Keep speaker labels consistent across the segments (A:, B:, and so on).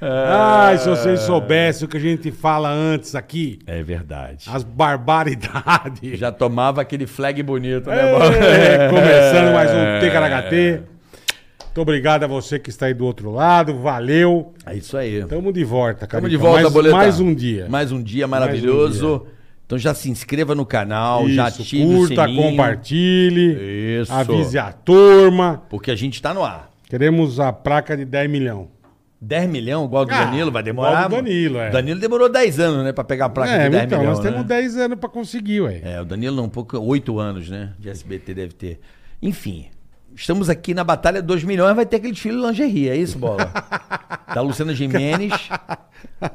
A: Ai, Ah, se vocês soubessem o que a gente fala antes aqui,
B: É verdade.
A: as barbaridades.
B: Já tomava aquele flag bonito, né, bola? É.
A: É, começando mais um TKHT. Muito obrigado a você que está aí do outro lado. Valeu.
B: É isso aí.
A: Tamo de volta, cara.
B: Estamos de volta,
A: Então, mais,
B: Boletar.
A: mais um dia.
B: Mais um dia maravilhoso.
A: Mais
B: Então já se inscreva no canal, já
A: Isso,
B: ative
A: curta,
B: o sininho.
A: compartilhe.
B: Isso.
A: Avise a turma.
B: Porque a gente tá no ar.
A: Queremos a placa de 10 milhão.
B: 10 milhão, igual do Danilo, vai demorar.
A: Ah, igual do Danilo, é.
B: Danilo demorou 10 anos, né, pra pegar a placa de 10
A: então,
B: milhão,
A: nós temos
B: né?
A: 10 anos pra conseguir, ué.
B: É, o Danilo não, um pouco, 8 anos, né, de SBT deve ter. Enfim, estamos aqui na Batalha 2 milhões, vai ter aquele desfile de lingerie, é isso, Bola? da Luciana Jimenez.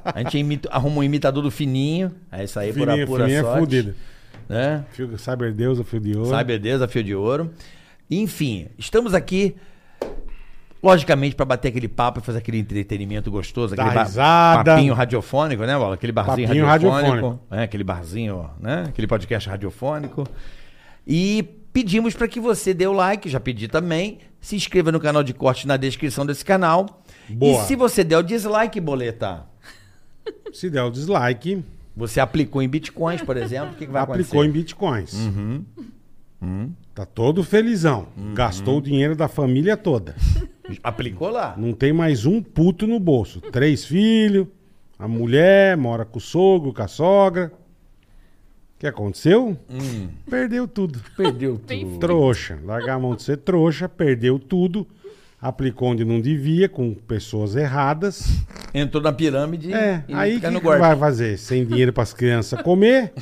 B: A gente imita- arruma um imitador do Fininho, é isso aí,
A: Fininho-
B: por a pura
A: Fininho é
B: sorte.
A: fudido.
B: Né?
A: Fio- Cyber Deus, o fio de ouro.
B: Sabe, Deus, a fio de ouro. Enfim, estamos aqui, logicamente, para bater aquele papo e fazer aquele entretenimento gostoso,
A: Dar
B: aquele ba-
A: risada.
B: papinho radiofônico, né, Bola? Aquele barzinho
A: Papinho
B: radiofônico.
A: radiofônico.
B: né? Aquele barzinho, né? Aquele podcast radiofônico. E pedimos para que você dê o like, já pedi também. Se inscreva no canal de corte na descrição desse canal.
A: Boa.
B: E se você der o dislike, boleta,
A: Se der o dislike,
B: você aplicou em bitcoins, por exemplo, o que, que vai
A: aplicou
B: acontecer?
A: em bitcoins.
B: Uhum.
A: Tá todo felizão. Gastou o dinheiro da família toda.
B: Aplicou lá.
A: Não tem mais um puto no bolso. Três filhos, a mulher mora com o sogro, com a sogra. O que aconteceu?
B: Hum.
A: Perdeu tudo.
B: Perdeu tudo.
A: Trouxa. Largar a mão de ser trouxa, perdeu tudo. Aplicou onde não devia, com pessoas erradas.
B: Entrou na pirâmide
A: É,
B: e
A: aí o
B: fica
A: que,
B: no
A: que
B: golpe.
A: vai fazer? Sem dinheiro para as crianças comer,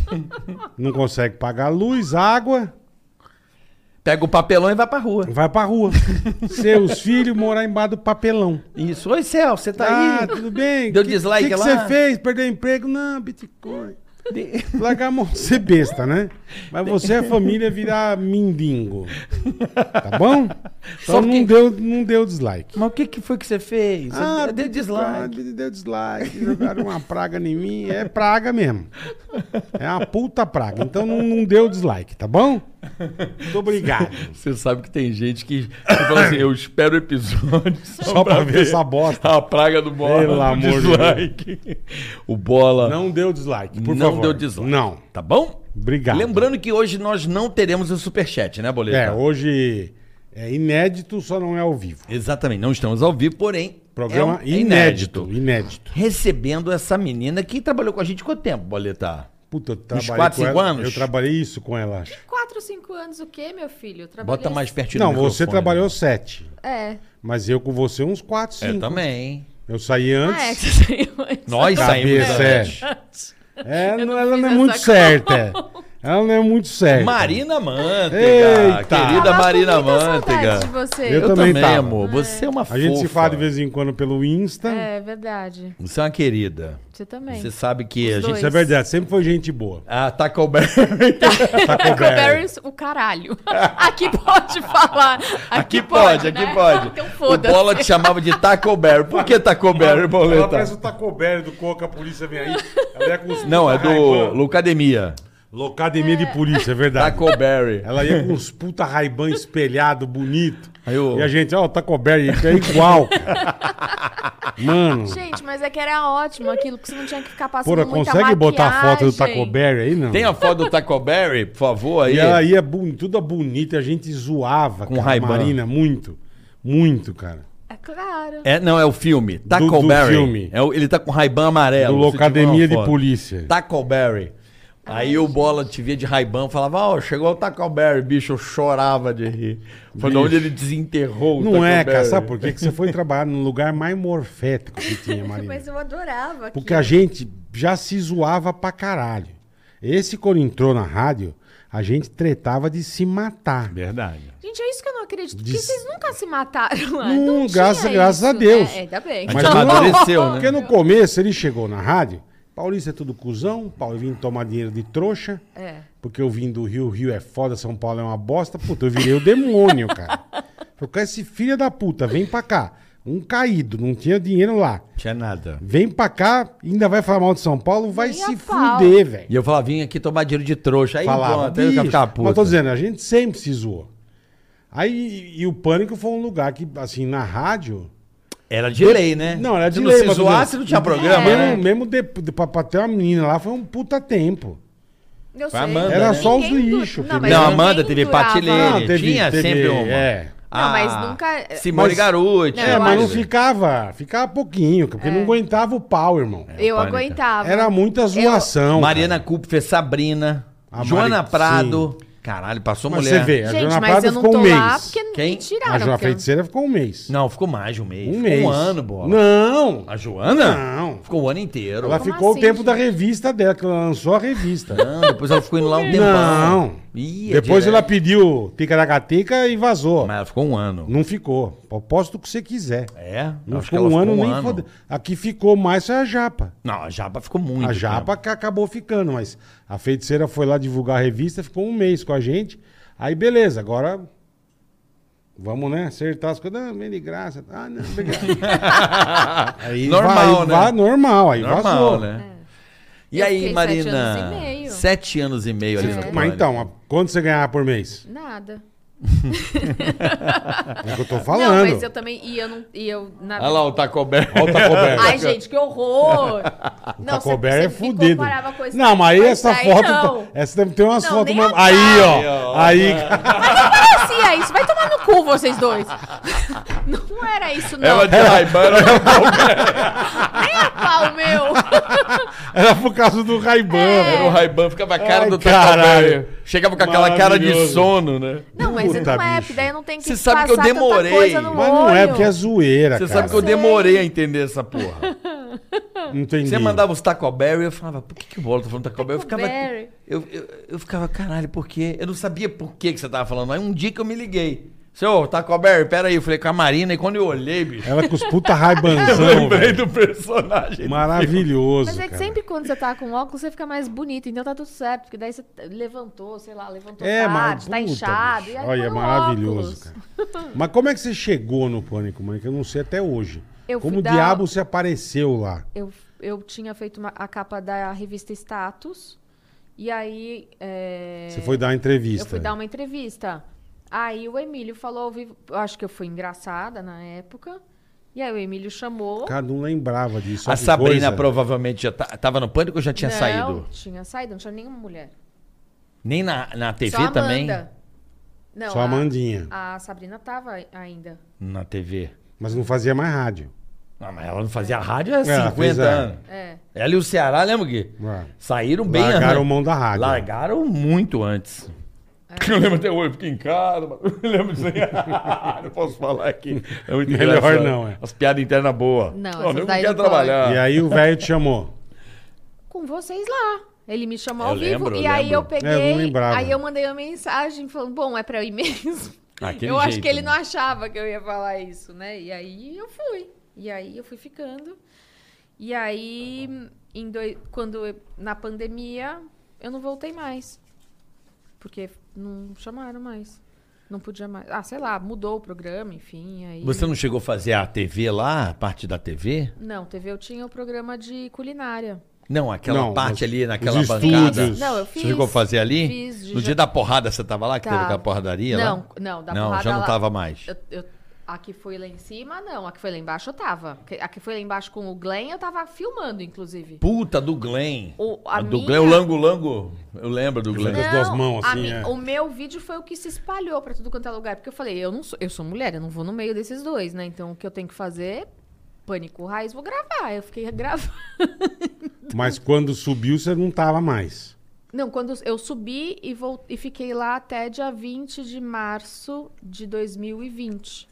A: não consegue pagar luz, água,
B: Pega o papelão e vai pra rua.
A: vai pra rua. Seus filhos morar embaixo do papelão.
B: Isso. Oi, Celso, você tá
A: Ah,
B: aí?
A: tudo bem?
B: Deu
A: Que-
B: dislike
A: que
B: lá?
A: que você fez? Perdeu o emprego? Não, Bitcoin. Largar a mão de ser besta, né? Mas você e a família virar mindingo. Tá bom?
B: Só
A: Então
B: que-
A: não deu, não deu dislike. Ah,
B: Mas o que, que foi que você fez? Eu dei
A: Bitcoin,
B: dislike.
A: Deu dislike. Jogaram uma praga em mim. É praga mesmo. É uma puta praga. Então não, não deu dislike, tá bom? Muito obrigado.
C: Você sabe que tem gente que, que fala assim, eu espero episódios só,
A: Só pra ver essa bosta.
C: a praga do Bola.
A: Pelo
C: do
A: amor de
C: dislike. O Bola.
A: Não deu dislike, por
C: Não
A: favor.
C: deu dislike.
A: Não.
B: Tá bom?
A: Obrigado.
B: Lembrando que hoje nós não teremos o superchat, né, Boleta?
A: É, hoje é inédito, só não é ao vivo.
B: Exatamente. Não estamos ao vivo, porém.
A: Programa
B: é um- é
A: inédito. Inédito.
B: Recebendo essa menina que trabalhou com a gente quanto tempo, Boleta?
A: Puta, eu
B: Uns
A: trabalhei.
B: quatro,
A: com
B: cinco
A: ela-
B: anos?
A: Eu trabalhei isso com ela, acho.
D: 4, 5 anos o quê, meu filho? Eu Trabalhei...
B: Bota mais pertinho
A: Não, você trabalhou sete.
D: É.
A: Mas eu com você uns quatro, cinco.
B: Eu É, também.
A: Eu saí
D: Ah, é que
A: antes.
D: você saiu antes.
B: Nós saímos
A: Cabeça,
B: antes.
A: é. É, não-
D: Ah, não
A: ela
D: fiz
A: não é
D: essa
A: muito certa. é. Ela não é muito séria.
B: Marina Manteiga,
A: Eita.
B: querida
D: Tava com
B: Marina
D: muita saudade
B: Manteiga.
D: de você.
A: Eu
B: Eu, também,
A: também tava.
B: amor. Você é uma
A: A gente se
B: fofa.
A: fala de vez em quando pelo Insta.
D: É verdade.
B: Você é uma querida.
D: Você também.
B: Você sabe que a
D: Os
B: gente.
D: dois.
A: Isso é verdade, sempre foi gente boa.
B: Ah, Tackleberry.
D: Tá, Tackleberries, É, o caralho. Aqui pode falar. Aqui,
B: Aqui pode, aqui
D: né?
B: pode.
D: Então
B: o
D: foda-se.
B: Bola te chamava de Tackleberry. Por que Tackleberry,
A: Ela
B: Boleta?
A: parece o Tacoberry do Coca, a polícia vem aí. Ela ia com os
B: Não, é
A: puta
B: do
A: Ray-Ban.
B: Lucademia.
A: Locademia de polícia, é
B: Tá
A: verdade.
B: Tackleberry.
A: Ela ia com uns puta raibã espelhado, bonito.
B: Aí o-
A: E a gente, ó, o Tacoberry é igual. cara. Mano,
D: Gente, mas é que era ótimo aquilo, porque você não tinha que ficar passando
A: porra,
D: muita
A: consegue botar a foto do
D: maquiagem.
A: Tacoberry aí, não?
B: Tem a foto do Tackleberry, por favor, aí.
A: E ela ia bu- toda bonita, a gente zoava
B: Com
A: cara,
B: Ray-Ban.
A: Marina, muito. Muito, cara.
D: É claro.
B: É, não, é o filme.
A: do
B: Tackleberry.
A: filme.
B: É o- ele tá com Ray-Ban amarelo.
A: Do
B: se tiver uma
A: Locademia de
B: foto. Tá
A: Polícia.
B: Tackleberry. Aí o Bola te via de raibão, falava, ó, chegou o Tackleberry, bicho, eu chorava de rir. Foi de onde ele desenterrou o
A: Não é,
B: Tackleberry.
A: cara, sabe por quê? Que você foi trabalhar num lugar mais morfético que tinha, Marina.
D: Mas eu adorava aquilo.
A: Porque a gente já se zoava pra caralho. Esse, quando entrou na rádio, a gente tretava de se matar.
B: Verdade.
D: Gente, é isso que eu não acredito. Porque
A: Diz-
D: vocês nunca se mataram lá.
A: Não,
D: Não, tinha
A: graças-
D: isso,
A: graças a
D: né?
A: Deus.
D: É, ainda bem.
B: A gente amadureceu, né?
A: Porque no começo ele chegou na rádio, Paulista é tudo cuzão, Paulo vim tomar dinheiro de trouxa,
D: É.
A: porque eu vim do Rio, Rio é foda, São Paulo é uma bosta, puta, eu virei o demônio, cara. Falei, "Cara, esse filho da puta, vem pra cá. Um caído, não tinha dinheiro lá.
B: Tinha nada.
A: Vem pra cá, ainda vai falar mal de São Paulo, vai
D: Nem a
A: se
D: pau.
A: fuder, velho.
B: E eu falava, vim aqui tomar dinheiro de trouxa. Aí
A: falava.
B: pronto, aí eu já
A: "Bicho",
B: ficava puto. né?"
A: Mas tô dizendo, a gente sempre se zoou. Aí, e o Pânico foi um lugar que, assim, na rádio...
B: Era de lei, né?
A: Não, era de
B: se
A: lei,
B: não
A: mas
B: se
A: tô
B: zoasse,
A: dizendo, é,
B: não tinha programa,
A: mesmo,
B: né?
A: Mesmo de, de- pra, pra ter uma menina lá, foi um puta tempo.
D: Eu sei.
B: Pra Amanda,
A: Era né? só os
D: Ninguém du-
A: lixo, filho.
D: mas
B: não,
D: ninguém
B: Amanda teve
D: durava.
B: patilheira.
A: Não, Ah, teve-
B: tinha
A: teve-
B: sempre uma.
A: é.
B: Ah,
D: Não, mas nunca-
B: Simone
A: Mas-
B: Garuti.
D: É,
A: É,
D: eu
A: mas não
D: acho.
A: ficava, ficava pouquinho, porque não aguentava o pau, irmão.
D: É. Eu
B: Pânico.
D: aguentava.
A: Era muita zoação.
B: Mariana
A: cara.
B: Kupfer, Sabrina,
A: A
B: Joana
A: Mari-
B: Prado. Caralho, passou
A: Mas
B: mulher.
A: você vê, a
D: Gente,
A: Joana
D: mas
A: Prado
D: eu não
A: ficou
D: tô
A: um mês.
D: lá porque não
B: Quem?
D: me tiraram.
A: A Joana
D: porque eu-
A: Feiticeira ficou um mês.
B: Não, ficou mais de um mês.
A: um
B: Ficou
A: mês.
B: Um ano, bola.
A: Não.
B: A Joana?
A: Não.
B: Ficou o ano inteiro.
A: Ela
D: Como
A: ficou o
D: assim,
A: tempo da
D: gente?
A: revista dela, que ela lançou a revista.
B: Não, depois ela ficou indo lá um tempão.
A: Não.
B: Ia
A: Depois
B: direto.
A: ela pediu ticaracateca e vazou.
B: Mas ela ficou um ano.
A: Não ficou. Aposto o que você quiser.
B: É?
A: Não
B: Acho que
A: ficou
B: ela
A: um ano nem foda. Aqui ficou mais foi a japa.
B: Não, a Japa ficou muito.
A: a japa que acabou ficando, mas a feiticeira foi lá divulgar a revista, ficou um mês com a gente. Aí beleza, agora vamos, né, acertar as coisas. Ah, vem de graça. Ah, não, obrigado. aí
B: Ah, Normal,
A: vai,
B: né?
A: vai, normal, aí
B: Normal,
A: vazou.
B: né? E
D: É. Eu
B: aí,
D: fiquei
B: Marina?
D: sete anos e meio.
B: Sete anos e meio ali no
A: Mas
B: Pânico.
A: então, a- quanto você ganhava por mês?
D: Nada.
A: É o que eu tô
D: Não,
A: falando.
D: mas eu também. E eu não. E eu, na...
B: Olha lá o Taco Bell.
A: Olha o Taco Bell.
D: Ai, gente, que horror!
A: O
D: Não,
A: Taco
D: você-
A: Bell
D: você
A: é
D: me
A: fudido.
D: comparava com esse-
A: Não, mas aí
D: com
A: essa
D: esse
A: foto. tá-
D: não.
A: Essa deve ter umas
D: Não,
A: fotos.
D: nem
A: mesmo.
D: a
A: Aí, ó.
B: pau.
A: Aí.
B: É.
D: parecia assim, é isso. Vai tomar no cu vocês dois. Não era isso, não.
B: Ela de Raibana.
D: Nem a pau, meu.
A: Era por causa do Raiban.
D: É,
B: Era o Raiban, ficava a cara
A: Ai,
B: do Taco
A: caralho.
B: Bell. Chegava com aquela cara de
A: Maravilhoso.
B: sono, né?
D: Não, mas
A: Puta,
D: não é,
A: bicho.
D: porque daí não tem que
B: Você sabe que eu
D: passar tanta
B: demorei.
D: coisa no
A: Mas não é,
D: olho.
A: porque é zoeira.
B: Você
A: cara.
B: sabe que eu
D: Sei.
B: demorei a entender essa porra.
A: Não entendi.
B: Você mandava os Taco Berry, eu falava, por que, que o Bola tá falando Taco Berry? Eu
D: Taco
B: ficava,
D: Berry.
B: eu, eu, eu ficava, caralho, por quê? Eu não sabia por que, que você tava falando. Aí um dia que eu me liguei. Seu Taco Berry, pera aí. Eu falei com a Marina e quando eu olhei, bicho,
A: Ela com os puta
B: eu
A: raibanzão,
B: lembrei
A: velho.
B: do personagem.
A: Maravilhoso,
D: Mas é que
A: cara.
D: sempre quando você tá com óculos, você fica mais bonito, então tá tudo certo, porque daí você levantou, sei lá, levantou
A: É, mas...
D: tarde, tá
A: puta,
D: inchado.
A: bicho.
D: E aí
A: Olha, é
D: põe o
A: maravilhoso,
D: óculos.
A: cara. Mas como é que você chegou no Pânico, mãe? Que eu não sei até hoje.
D: Eu fui
A: como
D: dar-
A: diabo você apareceu lá?
D: eu, eu tinha feito uma- a capa da revista Status. E aí. é,
A: Você foi né? dar uma entrevista.
D: Eu fui dar uma entrevista. Aí o Emílio falou ao vivo. eu Acho que eu fui engraçada na época. E aí o Emílio chamou.
A: Cara, não lembrava disso.
B: A
A: Olha que
B: Sabrina
A: coisa.
B: provavelmente já tá- tava no pânico ou já tinha
D: não,
B: saído?
D: Tinha saído, não tinha nenhuma mulher.
B: Nem na, na TV
D: Só a Amanda.
B: também?
D: Não,
A: Só a Amandinha.
D: A Sabrina tava ainda.
B: Na TV.
A: Mas não fazia mais rádio.
B: Ah, mas ela não fazia rádio há
A: ela
B: 50
A: fez a-
B: anos.
D: É.
B: Ela e o Ceará, lembra, Gui?
A: É.
B: Saíram bem
A: Largaram
B: antes.
A: mão da rádio. né?
B: Largaram muito antes.
D: É.
B: Eu lembro até hoje, eu fiquei em casa, mas eu lembro disso aí. não posso falar aqui. É muito
A: Melhor
B: engraçado.
A: não, é.
B: As piadas internas boas.
D: Não,
B: eu
D: essas
B: não
D: daí
B: quero
D: não pode.
B: trabalhar.
A: E aí o velho te chamou.
D: Com vocês lá. Ele me chamou
B: Eu
D: ao vivo.
B: lembro, eu
D: e aí eu
B: lembro.
D: peguei.
A: É, eu não lembrava.
D: aí eu mandei uma mensagem falando, bom, é pra eu ir mesmo.
A: é-
B: Aquele
D: eu acho
B: jeito,
D: que ele
B: né?
D: não é achava que eu ia falar isso, né? E aí eu fui. E aí eu fui ficando. E aí, em doi- quando eu- na pandemia, eu não voltei mais. Porque não chamaram mais. Não podia mais. Ah, sei lá, mudou o programa, enfim. Aí...
B: Você não chegou a fazer a TV lá, a parte da TV?
D: Não, TV eu tinha o programa de culinária.
B: Não, aquela
A: Não,
B: parte
A: os-
B: ali naquela
A: os
B: bancada.
A: estúdios.
D: Não, eu
B: Você
D: fiz.
B: chegou a fazer ali?
D: Fiz de
B: no
D: ja-
B: dia da porrada você tava lá, que
D: Tá.
B: teve aquela porradaria
D: não,
B: lá?
D: Não, da
B: Não,
D: porrada
B: já não
D: lá-
B: tava mais.
D: Eu, eu- a que foi lá em cima, não. A que foi lá embaixo, eu tava. Que- A que foi lá embaixo com o Glenn, eu tava filmando, inclusive.
B: Puta do Glenn.
D: O- a
B: do
D: minha-
B: Glenn, o Lango Lango. Eu lembro do Glenn.
A: Não. as duas mãos,
D: a
A: assim,
D: minha-
A: é.
D: O meu vídeo foi o que se espalhou pra tudo quanto é lugar. Porque eu falei, eu não sou, eu sou mulher, eu não vou no meio desses dois, né? Então o que eu tenho que fazer, pânico raiz, vou gravar. Eu fiquei gravando.
A: Mas quando subiu, você não tava mais.
D: Não, quando eu subi e, vol- e fiquei lá até dia 20 de março de 2020.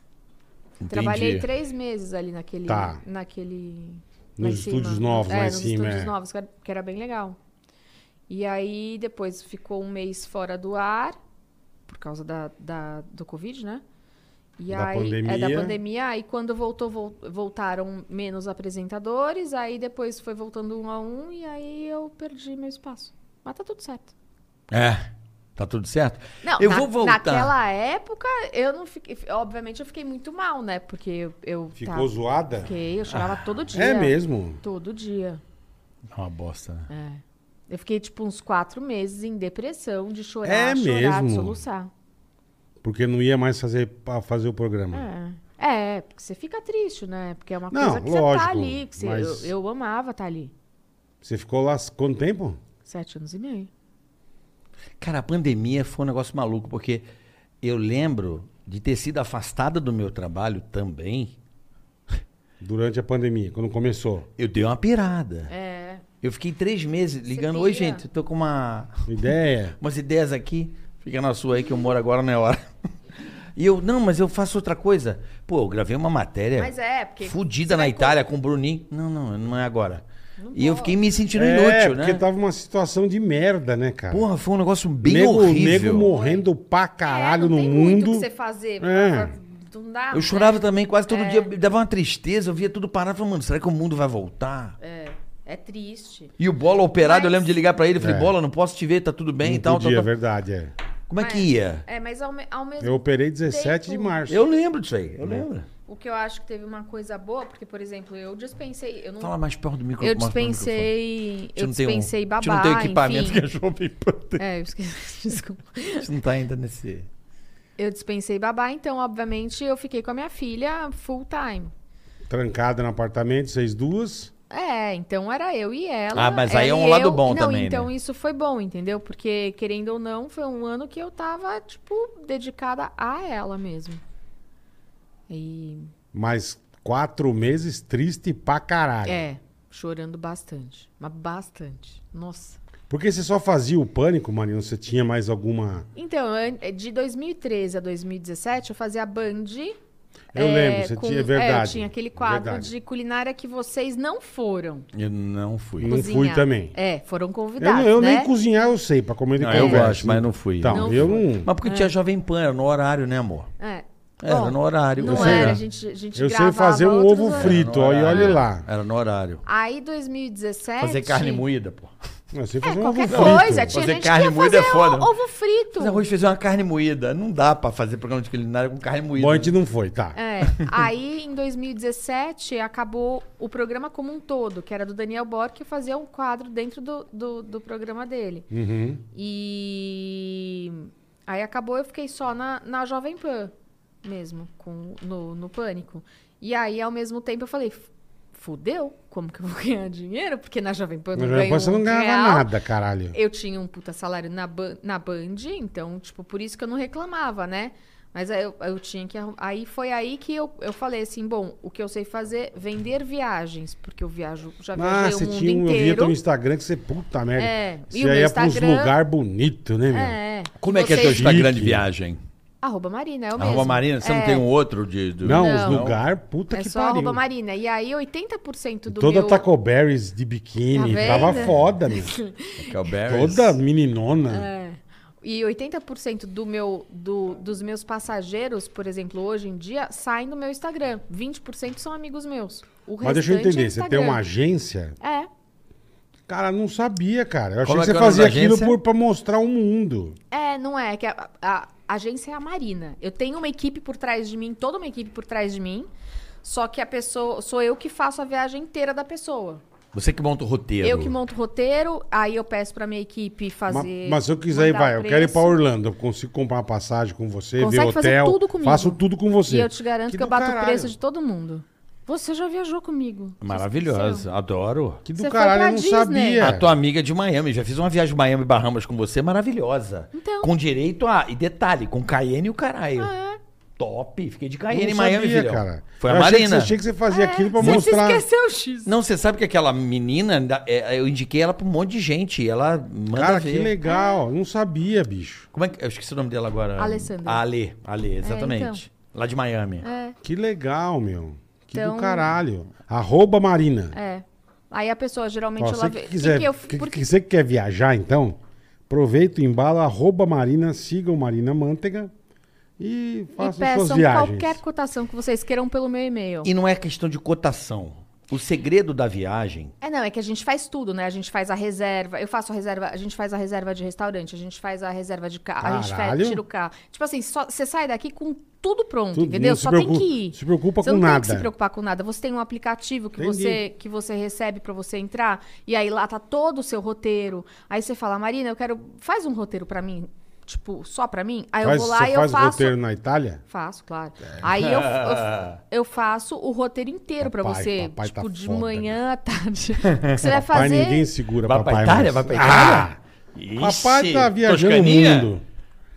B: Entendi.
D: Trabalhei três meses ali naquele.
A: Tá.
D: naquele lá
A: Nos
D: em cima.
A: estúdios novos,
D: é,
A: lá em
D: nos
A: cima,
D: Estúdios
A: é.
D: novos, que era, que era bem legal. E aí depois ficou um mês fora do ar, por causa da, da- do Covid, né? E
A: Da
D: aí, É,
A: pandemia.
D: da pandemia. Aí quando voltou, vol- voltaram menos apresentadores. Aí depois foi voltando um a um. E aí eu perdi meu espaço. Mas tá tudo certo.
B: É. Tá tudo certo?
D: Não,
B: eu
D: na-
B: vou voltar.
D: Naquela época, eu não fiquei. Obviamente, eu fiquei muito mal, né? Porque eu. eu
A: Ficou
D: tá-
A: zoada?
D: Fiquei, eu chorava todo dia.
A: É mesmo.
D: Todo dia.
B: É Uma bosta, né?
D: É. Eu fiquei, tipo, uns quatro meses em depressão, de chorar,
A: É
D: chorar,
A: mesmo?
D: de soluçar.
A: Porque não ia mais fazer, pra fazer o programa.
D: É. É, porque você fica triste, né? Porque é uma
A: Não,
D: coisa que você
A: lógico,
D: tá ali. Que você-
A: mas-
D: eu, eu amava estar ali.
A: Você ficou lá quanto tempo?
D: Sete anos e meio.
B: Cara, a pandemia foi um negócio maluco, porque eu lembro de ter sido afastada do meu trabalho também.
A: Durante a pandemia, quando começou.
B: Eu dei uma pirada.
D: É.
B: Eu fiquei três meses ligando.
D: pira?
B: Oi, gente, eu tô com uma,
A: Ideia.
B: umas ideias aqui. Fica na sua aí que eu moro agora, não é hora. E eu, não, mas eu faço outra coisa. Pô, eu gravei uma matéria
D: Mas é, porque.
B: fudida na Itália com o Bruninho. Não, não, não é agora. e eu fiquei me sentindo
A: é,
B: inútil,
A: porque
B: né?
A: tava uma situação de merda, né, cara?
B: Porra, foi um negócio bem
A: nego,
B: horrível.
A: nego morrendo pra caralho
D: é, não
A: no
D: tem
A: mundo.
D: Muito o que você fazer.
A: É.
D: Não dá,
B: eu
D: né?
B: chorava também quase todo dia, me dava uma tristeza, eu via tudo parado, falando, mano, será que o mundo vai voltar?
D: É, é triste.
B: E o Bola operado, eu
D: Mas-
B: lembro de ligar pra ele, falei,
A: É.
B: Bola, não posso te ver, tá tudo bem
A: Não
B: e tal,
A: podia,
B: tal,
A: é
B: tal.
A: verdade, é.
B: Como é que ia?
D: É, mas ao, me- ao mesmo
A: Eu operei 17 de
D: Tempo.
A: março.
B: Eu lembro disso aí, eu lembro.
D: O que eu acho que teve uma coisa boa, porque, por exemplo, eu dispensei. Eu não.
B: Fala mais perto do micro-
D: eu
B: mais perto do microfone.
D: dispensei.
B: Você
D: Eu
B: não tem um-
D: dispensei babá.
B: Você não tem o equipamento
D: enfim.
B: que a Jovem Pan tem.
D: É, eu esqueci. Desculpa.
B: Você não tá ainda nesse...
D: Eu dispensei babá, então, obviamente, eu fiquei com a minha filha full time.
A: Trancada no apartamento, vocês duas.
D: É, então era eu e ela.
B: Ah, mas
D: ela
B: aí é
D: e
B: um lado
D: eu.
B: bom
D: não,
B: também,
D: Então
B: né?
D: isso foi bom, entendeu? Porque, querendo ou não, foi um ano que eu tava, tipo, dedicada a ela mesmo. E.
A: Mas quatro meses triste pra caralho.
D: É, chorando bastante. Mas bastante. Nossa.
A: Porque você só fazia o pânico, Marina? Você tinha mais alguma.
D: Então, an- de 2013 a 2017, eu fazia Band.
A: Eu lembro, você tinha- é
D: eu
A: verdade,
D: tinha aquele quadro
A: verdade.
D: de culinária que vocês não foram.
B: Eu não fui.
A: Não
D: cozinhar.
A: fui também.
D: É, foram
A: Eu,
D: convidados,
A: não- eu
D: né?
A: nem cozinhar eu sei, pra comer de
B: Não, eu
A: conversa.
B: gosto, mas não fui.
A: Então,
D: Não
A: eu
D: fui.
A: não.
B: Mas porque tinha Jovem Pan, era no horário, né, amor?
D: É.
B: Era
D: Bom,
B: no horário.
D: Não
A: Eu sei,
D: era,
A: né?
D: a gente, a gente
A: Eu sei
D: gravava
A: fazer um
D: outros
A: ovo
D: horários.
A: frito, ó, e olha lá.
B: Era no horário.
D: Aí, 2017...
B: Fazer carne moída, pô.
A: Eu sei
D: É, tipo
A: fazer um ovo
D: qualquer
A: frito.
D: coisa. Tinha
B: Fazer
D: gente
B: carne
D: que ia
B: moída é
D: fazer
B: foda,
D: o-
B: né?
D: ovo frito.
B: Mas arroz fez uma carne moída. Não dá pra fazer programa de culinária com carne moída.
A: Bom, a gente não foi, tá.
D: É. Aí, em 2017, acabou o programa como um todo, que era do Daniel Borg, que fazia um quadro dentro do, do, do programa dele.
A: Uhum.
D: E aí acabou, eu fiquei só na, na Jovem Pan mesmo, com, no, no pânico. E aí, ao mesmo tempo, eu falei, "F- fudeu, como que eu vou ganhar dinheiro? Porque na Jovem Pan eu não
A: Mas
D: ganho
A: depois você não
D: um
A: ganhava
D: real.
A: nada, caralho.
D: Eu tinha um puta salário na, ban- na Band, então, tipo, por isso que eu não reclamava, né? Mas aí eu, eu tinha que arrum- Aí foi aí que eu, eu falei assim, bom, o que eu sei fazer, vender viagens, porque eu viajo, já viajei
A: Ah,
D: o
A: você
D: mundo
A: tinha um. Eu via
D: inteiro.
A: teu Instagram que você, puta merda.
D: É, e
A: Você
D: o meu
A: ia pra uns
D: Instagram-
A: lugar bonito, né, meu?
D: É.
B: Como é que é teu
D: Vocês-
B: Instagram de
A: Chique.
B: viagem?
D: Arroba Marina, é o mesmo.
B: Arroba Marina, você
D: É.
B: não tem um outro de. do-
A: Não,
D: Não.
A: os lugar, puta
D: É
A: que
D: só
A: pariu.
D: arroba Marina. E aí 80% do
A: Toda
D: meu...
A: Taco Berries de biquíni,
D: Tá
A: tava
D: vendo?
A: foda, meu.
B: Calberries.
A: Toda meninona.
D: É. E 80% do meu, do- dos meus passageiros, por exemplo, hoje em dia, saem do meu Instagram. 20% são amigos meus. O
A: Mas deixa eu
D: restante é
A: entender, você tem uma
D: Instagram.
A: agência?
D: É,
A: Cara, não sabia, cara. Eu achei
B: Como
A: que
B: é
A: você
B: que é o nome
A: fazia
B: da
A: aquilo
B: agência?
A: por, pra mostrar o mundo.
D: É. É, não é. que a, a- a agência é a Marina. Eu tenho uma equipe por trás de mim, toda uma equipe por trás de mim. Só que a pessoa. Sou eu que faço a viagem inteira da pessoa.
B: Você que monta o roteiro.
D: Eu que monto o roteiro, aí eu peço pra minha equipe
A: Ma-
D: fazer.
A: Mas, se eu quiser, ir,
D: mandar
A: vai.
D: o
A: Eu quero ir pra
D: preço.
A: Orlando. Eu consigo comprar uma passagem com você,
D: Consegue
A: ver
D: fazer
A: hotel.
D: tudo comigo.
A: Faço tudo com você.
D: E eu te garanto que, eu
A: do
D: bato o
A: caralho.
D: preço de todo mundo. Você já viajou comigo. Você
B: Maravilhosa, adoro.
A: Que do
D: Você foi
A: caralho, eu
D: pra
A: não
D: Disney.
A: sabia.
B: A tua amiga de Miami, já fiz uma viagem Miami e Bahamas com você, maravilhosa.
D: Então.
B: Com direito a. E detalhe, com Cayenne e o caralho. Top, fiquei de
A: Eu
B: Cayenne
A: Ah, é? não
B: em Miami,
A: sabia,
B: filhão.
A: cara.
B: Foi
A: Eu
B: a
A: achei que
B: Marina.
A: você- achei que você fazia aquilo pra
D: É. Você
A: mostrar.
D: se esqueceu o X.
B: Não, você sabe que aquela menina, ainda- é, eu indiquei ela pra um monte de gente. e Ela manda
A: Cara,
B: ver.
A: que legal. Não sabia, bicho.
B: Como é que. Eu esqueci o nome dela agora.
D: Alessandra.
B: A Ale, Ale,
A: É, então.
B: exatamente. Lá de Miami.
D: É,
A: Que legal, meu. Que
D: Então-
A: do caralho. Arroba Marina.
D: é. Aí a pessoa geralmente
A: Ó,
D: ela
A: você
D: vê.
A: que quiser,
D: que eu,
A: que-
D: porque
A: que você que quer viajar, então, aproveita o embalo, arroba Marina, sigam Marina Manteiga e
D: e
A: façam suas
D: peçam
A: viagens.
D: qualquer cotação que vocês queiram pelo meu e-mail.
B: E não é questão de cotação. O segredo da viagem
D: É, não, é que a gente faz tudo, né? A gente faz a reserva, eu faço a reserva, a gente faz a reserva de restaurante, a gente faz a reserva de carro, a gente faz,
A: Caralho.
D: tira o carro. Tipo assim, só- você sai daqui com tudo pronto,
A: Tudo,
D: entendeu?
A: não se
D: Só
A: preocupa-
D: tem que ir.
A: se preocupa
D: você
A: com
D: não
A: nada.
D: tem que se preocupar com nada. Você tem um aplicativo que,
A: Entendi.
D: você, que você recebe pra você entrar, e aí lá tá todo o seu roteiro. Aí você fala, Marina, eu quero. Faz um roteiro pra mim, tipo, só pra mim. Aí eu
A: Faz-
D: vou
A: você
D: lá e eu
A: faz
D: faço.
A: roteiro na Itália?
D: Faço, claro.
A: É.
D: Aí eu, eu, eu faço o roteiro inteiro pra
A: Papai,
D: você.
A: papai tá
D: tipo, de
A: foda,
D: manhã à tarde. O que você
A: Papai,
D: vai fazer?
A: ninguém segura
B: Vai
A: papai
B: pra Itália?
A: mais.
B: Vai pra Itália?
A: Ah,
B: Ixi,
A: papai tá viajando o
B: Toscaninha?
A: mundo.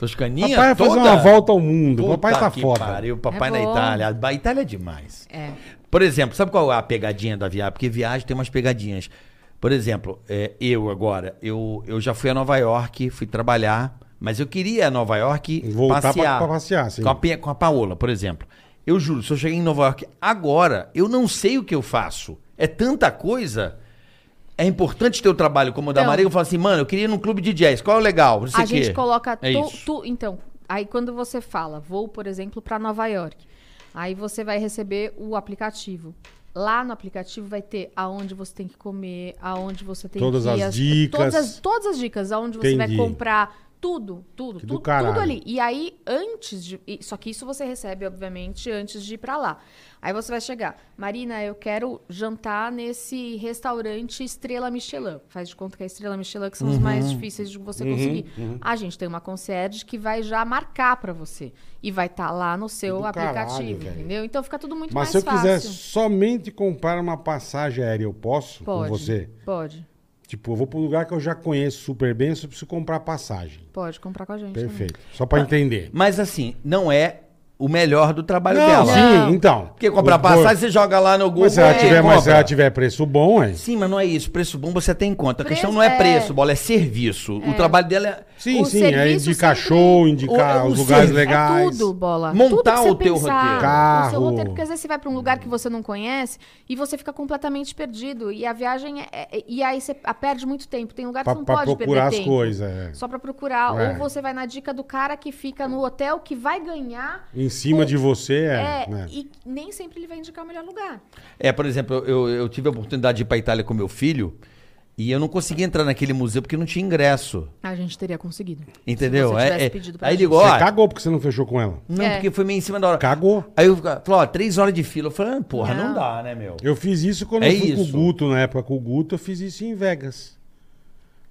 B: Toscaninha
A: Papai vai fazer
B: toda?
A: uma volta ao mundo.
B: Puta
A: papai tá
B: que
A: foda.
B: Pariu, papai
D: É
B: na
D: bom.
B: Itália. A Itália é demais.
D: É.
B: Por exemplo, sabe qual é a pegadinha da viagem? Porque viagem tem umas pegadinhas. Por exemplo, é, eu agora, eu, eu já fui a Nova York, fui trabalhar, mas eu queria a Nova York
A: Voltar pra-
B: passear.
A: pra passear, sim.
B: Com a, Pe- com a Paola, por exemplo. Eu juro, se eu cheguei em Nova York agora, eu não sei o que eu faço. É tanta coisa. É importante ter o trabalho como o da
D: Então.
B: Maria. Eu falo assim, mano, eu queria ir num clube de jazz. Qual é o legal? Não sei
D: A
B: o quê.
D: gente coloca
B: É
D: to-
B: isso.
D: tu- então, aí quando você fala, vou, por exemplo, pra Nova York, aí você vai receber o aplicativo. Lá no aplicativo vai ter aonde você tem que comer, aonde você tem
A: Todas
D: que ir,
A: as dicas.
D: todas as, todas as dicas, aonde você vai
A: Entendi.
D: comprar tudo, tudo,
A: Que do
D: tudo,
A: caralho.
D: tudo ali. E aí antes de, e- só que isso você recebe obviamente antes de ir pra lá. Aí você vai chegar, Marina, eu quero jantar nesse restaurante Estrela Michelin. Faz de conta que é Estrela Michelin que são os mais
A: Uhum.
D: difíceis de você conseguir. A gente tem uma concierge que vai já marcar pra você e vai estar lá no seu
A: Do caralho,
D: aplicativo,
A: velho.
D: entendeu? Então fica tudo muito
A: Mas se eu
D: mais
A: quiser
D: fácil.
A: somente comprar uma passagem aérea, eu posso
D: Pode.
A: com você?
D: Pode.
A: Tipo, eu vou pra um lugar que eu já conheço super bem, eu só preciso comprar passagem.
D: Pode comprar com a gente. também.
A: Perfeito. Só pra entender.
B: Mas assim, não é o melhor do trabalho
A: Não,
B: dela.
A: sim,
D: Não.
A: então.
B: Porque comprar
A: O-
B: passagem, você joga lá no Google.
A: Mas se ela
B: é,
A: tiver, mas se
B: compra.
A: ela tiver preço bom, é.
B: Sim, mas não é isso. Preço bom você tem em conta. A
D: Preço-
B: questão não é
D: é.
B: preço, bola, é serviço. O trabalho dela é.
A: Sim,
D: O
A: sim. É
D: serviço
A: indicar
D: sempre-
A: show, indicar
B: o- o
A: os lugares
B: serviço-
D: É
A: legais.
D: tudo, bola.
B: Montar
D: tudo que
B: o
D: você
B: teu
D: pensar,
B: roteiro.
D: O seu
A: Carro.
D: roteiro, porque às vezes você vai pra um lugar que você não conhece e você fica completamente perdido. E a viagem é, é- e aí você a- perde muito tempo. Tem lugar que
A: Pra-
D: você não
A: pra
D: pode
A: procurar
D: perder
A: as
D: tempo.
A: coisas, é.
D: Só pra procurar.
A: É.
D: Ou você vai na dica do cara que fica no hotel que vai ganhar.
A: Em cima de você, é.
D: É,
A: né?
D: e nem sempre ele vai indicar o melhor lugar.
B: É, por exemplo, eu, eu tive a oportunidade de ir pra Itália com meu filho e eu não consegui entrar naquele museu porque não tinha ingresso.
D: A gente teria conseguido.
B: Entendeu?
D: Se você tivesse
B: É, é,
D: pedido pra
B: Aí
D: gente.
B: ligou,
A: Você tá
B: ó.
A: cagou porque você não fechou com ela.
B: Não,
D: É.
B: porque foi meio em cima da hora.
A: Cagou.
B: Aí eu falei, ó, três horas de fila. Eu falei, ah, porra, não.
D: Não.
B: dá, né, meu?
A: Eu fiz isso quando
B: É
A: eu fui com o
B: isso.
A: Guto, na época com o Guto, eu fiz isso em Vegas.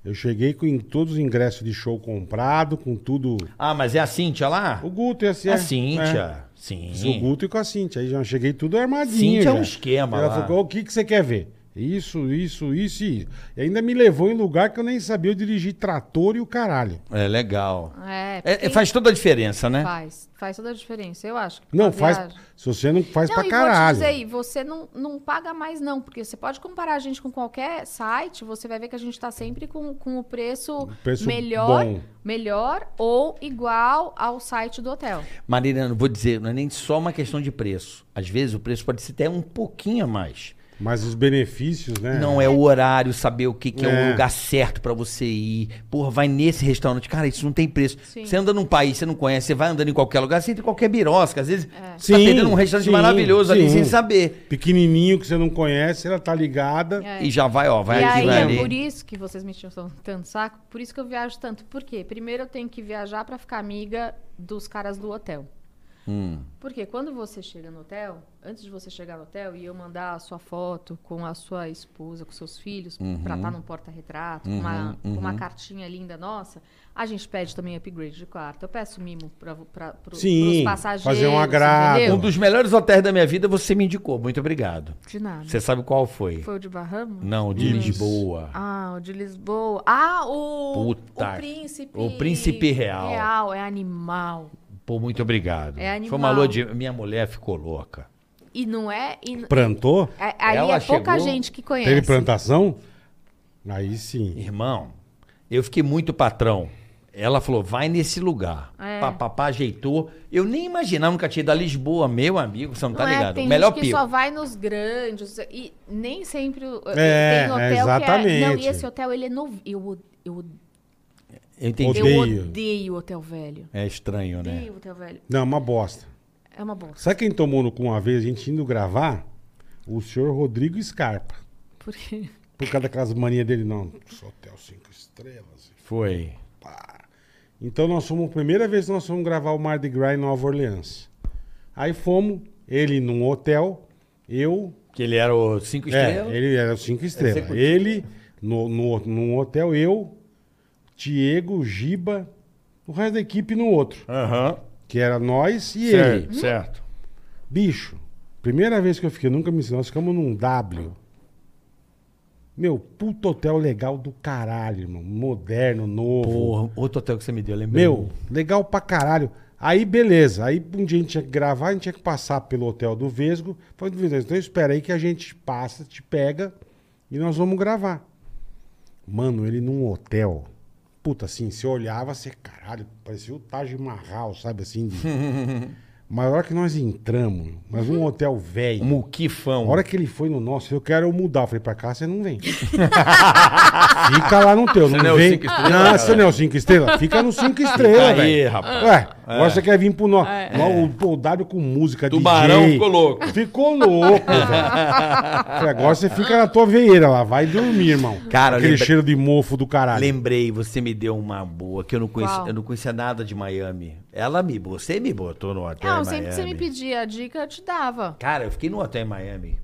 A: Eu cheguei com em todos os ingressos de show comprado, com tudo.
B: Ah, mas é a Cíntia lá?
A: O Guto e a Cíntia.
B: a Cíntia.
A: Fiz o
B: Sim.
A: Guto e com a Cíntia. Aí já cheguei tudo armadinho.
B: Cíntia é um
A: já.
B: esquema
A: Ela
B: lá.
A: falou, o que, que você quer ver? Isso, isso, isso e isso. E ainda me levou em lugar que eu nem sabia eu dirigir trator e o caralho.
B: É legal.
D: É,
B: É,
D: porque
B: é, faz toda a diferença, né?
D: faz. Faz toda a diferença, eu acho. que
A: Não,
D: pra
A: faz.
D: viagem.
A: Se você não faz
D: não,
A: pra
D: e
A: caralho.
D: vou te dizer aí, você não, não paga mais não, porque você pode comparar a gente com qualquer site, você vai ver que a gente tá sempre com, com o preço,
A: Um preço
D: melhor,
A: bom.
D: melhor ou igual ao site do hotel.
B: Marilena, vou dizer, não é nem só uma questão de preço. Às vezes o preço pode ser até um pouquinho a mais.
A: Mas os benefícios, né?
B: Não é o horário, saber o que, que é,
A: É.
B: o lugar certo pra você ir. Porra, vai nesse restaurante. Cara, isso não tem preço.
D: Sim.
B: Você anda num país, você não conhece, você vai andando em qualquer lugar, você entra em qualquer birosca. Às vezes você
A: Sim,
B: tá perdendo um restaurante
A: sim,
B: maravilhoso ali
A: sim.
B: sem saber.
A: Pequenininho que você não conhece, ela tá ligada.
D: É.
B: E já vai, ó, vai
D: e
B: aqui,
D: aí,
B: vai
D: é
B: ali.
D: por isso que vocês me tinham tanto saco, por isso que eu viajo tanto. Por quê? Primeiro eu tenho que viajar pra ficar amiga dos caras do hotel.
B: Hum.
D: Porque quando você chega no hotel, antes de você chegar no hotel e eu mandar a sua foto com a sua esposa, com seus filhos, pra
B: Uhum.
D: estar num porta-retrato, com uma, com uma cartinha linda nossa, a gente pede também upgrade de quarto. Eu peço mimo pra, pra, pro,
A: Sim,
D: pros passageiros.
A: fazer um agrado.
B: Um
D: entendeu?
B: dos melhores hotéis da minha vida você me indicou. Muito obrigado.
D: De nada.
B: Você sabe qual foi?
D: Foi o de Barramo?
B: Não, o de
A: Isso.
B: Lisboa.
D: Ah, o de Lisboa. Ah, o,
B: Puta.
D: o príncipe.
B: O príncipe real.
D: Real, é animal.
B: Pô, muito obrigado.
D: É
B: Foi
D: animal.
B: uma lua de... Minha mulher ficou louca.
D: E não é. E, n-
A: Plantou?
D: é- aí
B: Ela
D: é pouca
B: chegou,
D: gente que conhece.
A: Teve plantação? Aí sim.
B: Irmão, eu fiquei muito patrão. Ela falou, vai nesse lugar.
D: É.
B: Papapá ajeitou. Eu nem imaginava, nunca tinha ido a Lisboa, meu amigo, você não, tá
D: é,
B: ligado.
D: Tem
B: O melhor
D: gente que
B: pico.
D: só vai nos grandes e nem sempre o-
A: É,
D: tem hotel que é, não,
A: exatamente.
D: e esse hotel ele é novo. Eu, o- eu, o-
B: Eu entendi.
D: eu
A: Odeio.
D: odeio hotel velho.
B: É estranho, né?
D: Odeio hotel velho.
A: Não, uma bosta.
D: É uma bosta.
A: Sabe quem tomou no cu uma vez, a gente indo gravar? O senhor Rodrigo Scarpa.
D: Porque
A: Por causa daquelas manias dele, não. Só hotel cinco estrelas.
B: Foi.
A: Pá. Então nós fomos, a primeira vez que nós fomos gravar o Mardi Gras em Nova Orleans. Aí fomos, ele num hotel, eu.
B: Que ele era o cinco estrelas.
A: É, ele era os cinco estrelas.
B: Executivo.
A: Ele, no, no, num hotel, eu, Diego, Giba, o resto da equipe no outro.
B: Aham.
A: Que era nós e ele.
B: Certo, certo.
A: Bicho, primeira vez que eu fiquei, eu nunca me ensinou, nós ficamos num W. Meu, puto hotel legal do caralho, irmão. Moderno, novo.
B: Porra, outro hotel que você me deu, lembrei.
A: Meu, legal pra caralho. Aí, beleza. Aí um dia a gente tinha que gravar, a gente tinha que passar pelo hotel do Vesgo. Falei, Vesgo, então espera aí que a gente passa, te pega e nós vamos gravar. Mano, ele num hotel. Puta, assim, você olhava, você, caralho, parecia o Taj Mahal, sabe assim? De... Mas a hora que nós entramos, mas um hotel velho. A
B: Muquifão.
A: hora que ele foi no nosso, eu quero mudar. Eu falei, pra cá você não vem. fica lá no teu, não,
C: não é o
A: vem.
C: cinco estrelas,
A: não,
C: cara.
A: você não é o 5 estrelas. Fica no 5 estrelas,
B: Fica aí,
A: velho.
B: rapaz. É.
A: Ué, agora você quer vir pro nosso. O, o W com música,
C: Tubarão
A: DJ.
C: ficou louco.
A: Ficou louco, velho. Falei, agora você fica na tua veieira lá. Vai dormir, irmão.
B: Cara,
A: Aquele
B: lembra-
A: cheiro de mofo do caralho.
B: Lembrei, você me deu uma boa, que eu não conhecia,
D: Qual?
B: eu não conhecia nada de Miami. Ela me, você me botou no hotel
D: não,
B: em
D: sempre que você me
B: É, Miami.
D: pedia a dica, eu te dava.
B: Cara, eu fiquei no hotel em Miami.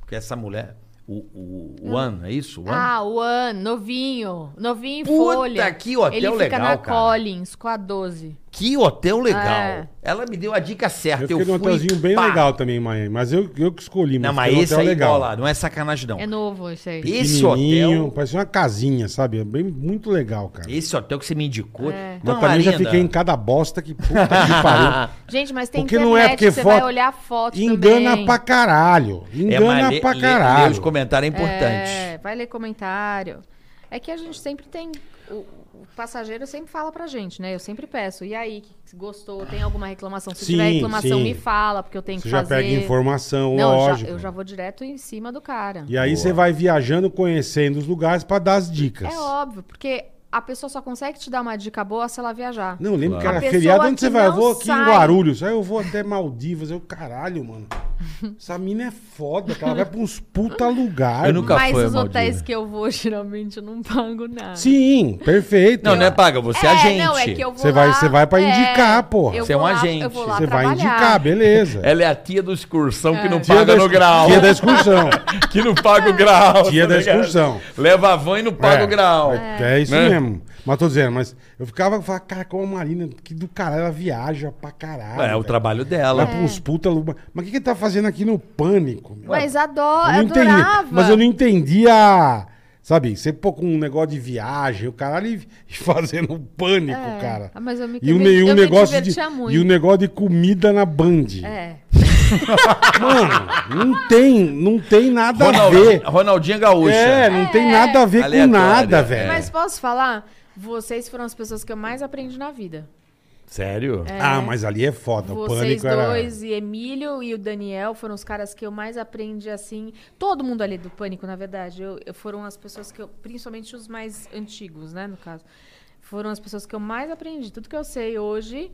B: Porque essa mulher. O, o, o One, é isso? One?
D: Hum. Ah, o An, novinho. Novinho em
B: Puta,
D: folha.
B: que hotel
D: Ele fica
B: legal,
D: na
B: cara.
D: Collins com a 12.
B: Que hotel legal.
D: É.
B: Ela me deu a dica certa.
A: Eu
B: Eu,
A: fiquei num
B: fui,
A: hotelzinho bem
B: pá.
A: legal também em Miami. Mas eu, eu que escolhi, mas um
B: Não, mas
A: fiquei num
B: esse aí, bola, não é sacanagem, não.
D: É novo esse aí.
B: E- esse
A: Pequenininho,
B: hotel-
A: Parecia uma casinha, sabe? Bem, muito legal, cara.
B: Esse hotel que você me indicou.
D: É.
A: Mas
B: Não,
A: também já
B: Marina,
A: fiquei em cada bosta que puta que pariu.
D: Gente, mas tem
A: Porque
D: internet,
A: não é porque
D: você
A: foto-
D: vai olhar a foto
A: Engana
D: também.
A: pra caralho.
B: É,
A: Engana
B: mas lê-
A: pra
B: lê-
A: caralho.
B: Ler os comentários é importante.
D: É, vai ler comentário. É que a gente sempre tem. O, o passageiro sempre fala pra gente, né? Eu sempre peço. E aí, que- se gostou? Tem alguma reclamação? Se
A: Sim,
D: tiver reclamação,
A: sim.
D: me fala, porque eu tenho
A: Você
D: que
A: já
D: fazer.
A: pega informação,
D: Não, eu já-
A: lógico.
D: eu já vou direto em cima do cara.
A: E aí você vai viajando, conhecendo os lugares pra dar as dicas.
D: É óbvio, porque a pessoa só consegue te dar uma dica boa se ela viajar.
A: Não, lembro
B: Claro.
A: que
D: A
A: era feriado.
D: pessoa
A: Onde você
D: que
A: vai? Eu
D: não
A: vou aqui em
D: sai.
A: Guarulhos. Aí eu vou até Maldivas. Eu, caralho, mano. Essa mina é foda, que ela vai pra uns puta lugar.
B: Eu nunca
D: Mas
B: foi,
D: os hotéis
B: Maldivas.
D: que eu vou, geralmente, eu não pago nada.
A: Sim, perfeito.
B: Não, não é paga, você é,
D: é,
B: agente.
D: não, é que eu vou
A: Você vai-
D: lá-
A: você vai pra indicar, porra.
D: eu
B: Você é um
D: vou lá-
B: agente.
D: eu vou lá
A: Você vai
D: trabalhar.
A: indicar, beleza.
C: Ela é a tia do excursão
D: É.
C: que não
A: Dia
C: paga
A: da-
C: no grau.
A: Dia da excursão.
C: Que não paga o grau.
A: Dia
C: tá
A: da
C: ligado?
A: excursão.
C: Leva a van e não paga
A: É,
C: o grau.
A: É, é isso
C: Né?
A: mesmo. Mas tô dizendo, mas eu ficava, eu falava, cara, como a Marina, que do caralho, ela viaja pra caralho.
B: É, é o
A: velho.
B: trabalho dela.
A: Ela é. uns puta lugar. Mas o que, que ele tá fazendo aqui no pânico? meu?
D: Mas adoro,
A: Eu não entendi,
D: adorava.
A: mas eu não entendi a. Sabe, você pô com um negócio de viagem, o caralho e e fazendo um pânico,
D: É.
A: cara.
D: Ah, mas eu me-
A: e
D: eu
A: o,
D: me-
A: ne- e o
D: eu me
A: negócio de,
D: divertia muito.
A: E o negócio de comida na Band.
D: É.
A: Mano, não tem, não tem nada a ver.
B: Ronaldinha, Ronaldinha Gaúcha.
A: É, não tem nada a ver
B: Aleatória,
A: com nada,
B: é.
A: velho.
D: Mas posso falar? Vocês foram as pessoas que eu mais aprendi na vida.
B: Sério?
A: Ah, mas ali é foda. O
D: né? Vocês
A: pânico era.
D: dois e Emílio e o Daniel foram os caras que eu mais aprendi assim. Todo mundo ali do pânico, na verdade. Eu, eu- foram as pessoas que eu, principalmente os mais antigos, né, no caso. Foram as pessoas que eu mais aprendi. Tudo que eu sei hoje.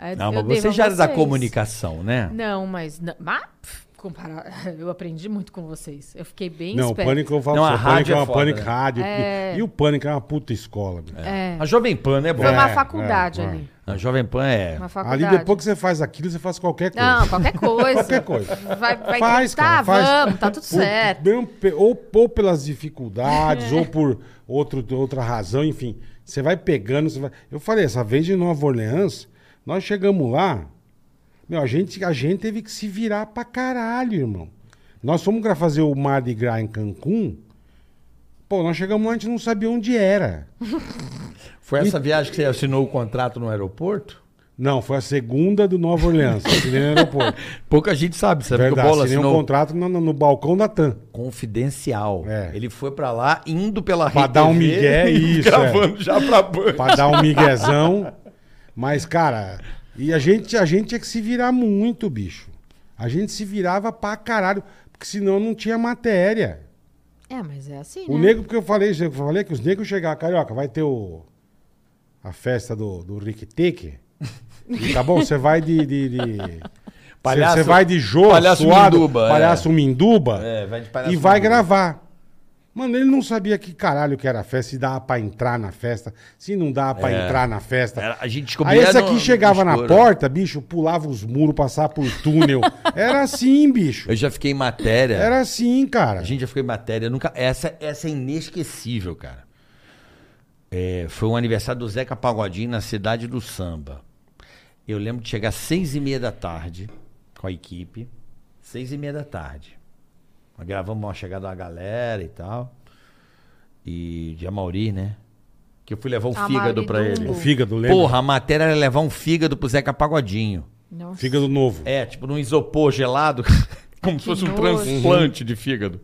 D: é,
B: Não,
D: eu
B: mas
D: devo
B: você
D: a
B: já era da
D: vocês.
B: comunicação, né?
D: Não, mas. na- mas, pff, comparar, eu aprendi muito com vocês. Eu fiquei bem
A: Não, o
D: esperta.
A: pânico eu falo
B: Não,
A: pra
B: a
A: você, o pânico
B: rádio
A: é
B: é
A: uma
B: foda,
A: pânico
B: né?
A: rádio. E, e o pânico é uma puta escola, meu.
D: É,
B: A Jovem Pan, né, bom?
D: foi uma
A: É,
D: faculdade
A: é,
D: ali.
B: A Jovem Pan é.
D: Uma faculdade.
A: Ali depois que você faz aquilo, você faz qualquer coisa.
D: Não, qualquer coisa.
A: Qualquer coisa.
D: Vai, vai
A: faz,
D: tentar,
A: cara, faz.
D: vamos, tá tudo
A: Por-
D: certo.
A: mesmo pe- ou, ou pelas dificuldades, ou por outro, outra razão, enfim. Você vai pegando, você vai... Eu falei, essa vez de Nova Orleans, nós chegamos lá, meu, a gente, a gente teve que se virar pra caralho, irmão. Nós fomos gra- fazer o Mardi Gras em Cancún, pô, nós chegamos lá, a gente não sabia onde era.
B: Foi essa viagem que você assinou o contrato no aeroporto?
A: Não, foi a segunda do Nova Orleans, assinei no aeroporto.
B: Pouca gente sabe, sabe que o
A: Verdade,
B: Bola
A: assinei um
B: assinou
A: contrato no, no- no balcão da TAM.
B: confidencial.
A: É.
B: Ele foi pra lá indo pela
A: Pra
B: Rede
A: dar um
B: TV,
A: migué, isso, é.
B: Gravando já pra Band.
A: pra dar um miguezão. Mas, cara, e a gente, a gente tinha que se virar muito, bicho. A gente se virava pra caralho, porque senão não tinha matéria.
D: É, mas é assim,
A: O
D: né?
A: negro, porque eu falei, eu falei que os negros chegavam, carioca, vai ter o, a festa do, do Rick Tiki. Tá bom? Você vai de. de, de-
B: Palhaço-
A: você vai de Jô,
B: Palhaço
A: suado,
B: Minduba,
A: palhaço Minduba,
B: É, vai de palhaço
A: e vai
B: Minduba.
A: gravar. Mano, ele não sabia que caralho que era a festa, se dava pra entrar na festa, se não dava pra
B: É.
A: entrar na festa.
B: Era- a gente
A: Aí
B: descobria
A: esse
B: no-
A: aqui
B: no
A: chegava na
B: escuro.
A: porta, bicho, pulava os muros, passava por túnel. Era assim, bicho.
B: Eu já fiquei em matéria.
A: Era assim, cara.
B: É. A gente já ficou em matéria. eu Nunca... Essa, essa é inesquecível, cara. É, foi um aniversário do Zeca Pagodinho na cidade do samba. Eu lembro de chegar às seis e meia da tarde com a equipe. Seis e meia da tarde. Nós gravamos uma chegada da galera e tal. E de Amauri, né? Que eu fui levar um
D: Amauri
B: fígado pra
D: Dungo.
B: ele.
A: O fígado, lembra?
B: Porra, a matéria era levar um fígado pro Zeca Pagodinho.
D: Nossa.
A: Fígado novo.
B: É, tipo num isopor gelado, como se
D: Que
B: fosse um
D: nojo.
A: Uhum.
B: transplante de fígado.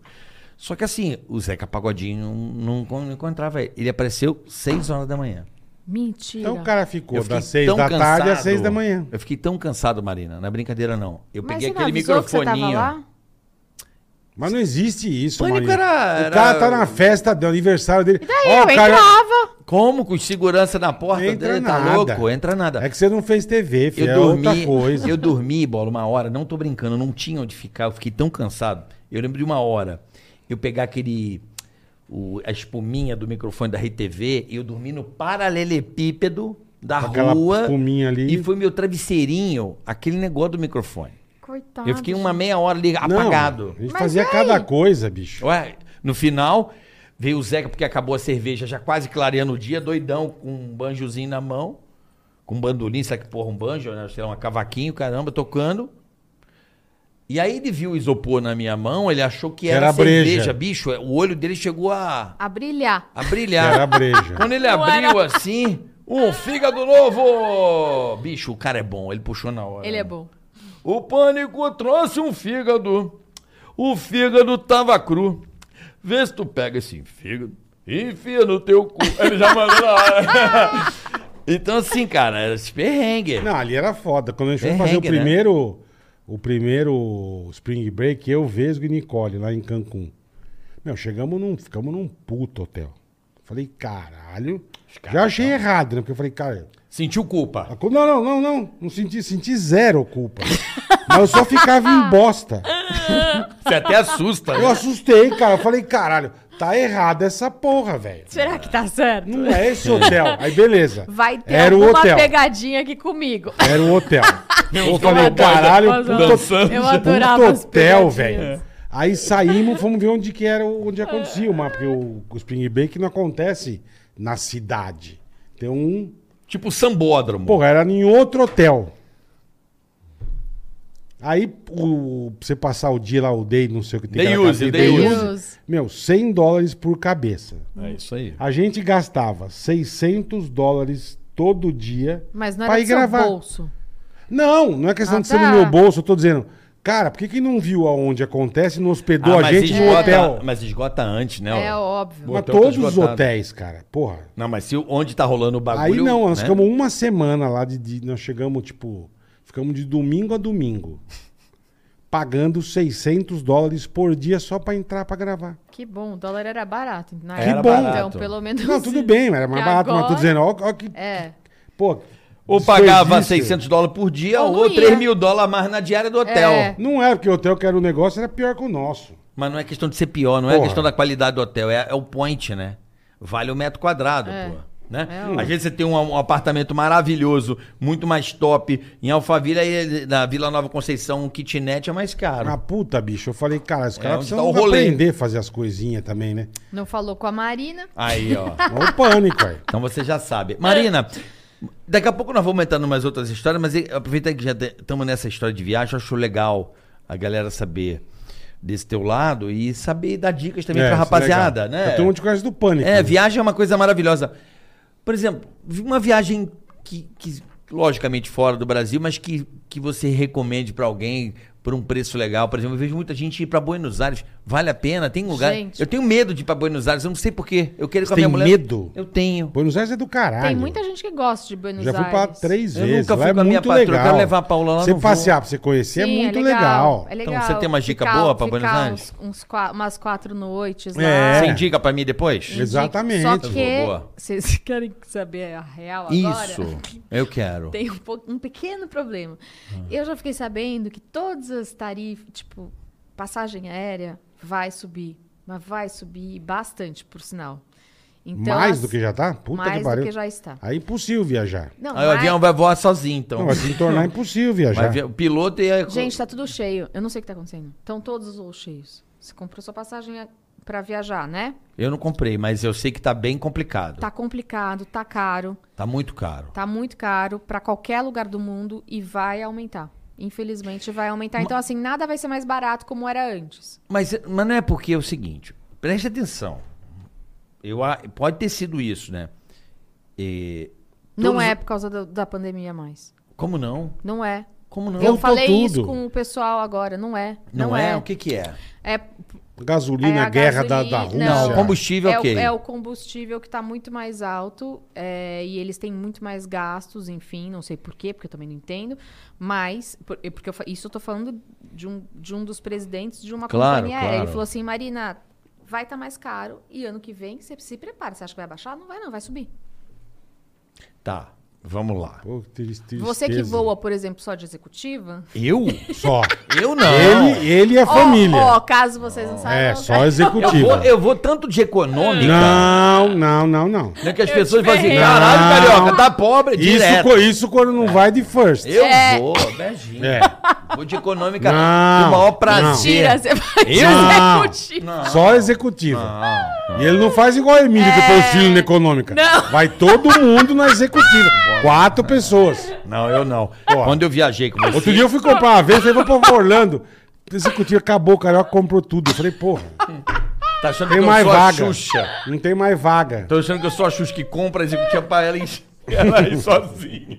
B: Só que assim, o Zeca Pagodinho não encon- encontrava ele. Ele apareceu 6 horas da manhã.
D: Mentira.
A: Então o cara ficou
B: Eu fiquei
A: das seis
B: tão
A: da tarde às
B: cansado.
A: seis da manhã.
B: Eu fiquei tão cansado, Marina. Não é brincadeira, não. Eu
D: mas
B: peguei
D: você não
B: aquele
D: avisou que você tava
B: microfoninho.
D: lá?
A: Mas não existe isso,
B: Pânico
A: Marinho.
B: era-
A: O cara
B: era-
A: tá na festa do aniversário dele. E
D: Aí eu entrava.
B: Como? Com segurança na porta?
A: Entra
B: Ele tá
A: nada.
B: louco? Entra nada.
A: É que você não fez TV,
B: Eu
A: filho. É
B: dormi,
A: outra coisa.
B: eu dormi, bola, uma hora, não tô brincando, não tinha onde ficar, eu fiquei tão cansado. Eu lembro de uma hora, eu pegar aquele, o- a espuminha do microfone da RTV, e eu dormi no paralelepípedo da
A: Com aquela
B: rua.
A: espuminha ali.
B: E foi meu travesseirinho, aquele negócio do microfone.
D: Coitado.
B: Eu fiquei uma meia hora ali,
A: Não,
B: apagado.
A: A gente
D: Mas
A: fazia
D: aí-
A: cada coisa, bicho.
B: Ué, no final, veio o Zeca, porque acabou a cerveja, já quase clareando o dia, doidão, com um banjozinho na mão, com um bandolim, sabe que porra, um banjo, né? sei lá, uma cavaquinho, caramba, tocando. E aí ele viu o isopor na minha mão, ele achou que era,
A: Era
B: cerveja,
A: breja.
B: bicho, é, o olho dele chegou a,
D: A brilhar.
B: a
A: Era
B: brilhar.
A: breja.
B: Quando ele
D: Não
B: abriu assim, um fígado novo! Bicho, o cara é bom, ele puxou na hora.
D: Ele é bom.
B: O pânico trouxe um fígado. O fígado tava cru. Vê se tu pega esse fígado e enfia no teu cu. Ele já mandou na hora. então, assim, cara, era esse perrengue.
A: Não, ali era foda. Quando a gente foi
B: É
A: fazer o
B: reggae, né?
A: primeiro, o primeiro Spring Break, eu, Vesgo e Nicole, lá em Cancún. Meu, chegamos num, ficamos num puto hotel. Falei, caralho. Já achei errado, né? Porque eu falei, cara,
B: Sentiu
A: a
B: culpa.
A: cu- não, não, não, não, não senti, senti zero culpa. Mas eu só ficava em bosta.
B: Você até assusta.
A: Eu
B: Né?
A: assustei, cara. Eu falei, caralho, tá errado essa porra, velho.
D: Será que tá certo?
A: Não é esse hotel. Aí, beleza.
D: Vai ter
A: Era o
D: alguma
A: hotel.
D: pegadinha aqui comigo.
A: Era o hotel. Eu falei,
D: adoro,
A: caralho,
D: eu
B: né?"
A: puta-
D: adoro. Eu adorava
A: puta
D: as
A: hotel,
D: pegadinhas.
A: velho. Aí saímos, fomos ver onde que era, o- onde acontecia o mar, porque o, o Spring Break não acontece na cidade. Tem um.
B: Tipo sambódromo.
A: Porra, era em outro hotel. Aí o, você passar o dia lá, o day, não sei o que tem.
B: Day
A: aquela
B: use,
A: cadeira,
B: day
A: use.
D: use.
A: Meu, 100 dólares por cabeça.
B: É isso aí.
A: A gente gastava 600 dólares todo dia
D: Mas não
A: pra
D: era
A: ir
D: do seu
A: gravar.
D: bolso.
A: Não, não é questão
D: Ah,
A: de ser no
D: tá.
A: meu bolso, eu tô dizendo. Cara, por que, que não viu aonde acontece e não
B: Ah,
A: hospedou a gente no
B: esgota-
A: hotel?
B: Mas esgota antes, né?
D: É óbvio.
A: Mas
B: é hotel tá
A: todos os
B: esgotado.
A: hotéis, cara. Porra.
B: Não, mas se, o- onde tá rolando o bagulho.
A: Aí não, nós
B: né?
A: ficamos uma semana lá de, de- Nós chegamos, tipo. Ficamos de domingo a domingo. Pagando 600 dólares por dia só pra entrar pra gravar.
D: Que bom, o dólar era barato. Na
B: Era
D: época,
B: barato.
D: Então, pelo menos.
A: Não, tudo bem, era mais
D: E
A: barato, mas tô
D: agora-
A: dizendo, ó, ó que.
D: É.
A: Pô.
B: Ou
A: desperdício.
B: pagava 600 dólares por dia,
D: Ou
B: ou,
D: não ia.
B: 3 mil dólares a mais na diária do hotel.
D: É.
A: Não era, porque o hotel que era o negócio era pior que o nosso.
B: Mas não é questão de ser pior, não é
A: Porra.
B: questão da qualidade do hotel, é, é o point, né? Vale o metro quadrado,
D: É.
B: pô. Né?
D: É,
B: Às vezes você tem um, um apartamento maravilhoso, muito mais top. Em Alphaville, aí, na Vila Nova Conceição, um kitnet é mais caro.
A: Na Ah, puta, bicho, eu falei, cara, os
B: É,
A: caras
B: onde
A: precisam
B: tá o rolê.
A: aprender a fazer as coisinhas também, né?
D: Não falou com a Marina.
B: Aí, ó.
A: Olha o pânico, aí.
B: Então você já sabe. Marina, daqui a pouco nós vamos entrar em umas outras histórias, mas eh, aproveita que já estamos nessa história de viagem, eu acho legal a galera saber desse teu lado e saber dar dicas também
A: É,
B: pra
A: isso é
B: rapaziada,
A: legal. um
B: né?
A: Pra todo mundo que conhece do pânico.
B: É,
A: né?
B: viagem é uma coisa maravilhosa. Por exemplo, vi- uma viagem que, que, logicamente fora do Brasil, mas que, que você recomende pra alguém por um preço legal. Por exemplo, eu vejo muita gente ir pra Buenos Aires. Vale a pena? Tem lugar?
D: Gente.
B: Eu tenho medo de ir pra Buenos Aires, eu não sei porquê. Eu quero ir com a
A: Você
B: minha
A: tem
B: mulher.
A: medo?
B: Eu tenho.
A: Buenos Aires é do caralho.
D: Tem muita gente que gosta de Buenos
A: Já fui
D: Aires.
A: pra três
B: Eu
A: vezes.
B: nunca
A: lá
B: fui
A: é
B: com a minha
A: muito
B: patroa, eu
A: legal.
B: quero levar a Paula lá,
A: Você
B: não vou.
A: passear pra você conhecer é
D: Sim,
A: muito legal.
D: É
B: Então,
D: legal.
B: você tem uma dica
D: Ficar-
B: boa pra
D: ficar
B: Buenos Aires?
D: Uns, uns qua- umas quatro noites lá.
A: É.
B: Você indica pra mim depois?
D: Indico.
A: exatamente.
D: Só
B: Boa, boa.
D: que, vocês querem saber a real agora?
B: Isso. Eu quero.
D: Tem um, po- um pequeno problema.
B: Ah.
D: Eu já fiquei sabendo que todas as tarifas, tipo, passagem aérea vai subir. Mas vai subir bastante, por sinal. Então,
A: mais
D: as-
A: do que já tá? Puta
D: mais
A: que
D: do
A: pariu.
D: que já está.
A: Aí é impossível viajar.
D: Não,
B: Aí o
D: mas-
B: avião vai voar sozinho, então.
A: Não, vai se tornar impossível
B: Vai
A: viajar.
B: ver- o piloto e a...
D: Gente, tá tudo cheio. Eu não sei o que tá acontecendo. Estão todos os cheios. Você comprou sua passagem a- pra viajar, né?
B: Eu não comprei, mas eu sei que tá bem complicado.
D: Tá complicado, tá caro,
B: Tá muito caro.
D: tá muito caro pra qualquer lugar do mundo e vai aumentar. Infelizmente vai aumentar. Então, assim, nada vai ser mais barato como era antes.
B: Mas, mas não é porque é o seguinte, preste atenção. Eu, a- pode ter sido isso, né? E-
D: Não
B: todos-
D: é por causa do- da pandemia mais.
B: Como não?
D: Não é.
B: Como não?
D: Eu
A: Voltou
D: falei isso
A: tudo.
D: com o pessoal agora. Não é.
B: não,
D: Não,
B: é?
D: é.
B: O que que é?
D: É,
A: Gasolina,
D: É a
A: guerra da- da,
D: gasolina.
A: Rússia.
B: Não, combustível,
D: é, o,
B: ok.
D: é o combustível que tá muito mais alto é, e eles têm muito mais gastos, enfim, não sei porquê, porque eu também não entendo, mas, por- é porque eu fa- isso eu tô falando de um, de um dos presidentes de uma
B: Claro,
D: companhia aérea.
B: claro.
D: Ele falou assim, Marina, vai estar mais caro e ano que vem você se prepara. Você acha que vai baixar? Não vai não, vai subir.
B: Tá, vamos lá.
A: Pô, que tristeza.
D: Você que voa, por exemplo, só de executiva...
B: Eu?
A: Só.
B: Eu não.
A: Ele, ele e a
D: Ó,
A: família.
D: Ó, Oh, caso vocês não saibam...
A: é, só
D: vai-
B: Eu
A: executivo.
B: vou, eu vou tanto de econômica.
A: Não, não, não, não.
B: Né, que as pessoas falam assim,
D: ferrei.
B: caralho,
A: Não.
B: carioca, tá pobre,
A: Isso,
B: direto.
A: co- isso quando não vai de first.
B: Eu
D: É.
B: vou, beijinho.
A: É.
B: Vou de econômica
A: Não.
B: do maior
A: Não.
B: prazer.
D: Tira, você vai de
B: Eu?
A: Não.
D: executiva.
A: Só executiva. E ele não faz igual a Emílio que põe o filho na econômica.
D: É. Não.
A: Vai todo mundo na executiva. Quatro pessoas.
B: Não, eu não. Quando eu viajei com você...
A: Outro dia eu fui comprar uma vez, aí vou pra Orlando. Executivo acabou, o carioca comprou tudo. Eu falei, porra,
B: Tá achando
A: tem
B: que eu
A: mais
B: sou
A: vaga.
B: a Xuxa.
A: Não tem mais vaga.
B: Tô achando que eu sou a Xuxa que compra executiva pra ela encher ela aí sozinha.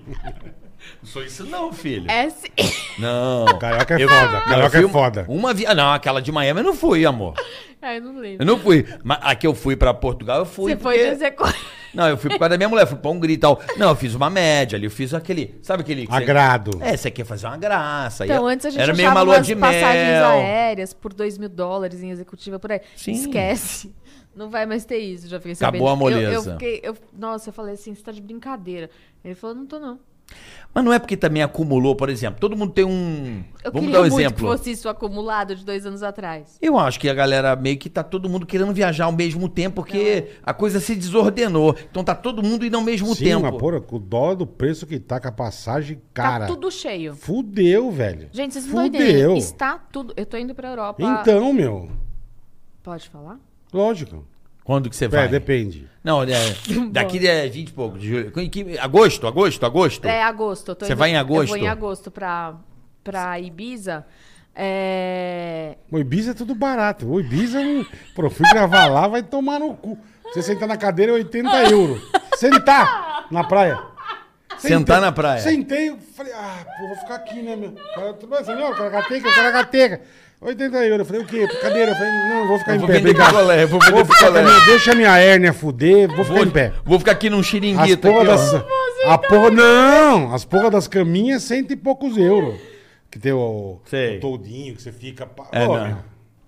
B: Não sou isso não, filho.
D: É, sim.
B: Não.
A: Carioca é foda.
B: Não, eu
A: Carioca
B: fui
A: é
B: um-
A: foda.
B: Uma via... Não, aquela de Miami eu não fui, amor.
D: Ai, não lembro.
B: Eu não fui. Mas a que eu fui pra Portugal, eu fui.
D: Você foi de
B: porque-
D: executiva.
B: Não, eu fui por causa da minha mulher, fui pra Hungria e tal. Não, eu fiz uma média ali, eu fiz aquele... Sabe aquele... que você-
A: Agrado.
B: É, você quer fazer uma graça.
D: Então,
B: E-
D: antes a gente
B: é- Era
D: achava
B: meio uma lua
D: umas
B: de
D: passagens
B: mel.
D: aéreas por 2 mil dólares em executiva por aí.
B: Sim.
D: Esquece. Não vai mais ter isso, já fiquei sabendo.
B: Acabou a moleza.
D: Eu, eu fiquei, eu- nossa, eu falei assim, você tá de brincadeira. Ele falou, não tô não.
B: Mas não é porque também acumulou, por exemplo. Todo mundo tem um...
D: Eu
B: Vamos
D: queria
B: dar um
D: muito
B: exemplo.
D: que fosse isso acumulado de dois anos atrás.
B: Eu acho que a galera meio que tá todo mundo querendo viajar ao mesmo tempo, porque a coisa se desordenou. Então tá todo mundo indo ao mesmo
A: Sim,
B: tempo.
A: mas porra, com o dólar do preço que tá, com a passagem, cara.
D: tá tudo cheio.
A: Fudeu, velho.
D: Gente, vocês não estão
A: Fudeu.
D: entendendo. Está tudo... Eu tô indo pra Europa.
A: Então, meu.
D: Pode falar?
A: Lógico.
B: Quando que você vai?
A: É, depende.
B: Não, é, daqui é 20 e pouco de julho. Em que- Agosto, agosto, agosto.
D: É agosto. eu tô
B: Você
D: indo-
B: vai em
D: Eu
B: agosto?
D: vou em agosto pra, pra Ibiza. É,
A: O Ibiza é tudo barato. O Ibiza, não- pô, eu fui gravar lá, vai tomar no cu. Você sentar na cadeira é 80 euros. Sentar na praia.
B: Sentar na praia.
A: Sentei, eu falei, ah, pô, vou ficar aqui, né, meu? Cara, né, tu vai, senhor, caracateca, caracateca. 80 euros. Eu falei, o quê? Cadeira? Eu falei, não, eu vou ficar
B: Eu
A: em
B: vou
A: pé.
B: vender
A: obrigado.
B: picolé, eu vou vender
A: ficar
B: picolé.
A: também, deixa minha hérnia fuder, vou ficar
B: Vou,
A: em pé.
B: vou ficar aqui num
A: As
B: xiringuito.
A: porra
B: Aqui, ó.
A: das. A porra, não! As porra das caminhas, é cento e poucos euros. Que tem o,
B: Sei.
A: o toldinho que você fica. pá,
B: É,
A: ô,
B: não.
A: meu.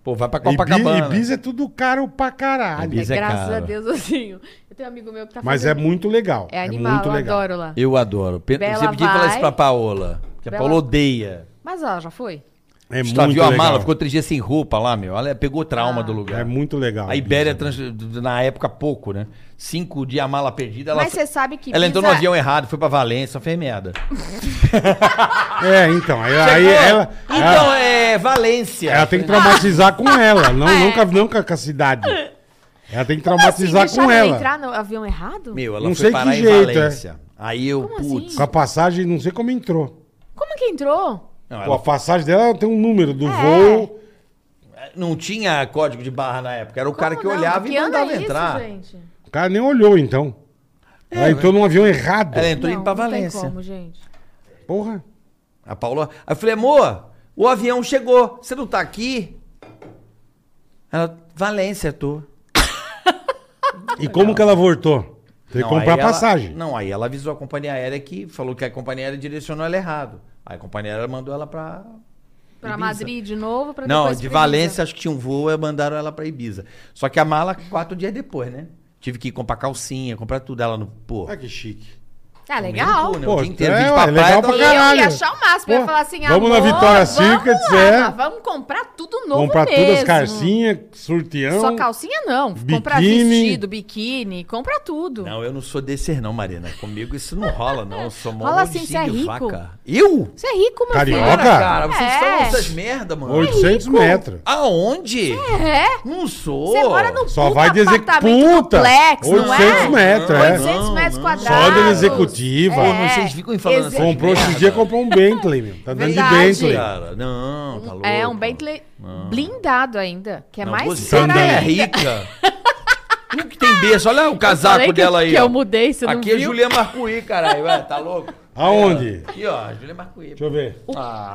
B: Pô, vai pra
A: Ibiza,
B: Copacabana.
A: Ibiza é tudo caro pra caralho.
B: Ibiza- Isso é
D: graças
B: caro.
D: a Deus, assim. Eu tenho um amigo meu que tá
A: Mas é
D: fazendo-
A: muito legal.
D: É animal,
A: muito
D: eu
A: legal.
D: adoro lá.
B: Eu adoro. Pe-
D: Bela
B: Você podia falar isso
D: vai.
B: pra Paola. Que a
D: Bela-
B: Paola odeia.
D: Mas ela já foi?
A: É
B: Você tá,
A: muito
B: viu a
A: legal.
B: mala, ficou três dias sem roupa lá, meu. Ela pegou
D: Ah.
B: trauma do lugar.
A: É muito legal.
B: A Ibéria,
A: Ibiza.
B: trans- na época, pouco, né? Cinco dias a mala perdida. Ela,
D: Mas você sabe que
B: ela entrou no
D: Ibiza-
B: avião errado, foi pra Valência, fez merda.
A: É, então. Aí, aí
B: Chegou.
A: ela,
B: Então,
A: ela,
B: é Valência.
A: ela tem que traumatizar com ela. Não, nunca, nunca com a cidade. Ela tem que traumatizar
D: Ah, é. Assim,
A: com
D: deixaram
A: ela.
D: entrar no avião errado?
B: Meu, ela
A: Não
B: foi
A: sei
B: parar
A: que
B: em
A: jeito, é.
B: Valência. Aí eu,
D: Como
B: putz.
D: assim?
A: Com a passagem, não sei como entrou.
D: Como que entrou?
B: Não,
A: Pô, a
B: ela
A: passagem dela tem um número do
D: É.
A: voo.
B: não tinha código de barra na época. Era o cara
D: Como
B: que
D: não?
B: olhava
D: Que
B: e
D: ano
B: mandava
D: é isso,
B: entrar.
D: gente?
A: O cara nem olhou, então.
D: É,
A: ela entrou num avião errado.
B: Ela entrou indo pra
D: não
B: Valência.
D: tem como, gente.
A: Porra.
B: A Paula. Aí eu falei, amor, o avião chegou. Você não tá aqui? Ela, Valência, tô.
D: Ah,
A: E como que ela voltou? Tem
B: Não,
A: que comprar
B: aí ela-
A: passagem.
B: não, aí ela avisou a companhia aérea que falou que a companhia aérea direcionou ela errado. Aí a companhia aérea mandou ela pra.
D: Pra
B: Ibiza.
D: Madrid de novo, pra
B: Não,
D: depois
B: de
D: pra
B: Valência, acho que tinha um voo, aí mandaram ela pra Ibiza. Só que a mala, quatro dias depois, né? Tive que comprar calcinha, comprar tudo. Ela no. Pô.
A: Ah, que chique.
D: Ibiza. Ah, legal.
B: Pô, né?
A: Pô,
B: o dia inteiro,
A: é,
B: vim
A: ué,
B: pra praia,
A: legal
B: tava-
A: pra
D: Eu
A: Caralho.
D: ia achar o máximo, eu
A: Pô,
D: ia falar assim,
A: vamos na
D: amor,
A: Vitória
D: vamos
A: Secret,
D: lá,
A: é.
D: mas vamos comprar tudo novo
A: Comprar
D: mesmo.
A: todas as carcinhas, surteão.
D: Só calcinha não, comprar
A: biquíni.
D: vestido, biquíni, compra tudo.
B: Não, eu não sou descer, não, Marina. Comigo isso não rola, não. Eu sou mó
D: Rola assim,
B: ursinho
D: você é
B: de
D: rico?
B: vaca. Eu?
D: Você é rico, meu
A: Carioca?
D: filho.
B: Cara, vocês
D: É.
B: são essas merda, mano.
A: 800 metros.
B: Aonde?
D: É?
B: Não sou.
D: Você mora num
A: Só
D: puta
A: vai dizer que
D: apartamento
A: puta.
D: duplex, não
A: 800
D: é?
A: metros, é.
D: 800 metros quadrados. É.
A: Só dele executiva.
B: Pô, mas vocês ficam falando
D: Exe-
B: essas
A: Comprou esses
B: merda.
A: dias, comprou um Bentley, meu. Tá dando de
D: Verdade.
A: Bentley.
B: Cara, não, tá louco.
D: É, um Bentley blindado ainda, que é
B: Não,
D: mais
B: você
D: caro
B: é
D: ainda.
B: rica. Como que tem berço? Olha o casaco
D: Falei que-
B: dela aí.
D: Que
B: ó.
D: eu mudei, você não
B: Aqui é
D: viu?
B: Julia Marcuí, caralho. Ué, tá louco?
A: Aonde?
B: Aqui, ó, Julia Marcuí.
A: Deixa eu ver.
D: O-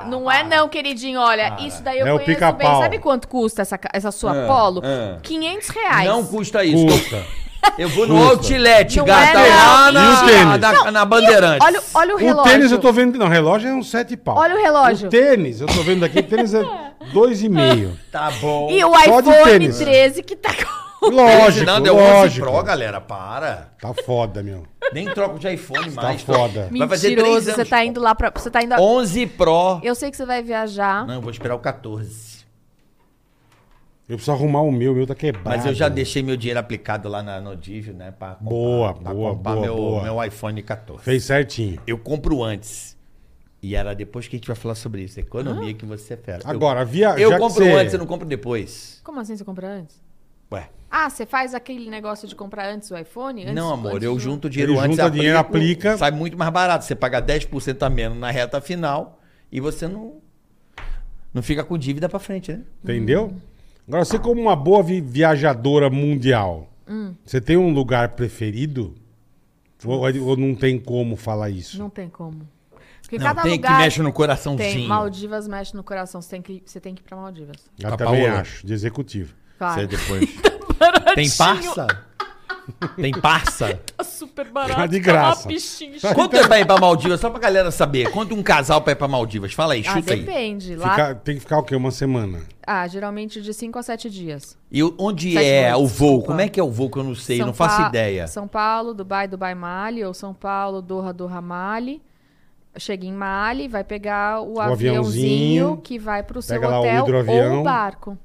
D: não é não, queridinho. Olha, isso daí eu
A: É o
D: conheço bem.
A: pica-pau.
D: Sabe quanto custa essa, ca- essa sua
B: É,
D: Polo?
B: é.
D: 500 reais.
B: Não custa isso.
A: Custa.
B: Eu vou no
A: Custa.
B: outlet,
D: Não
B: gata,
D: é, não.
B: lá
A: E o
B: na,
A: tênis?
B: na,
D: Não,
B: na Bandeirantes.
D: Olha, olha o
A: O
D: relógio.
A: tênis eu tô vendo. Não, relógio é uns 7 pau.
D: Olha o relógio.
A: O tênis, eu tô vendo aqui, o tênis é 2,5.
B: Tá bom.
D: E o
A: Só de
D: iPhone
A: tênis.
D: 13 que tá com...
A: Lógico,
B: Fernando, é 11
A: lógico.
B: Pro, galera, para.
A: Tá foda, meu.
B: Nem troco de iPhone
A: Tá
B: mais.
A: foda.
B: Vai fazer três
D: Mentiroso, você
B: anos,
D: tá
B: pô.
D: indo lá pra... Você tá indo...
B: 11 Pro.
D: Eu sei que você vai viajar.
B: Não, eu vou esperar o 14.
A: Eu preciso arrumar o meu, o meu tá quebrado.
B: Mas eu já
A: meu.
B: deixei meu dinheiro aplicado lá na Nodívio, né? Pra comprar,
A: Boa,
B: pra
A: boa,
B: comprar
A: boa,
B: meu,
A: boa.
B: meu iPhone 14.
A: Fez certinho.
B: Eu compro antes. E era depois que a gente vai falar sobre isso.
D: Ah.
B: Economia que você é fera. Eu-
A: Agora, via-
B: Eu,
A: já que
B: compro
A: você-
B: antes, eu não compro depois.
D: Como assim você compra antes?
B: Ué.
D: Ah, você faz aquele negócio de comprar antes o iPhone? Antes-
B: não, amor,
D: antes
B: eu
D: do-
B: junto o dinheiro
A: Ele
B: antes,
A: junta dinheiro, aplica.
B: Sai muito mais barato. Você paga 10% a menos na reta final e você não, não fica com dívida pra frente, né?
A: Entendeu? Agora, você como uma boa vi- viajadora mundial,
D: Hum.
A: você tem um lugar preferido? Ou, ou não tem como falar isso?
D: Não tem como. Porque
B: Não,
D: cada
B: tem
D: lugar
B: que mexe no coraçãozinho.
D: tem... Maldivas mexe no coração. Você tem que, você tem que ir pra Maldivas.
A: Eu
B: Com a
A: também
B: Tá Paola.
A: acho, de executivo.
D: Claro.
B: Você é depois. Tem parça? Tem parça?
D: Tá super barato.
A: Tá de graça.
D: uma pichincha.
B: Quanto é pra ir pra Maldivas? Só pra galera saber. Quanto um casal pra ir pra Maldivas? Fala aí,
D: Ah,
B: chuta aí.
D: depende. Lá,
A: Fica- tem que ficar o quê? Uma semana?
D: ah, geralmente de 5 a 7 dias.
B: E o- onde
D: Sete
B: é
D: noites,
B: o voo?
D: desculpa.
B: Como é que é o voo que eu não sei?
D: São
B: não faço
D: Pa-
B: ideia.
D: São Paulo, Dubai, Dubai, Mali, ou São Paulo, Doha, Doha, Mali. Chega em Mali, vai pegar o, aviãozinho,
A: aviãozinho,
D: que vai pro seu
A: pega lá o
D: hotel ou
A: hidroavião.
D: o barco.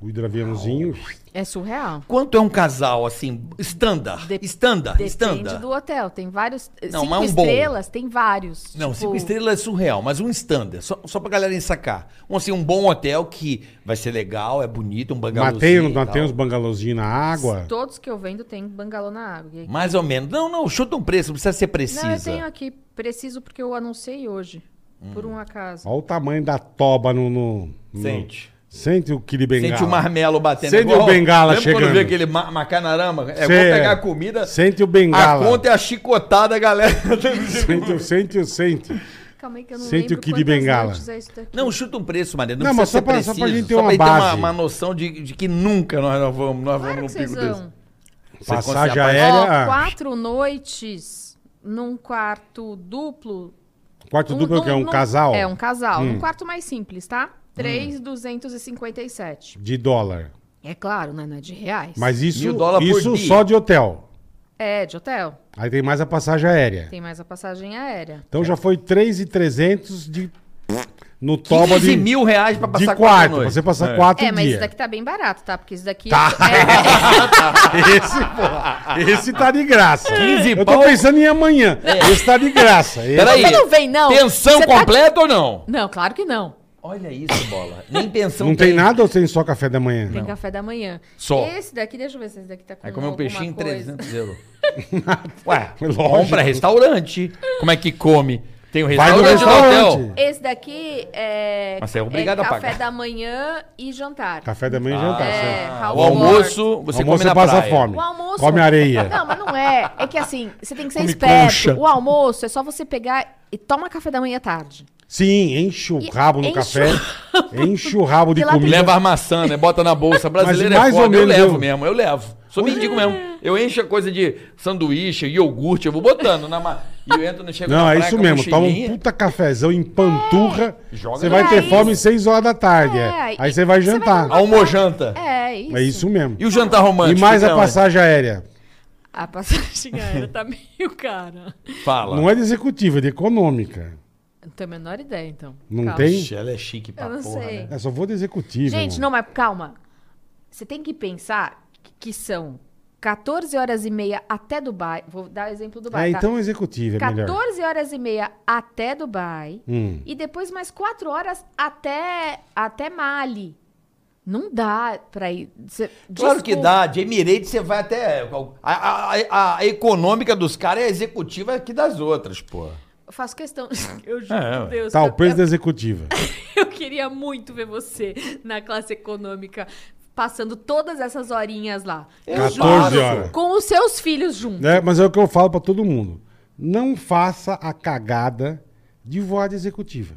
A: O hidroaviãozinho.
D: É surreal.
B: Quanto é um casal, assim, standard?
D: Dep-
B: Standard,
D: Depende
B: standard.
D: do hotel. Tem vários. eh,
B: Não,
D: cinco
B: mas um bom.
D: estrelas, tem vários.
B: Não,
D: tipo,
B: cinco estrelas é surreal, mas um standard, só, só pra galera sacar. Um, assim, um bom hotel que vai ser legal, é bonito, um
A: Mas
B: bangalôzinho
A: tem,
B: e
A: mas
B: tal.
A: tem uns bangalôzinhos na água.
D: Todos que eu vendo tem bangalô na água. E aí-
B: Mais ou menos. Não, não, chuta um preço, não precisa ser precisa.
D: Não, eu tenho aqui. Preciso porque eu anunciei hoje. Por um acaso.
A: Olha o tamanho da toba no. no- no-
B: Sente.
A: Sente o Kili Bengala.
B: Sente o marmelo batendo. É
A: Sente
B: Igual-
A: o bengala
B: lembra
A: chegando.
B: quando vê aquele ma macanarama? É,
A: Cê-
B: vou pegar a comida,
A: Sente o
B: a
A: bengala.
B: conta é a chicotada, galera.
A: Sente, o- sente, o- sente.
D: Calma aí que eu não
A: Sente o
D: lembro
A: Kid de
D: quantas
A: Bengala.
D: noites é isso daqui.
B: Não, chuta um preço, Maria. Não,
A: Não, mas
B: precisa
A: só
B: ser
A: pra-
B: preciso.
A: só pra gente ter uma
B: pra
A: base.
B: uma, uma noção de, de que nunca nós, nós vamos, nós
D: Claro que
B: vamos num
D: vocês
B: pico desse.
D: vão.
B: Você consegue
A: Passagem
B: apagar-
D: Ó,
A: aérea. ah,
D: quatro noites num quarto duplo.
A: Quarto duplo é o quê? Um
D: num-
A: casal?
D: É, um casal. Num quarto mais simples, tá? 3,257.
A: De dólar.
D: É claro, né? Não é de reais.
A: Mas isso,
B: Mil dólar por
A: isso
B: dia.
A: só de hotel.
D: É, de hotel.
A: Aí tem mais a passagem aérea.
D: Tem mais a passagem aérea.
A: Então já foi 3,300 de. No toba
B: 15
A: de.
B: mil reais pra
A: de
B: passar
A: quarto. Pra
B: noites.
A: você passar
B: É.
A: quatro
D: é, mas
A: dias.
D: isso daqui tá bem barato, tá? Porque isso daqui.
A: Tá.
D: É,
A: Esse, porra, esse tá de graça.
B: 15
A: Eu tô
B: pau. É.
A: pensando em amanhã. Esse tá de graça. Esse-
B: Peraí.
D: Você não vem, não?
B: Pensão
D: Você tá-
B: completa ou não?
D: Não, claro que não.
B: Olha isso, bola. Nem pensão
A: Não tem nada ou tem só café da manhã?
D: Tem café da manhã.
B: Só.
D: Esse daqui, deixa eu ver se esse daqui tá com
B: Aí comeu um
D: alguma
B: peixinho,
D: coisa.
B: 300 euros. Ué,
A: Lógico.
B: compra restaurante. Como é que come? Tem o
A: Vai no
B: restaurante, do
A: restaurante.
B: hotel.
D: Esse daqui é.
B: Mas você é obrigado a
D: café
B: pagar.
D: da manhã e jantar.
A: Café da manhã e jantar.
D: é,
A: certo.
B: Ah, o
D: Hall
B: almoço, você
A: Almoço
B: come na
A: passa
B: praia.
A: fome.
D: O almoço.
A: Come areia.
D: Não, mas não é. É que assim, você tem que ser
A: Come
D: esperto.
A: concha.
D: O almoço é só você pegar e toma café da manhã à tarde.
A: Sim, enche o
D: E-
A: rabo no
D: enche
A: café. Enche o rabo de
D: Pela
A: comida.
B: Leva as maçã, né? Bota na bolsa. Brasileiro
A: mais
B: é
A: ou
B: foda. Eu
A: menos
B: levo
A: eu-
B: mesmo, eu levo. Sou mendigo mesmo. Eu encho a coisa de sanduíche, iogurte, eu vou botando na ma... E eu entro no chego
A: Não,
B: na
A: é
B: praia
A: isso
B: com a
A: mesmo. Toma um
B: mochilinha.
A: puta cafezão em panturra.
B: É. Joga
A: Você
B: no
A: vai ter
D: nariz.
A: fome 6 horas da tarde.
D: É,
A: é.
D: e-
A: Aí você vai
D: você vai
A: jantar.
D: tomar-
B: Almojanta.
D: É isso.
A: É isso mesmo.
B: E o então, jantar
A: E
B: romântico?
A: mais
B: fica
A: a
B: onde?
A: passagem aérea.
D: A passagem aérea tá meio cara.
B: Fala.
A: Não é de executiva, é de econômica.
D: Não tenho a menor ideia, então.
A: Não
D: Calma.
A: tem?
B: Ixi, ela é chique pra
D: Eu não
B: porra,
D: sei.
B: né?
A: É, só vou de executiva.
D: Gente,
A: irmão.
D: não, mas calma. Você tem que pensar que- que são 14 horas e meia até Dubai. Vou dar o exemplo do
A: É,
D: Dubai. tá?
A: então executiva é melhor.
D: 14 horas e meia até Dubai.
A: Hum.
D: E depois mais 4 horas até, até Mali. Não dá pra ir. Cê-
B: Claro
D: desculpa.
B: que dá. De Emirates você vai até... A, a- a- a econômica dos caras é a executiva aqui das outras, pô.
D: Eu faço questão. Eu juro
B: É,
D: por
B: ué.
D: Deus.
A: Tá,
D: eu,
A: o preço da
D: eu,
A: executiva.
D: eu queria muito ver você na classe econômica passando todas essas horinhas lá. Eu
A: 14
D: juro.
A: horas.
D: Com os seus filhos juntos.
A: né? Mas é o que eu falo pra todo mundo. Não faça a cagada de voar de executiva.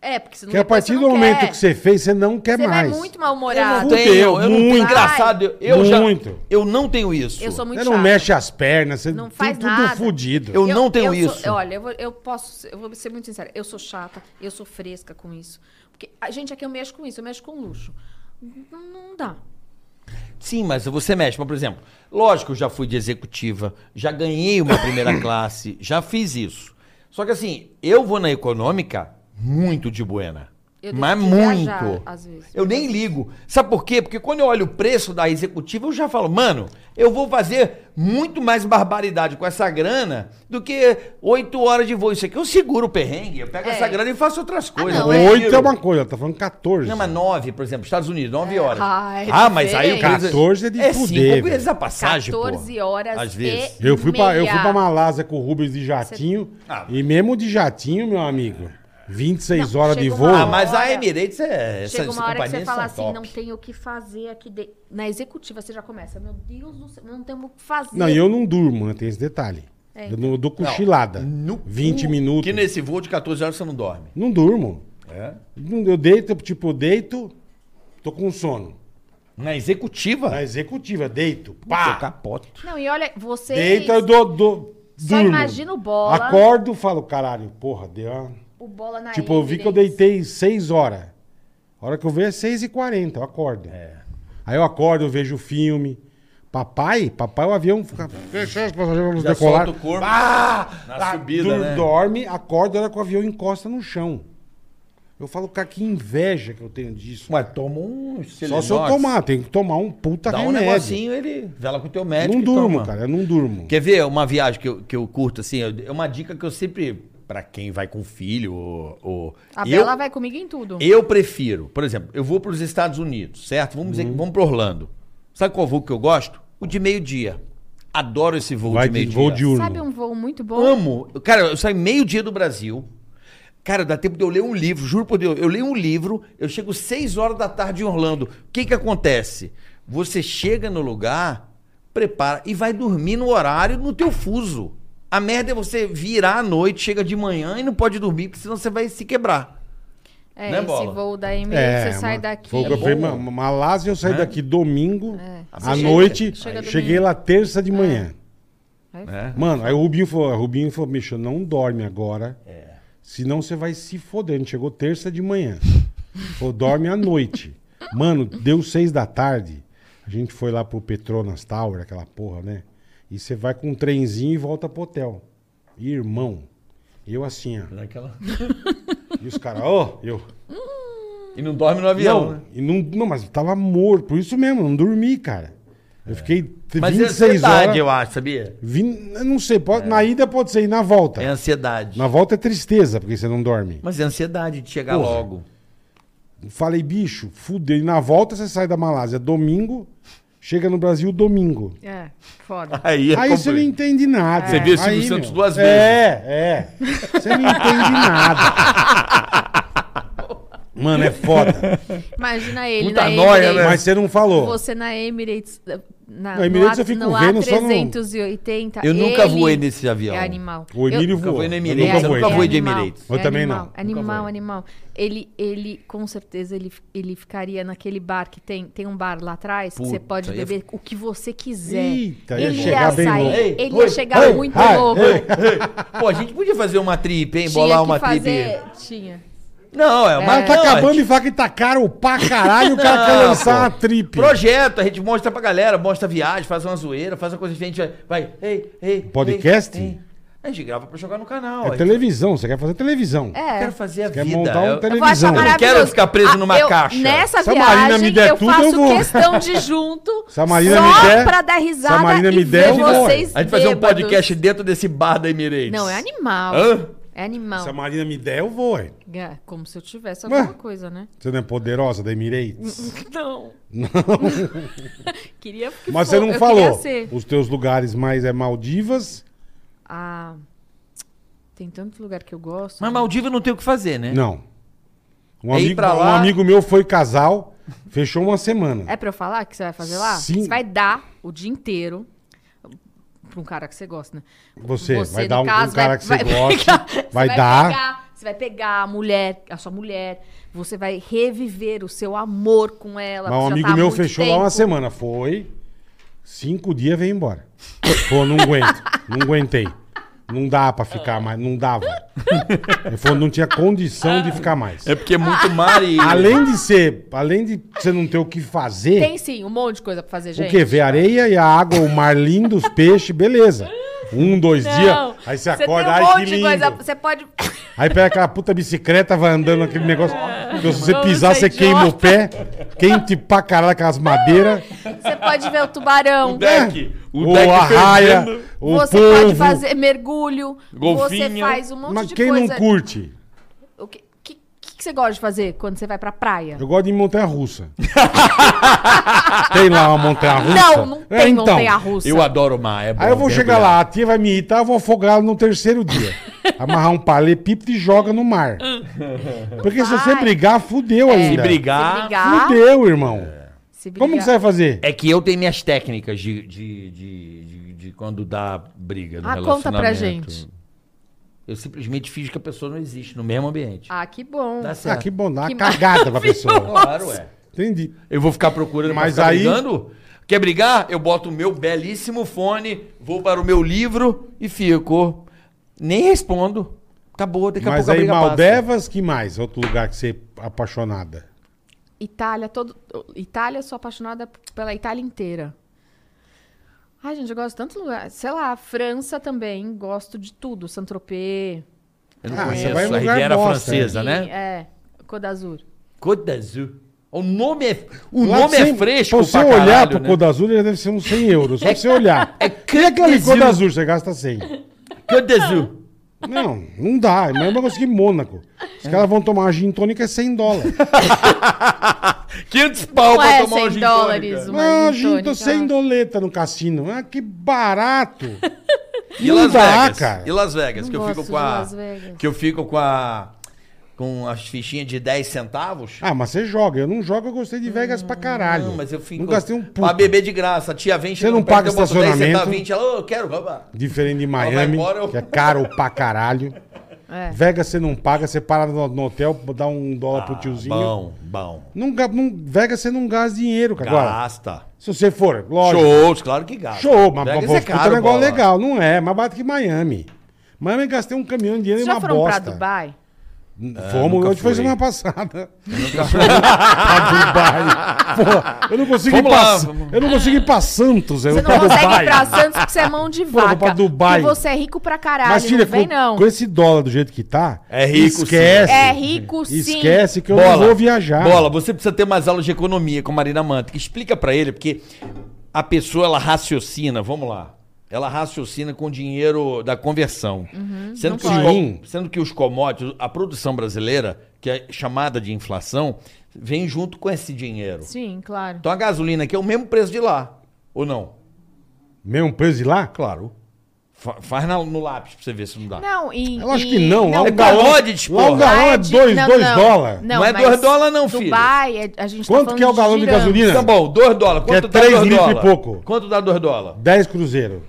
D: É, porque senão
A: Porque a
D: depois
A: partir
D: você
A: do
D: não
A: momento
D: quer.
A: que você fez, você não quer
D: Você vai
A: mais.
D: muito mal-humorado.
A: Fudeu,
B: tenho, eu não tenho.
A: muito.
B: Engraçado. Eu, eu já...
A: Muito.
B: Eu não tenho isso.
D: Eu sou muito
A: Você não
D: chata.
A: mexe as pernas, você
D: Não
A: tem
D: faz
A: tudo
D: nada.
A: fudido.
B: Eu- não tenho
D: sou-
B: isso.
D: olha, eu, vou- eu posso, ser- eu vou ser muito sincera. Eu sou chata, eu sou fresca com isso. Porque a gente aqui eu mexo com isso, eu mexo com luxo. Não, não dá.
B: Sim, mas você mexe. Mas, por exemplo, lógico, eu já fui de executiva, já ganhei uma primeira classe, já fiz isso. Só que assim, eu vou na econômica muito de buena.
D: Eu
B: mas
D: deixo de
B: muito.
D: viajar, às vezes.
B: Eu nem ligo. Sabe por quê? Porque quando eu olho o preço da executiva, eu já falo, mano, eu vou fazer muito mais barbaridade com essa grana do que oito horas de voo. Isso aqui eu seguro o perrengue, eu pego
D: É.
B: essa grana e faço outras coisas.
D: não,
B: Eu
A: Oito
B: tiro.
A: é uma coisa, ela tá falando 14.
B: Não, mas nove, por exemplo, Estados Unidos, nove horas.
D: ah, é
B: ah, mas aí o
D: diferente.
A: 14 é de fuder,
B: cinco
A: velho.
B: vezes a passagem, pô. Ah,
D: 14 horas
B: Às vezes.
D: e
A: Eu fui, pra, eu fui
D: meia.
A: pra Malásia com o Rubens de jatinho.
B: Ah.
A: E mesmo de jatinho, meu amigo, 26
D: Não,
A: horas de
D: chega
A: voo.
D: uma
B: Ah, mas
D: Olha,
B: a Emirates é... Essa,
D: Chega uma hora que você
B: companhias
D: fala
B: são
D: assim,
B: top.
D: não tem o que fazer aqui de- na executiva, você já começa, meu Deus do céu, não temos o que fazer.
A: Não, e eu não durmo, né? Tem esse detalhe.
D: É,
A: Eu, não, eu dou cochilada.
B: No
A: 20
B: cu,
A: minutos.
B: Que nesse voo de 14 horas você não dorme.
A: Não durmo.
B: É.
A: Não- Eu deito, tipo, eu deito, tô com sono.
B: Na executiva,
A: Na executiva, deito,
B: eu
A: pá.
B: capoto.
D: Não, e olha, vocês...
A: Deito, eu dou, dou-
D: Só
A: durmo.
D: imagina o bola.
A: Acordo, falo, caralho, porra, deu uma...
D: O bola na
A: Tipo, eu vi que eu
D: Emirates.
A: deitei 6 horas. A hora que eu vejo é 6h40, eu acordo.
B: É.
A: Aí eu acordo, eu vejo o filme. Papai, papai, o avião fica. Fechou os passageiros, vamos
B: Já
A: decolar.
B: solta o corpo
A: Ah!
B: na
A: Ah,
B: subida, né?
A: Dorme, acorda, a hora que o avião encosta no chão. Eu Eu falo, cara, que inveja que eu tenho disso.
B: Ué, toma um
A: Só se eu
B: Celenox,
A: tomar, tem que tomar um puta
B: Dá um
A: remédio.
B: negocinho, ele vela com o teu médico
A: não
B: e
A: durmo,
B: toma.
A: cara, eu não durmo.
B: Quer ver É uma viagem que eu, que eu curto, assim? É uma dica que eu sempre. Pra quem vai com filho, ou. ou-
D: A
B: eu,
D: Bela vai comigo em tudo.
B: eu prefiro, por exemplo, eu vou pros Estados Unidos, certo? Vamos dizer que vamos pra Orlando. Sabe qual voo que eu gosto? O de meio-dia. Adoro esse voo
A: Vai
B: de
A: de
B: meio-dia.
A: voo diurno.
D: Sabe um voo muito bom?
B: Amo. Cara, eu saio meio-dia do Brasil. Cara, dá tempo de eu ler um livro, juro por Deus. Eu leio um livro, eu chego 6 horas da tarde em Orlando. O que que acontece? Você chega no lugar, prepara e vai dormir no horário no teu fuso. A merda é você virar à noite, chega de manhã e não pode dormir, porque senão você vai se quebrar.
D: É,
B: Né,
D: esse
B: Bola?
D: voo da Emirates,
A: É,
D: você sai
A: mano,
D: daqui. É.
A: Foi o que eu
B: É
A: falei,
B: bom. É.
A: Ma- Malásia, eu saí daqui domingo, à
D: Você chega-
A: noite,
D: chega domingo. É.
A: cheguei lá terça de manhã.
D: Aí
B: Né?
A: Mano, aí o Rubinho falou, o Rubinho falou, bicho, não dorme agora,
B: É.
A: senão você vai se foder. A gente chegou terça de manhã, falou, dorme à noite. Mano, deu seis da tarde, a gente foi lá pro Petronas Tower, aquela porra, né? E você vai com um trenzinho e volta pro hotel. Irmão, eu assim, ó. E os caras, ó, eu...
B: E não dorme no avião. né?
A: Não, e não, não, mas eu tava morto, por isso mesmo, não dormi, cara. Eu fiquei t-
B: Mas
A: 26
B: é ansiedade,
A: horas.
B: eu acho, sabia?
A: vin- eu não sei, pode- na ida pode ser e na volta.
B: É ansiedade.
A: Na volta é tristeza, porque você não dorme.
B: Mas é ansiedade de chegar
A: Porra.
B: logo.
A: Falei, bicho, fudeu. E na volta você sai da Malásia domingo, chega no Brasil domingo.
D: É, foda.
B: Aí, é
A: Aí você não
B: complicado.
A: entende nada.
C: Você viu o Silvio
A: Aí,
C: Santos duas
A: É, é. Você não entende nada. Mano, é foda.
D: Imagina ele
B: Muita
D: na
B: nóia,
D: Emirates.
B: né?
A: Mas você não falou.
D: Você na Emirates. eh, Na,
A: Na Emirates
D: no,
A: eu fico
D: no
A: vendo só no-
D: A380.
B: Eu nunca
D: ele
B: voei nesse avião.
D: É animal.
A: O
D: Eu- É,
A: Emílio
B: Nunca
A: voou.
B: voei no
A: Eu
B: Emirates,
A: nunca
B: eu
A: voei.
B: nunca voei de
D: animal, É
B: Emirates.
A: Eu também
D: animal,
A: não.
D: Animal, animal. Ele, ele, com certeza, ele, ele ficaria naquele bar que tem, tem um bar lá atrás, que você
B: Puta,
D: pode
B: ia
D: beber o que você quiser.
A: Eita, ia
D: ele
A: chegar bem
D: sair,
A: louco.
B: Ei,
D: ele
B: oi,
D: ia chegar
A: ei,
D: é muito
A: ai,
D: louco.
A: ei.
B: Pô, a gente podia fazer uma trip, hein?
D: Tinha
B: Bolar
D: que
B: uma
D: fazer.
B: trip.
D: Tinha.
B: Não, é uma.
A: Mas tá
B: não,
A: acabando
B: é-
A: de falar que tá caro pra caralho, o cara quer
B: Não,
A: lançar
B: pô.
A: uma trip.
B: Projeto, a gente mostra pra galera, mostra a viagem, faz uma zoeira, faz uma coisa diferente. Vai, vai ei, ei.
A: Podcast?
B: ei, ei. A gente grava pra jogar no canal.
A: É
B: aí.
A: televisão, você quer fazer televisão.
B: Eu
D: É.
B: quero fazer a
A: Você quer
B: vida.
A: montar um
B: eu-
A: tele-
D: Eu vou achar
A: Televisão. Eu não
D: maravilhoso.
B: quero ficar preso
D: Ah,
B: nessa
D: eu-
B: caixa.
D: Nessa
A: Se a
D: viagem,
A: Marina me der
D: eu
A: tudo,
D: faço
A: eu vou.
D: questão de junto.
A: Se a Marina
D: só
A: me der-
D: pra dar
A: se
D: risada
A: a Marina me
D: e
A: der,
D: ver
A: eu vou.
D: vocês
B: A gente fazer um
D: bêbados.
B: podcast dentro desse bar da Emirates.
D: Não, é animal.
B: Hã?
D: É
A: Se a
D: animal.
A: Marina me der, eu vou. hein?
D: É, Como se eu tivesse alguma
A: Ué.
D: coisa, né?
A: Você não é poderosa da
D: Hum,
A: Emirates?
D: Não. queria que
A: Mas
D: fo-
A: você não
D: hum. eu
A: falou.
D: queria ser.
A: Os teus lugares mais é Maldivas?
D: Ah, tem tanto lugar que eu gosto.
B: Mas Maldiva não tem o que fazer, né?
A: Não. Um
B: É ir
A: amigo,
B: pra
A: um
B: lá-
A: amigo meu foi casal, fechou uma semana.
D: É pra eu falar o que você vai fazer lá?
A: Sim.
D: Você vai dar o dia inteiro pra um cara que você gosta, né?
A: Você, vai
D: no
A: dar um, um
D: caso,
A: cara
D: vai-
A: que você
D: vai
A: gosta,
D: pegar-
A: vai,
D: você
A: dar.
D: pegar, você vai pegar a mulher, a sua mulher. Você vai reviver o seu amor com ela.
A: Mas um
D: você já
A: amigo
D: tá há
A: meu
D: muito
A: fechou lá
D: tempo.
A: uma semana. Foi. Cinco dias veio embora. Pô, não aguento. Não aguentei. Não dá pra ficar mais. Não dava. Ele falou, não tinha condição de ficar mais.
B: É porque é muito mar e.
A: Além de ser. Além de você não ter o que fazer.
D: Tem sim, um monte de coisa pra fazer, gente.
A: o quê? Ver a areia e a água, o mar lindo, os peixes, beleza. Um, dois
D: Não,
A: dias. Aí você
D: tem
A: acorda,
D: um
A: ai
D: monte
A: que
D: de
A: lindo.
D: coisa, Você pode.
A: Aí pega aquela puta bicicleta, vai andando naquele negócio. Então, se você
D: É. Vamos
A: pisar,
D: ser
A: você queima o
D: idiota.
A: pé. Quente pra caralho aquelas madeiras.
D: Você pode ver o tubarão.
C: Deck.
A: O,
C: O deck
A: a raia,
C: fervendo.
A: É. o
D: você
A: polvo.
D: pode fazer mergulho. Você
C: Golfinho.
D: faz um monte
A: Mas
D: de
A: quem
D: coisa.
A: não curte?
D: O que, que, que você gosta de fazer quando você vai pra praia?
A: Eu gosto de montanha-russa. tem lá uma montanha-russa?
D: Não, não tem
A: É,
D: montanha-russa.
B: Eu adoro o mar, é bom.
A: Aí eu vou
B: mergulhar.
A: chegar lá, a tia vai me irritar, eu vou afogar ela no terceiro dia. Amarrar um palepipto e joga no mar. Porque se você
D: vai.
A: brigar, fudeu
B: Se
A: ainda.
D: É. Se
B: brigar.
D: brigar.
A: Fudeu, irmão.
D: Se brigar.
A: Como que você vai fazer?
B: É que eu tenho minhas técnicas de, de, de, de, de quando dá briga no
D: Ah,
B: relacionamento.
D: conta pra gente.
B: Eu simplesmente fiz que a pessoa não existe no mesmo ambiente.
D: Ah, que bom.
B: Dá
A: Ah,
B: certo.
A: que bom, dá uma
D: Que
A: cagada pra pessoa.
B: Claro, é.
A: Entendi.
B: Eu vou ficar procurando pra
A: Mas
B: ficar
A: aí-
B: brigando? Quer brigar? Eu boto o meu belíssimo fone, vou para o meu livro e fico. Nem respondo. Acabou, daqui a
A: Mas
B: pouco a
A: aí,
B: briga passa.
A: Maldevas, que mais? Outro lugar que você é apaixonada.
D: Itália, todo. Itália, eu sou apaixonada pela Itália inteira. Ai, gente, eu gosto de tantos lugares. Sei lá, França também, gosto de tudo. Saint-Tropez.
B: Eu não
A: Ah, você
B: conheço
A: vai em
B: a
A: lugar
B: Riviera é
A: bosta,
B: Francesa,
D: Sim,
B: né?
D: É. Codazur.
B: Côte d'Azur. O nome é, o
A: Lá
B: nome é
A: sem-
B: fresco
A: Se você
B: pra
A: olhar
B: caralho,
A: pro
B: né?
A: Coda Azul, ele deve ser uns 100 euros. Só pra você olhar.
B: É
A: E aquele
B: Côte
A: Coda
B: d'Azur.
A: Azul, você gasta 100.
B: Côte d'Azur.
A: Não, não dá. É a mesma coisa que Mônaco. Os caras vão tomar uma gin tônica é 100 dólares.
B: 500 pau
D: Não
B: pra
D: é
B: tomar um
D: 100
B: gin
D: dólares,
B: tônica. né?
D: Uma
A: Não,
D: gin
A: Ah, gin, tô
D: tônica.
A: 100 doleta no cassino. Ah, que barato.
B: E
A: Não
B: Las
A: dá,
B: Vegas.
A: cara.
B: E Las Vegas,
D: Não
B: que eu
D: gosto
B: fico
D: de
B: com a.
D: Las Vegas.
B: Que eu fico com a. Com as fichinhas de 10 centavos.
A: Ah, mas você joga. Eu não jogo, eu gostei de Vegas pra caralho.
B: Não, mas eu fico.
A: Não gastei um
B: Pra
A: puto.
B: beber de graça. A tia vem, chega
A: não
B: no perto,
A: paga
B: eu boto 10
A: estacionamento?
B: centavos, 20, ela, ô, eu quero, babá.
A: Diferente de
B: vai
A: Miami,
B: embora, eu-
A: que é caro pra caralho.
D: É.
A: Vegas você não paga, você para no, no hotel, dá um dólar pro tiozinho.
B: Ah, Bom, bom.
A: Não, ga- não, Vegas você não gasta dinheiro, cara. Agora,
B: Gasta.
A: se você for, lógico.
B: Shows, claro que gasta.
A: Show, mas
B: Vegas
A: pô,
B: é
A: puta
B: caro, bola.
A: negócio legal. Não é, mais barato que Miami. Miami gastei um caminhão de dinheiro
D: Vocês
A: e uma
D: já foram
A: bosta.
D: pra Dubai?
A: Fomos,
B: É, nunca
A: onde foi
B: fui.
A: semana passada? pra Dubai. Pô, eu não consegui
B: Vamos lá,
A: passar.
B: vamos.
A: Eu não consegui ir pra Santos. Eu
D: Você
A: vou
D: não
A: pra
D: consegue
A: Dubai.
D: ir pra Santos porque você é mão de
A: Pô,
D: vaca.
A: vou pra Dubai.
D: E você é rico pra caralho,
A: Mas, filha,
D: não vem
A: com,
D: não.
A: com esse dólar do jeito que tá,
B: É rico, sim.
A: esquece.
D: É rico sim.
A: Esquece que eu não vou viajar.
B: Bola, você precisa ter mais aulas de economia com a Marina Manta. que Explica pra ele, porque a pessoa ela raciocina, vamos lá. Ela raciocina com o dinheiro da conversão. sendo,
D: não
B: que os
A: pode. Sim.
B: co- sendo que os commodities, a produção brasileira, que é chamada de inflação, vem junto com esse dinheiro.
D: Sim, claro.
B: Então a gasolina aqui é o mesmo preço de lá, ou não?
A: Mesmo preso de lá?
B: Claro. Fa- faz na- no lápis pra você ver se não dá.
D: Não, e...
A: Eu acho
D: e-
A: que não. Lá
B: É
A: o galão,
B: commodities,
A: lá o
B: porra.
A: galão é
D: de-
A: 2
D: não, não.
A: dólares.
B: Não é
D: mas
B: dois dólar não, filho.
D: Dubai, é- a gente tá
A: Quanto
D: falando
A: que é o galão de
D: girando.
A: gasolina?
B: Tá bom, 2 dólares.
A: Que
B: Quanto
A: é
B: dá
A: três
B: 2
A: litros e
B: dólares?
A: pouco.
B: Quanto dá 2 dólares?
A: 10 cruzeiro.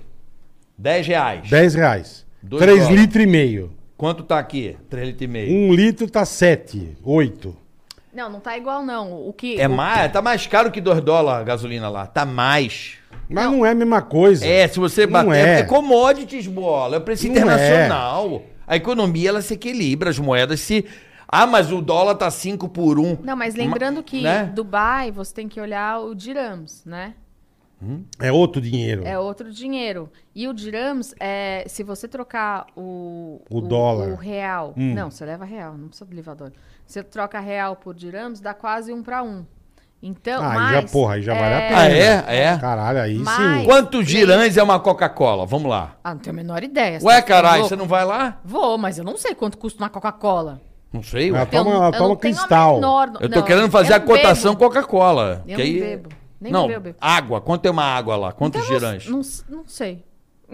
B: 10 reais.
A: 10 reais.
B: Dois
A: 3
B: dólares.
A: litros e meio.
B: Quanto tá aqui? 3 litros e meio.
A: 1 litro tá 7, 8.
D: Não, não tá igual não. O que...
B: É
D: o-
B: mais, tá mais caro que 2 dólares a gasolina lá. Tá mais.
A: Mas não. é a mesma coisa.
B: É, se você
A: Não
B: bater.
A: é.
B: É commodities, bola. É preço
A: Não
B: internacional. A economia ela se equilibra, as moedas se. Ah, mas o dólar tá 5 por 1. Um.
D: Não, mas lembrando
B: Ma-
D: que
B: né?
D: Dubai, você tem que olhar o dirhams, né?
A: É outro dinheiro.
D: É outro dinheiro. E o dirhams, é, se você trocar o...
A: O dólar. Hum.
D: O real. Não, você leva real, não precisa levar dólar. Você troca real por dirhams, dá quase um pra um. Então,
A: Ah,
D: mas...
A: aí já, porra, aí já vale a pena.
B: Ah, é? É.
A: Caralho, aí
D: Mas-
A: sim.
B: Quantos girãs é uma Coca-Cola? Vamos lá.
D: Ah, não tenho a menor ideia.
B: Ué,
D: Você tá
B: caralho,
D: louco?
B: você não vai lá?
D: Vou, mas eu não sei quanto custa uma Coca-Cola.
B: Não sei,
A: Ela
B: ué.
A: toma,
D: um- eu,
A: ela
D: eu
A: toma
D: não tenho a
A: cristal.
D: menor-
B: Eu tô
D: não, é um
B: querendo fazer
D: eu
B: a
D: não
B: cotação
D: bebo.
B: Coca-Cola.
D: Eu
B: que
D: não
B: aí-
D: bebo. Nem
B: não,
D: bebo, eu bebo.
B: água. Quanto é uma água lá? Quantos
D: Então, Eu não-
B: girãs?
D: Não, s- não sei.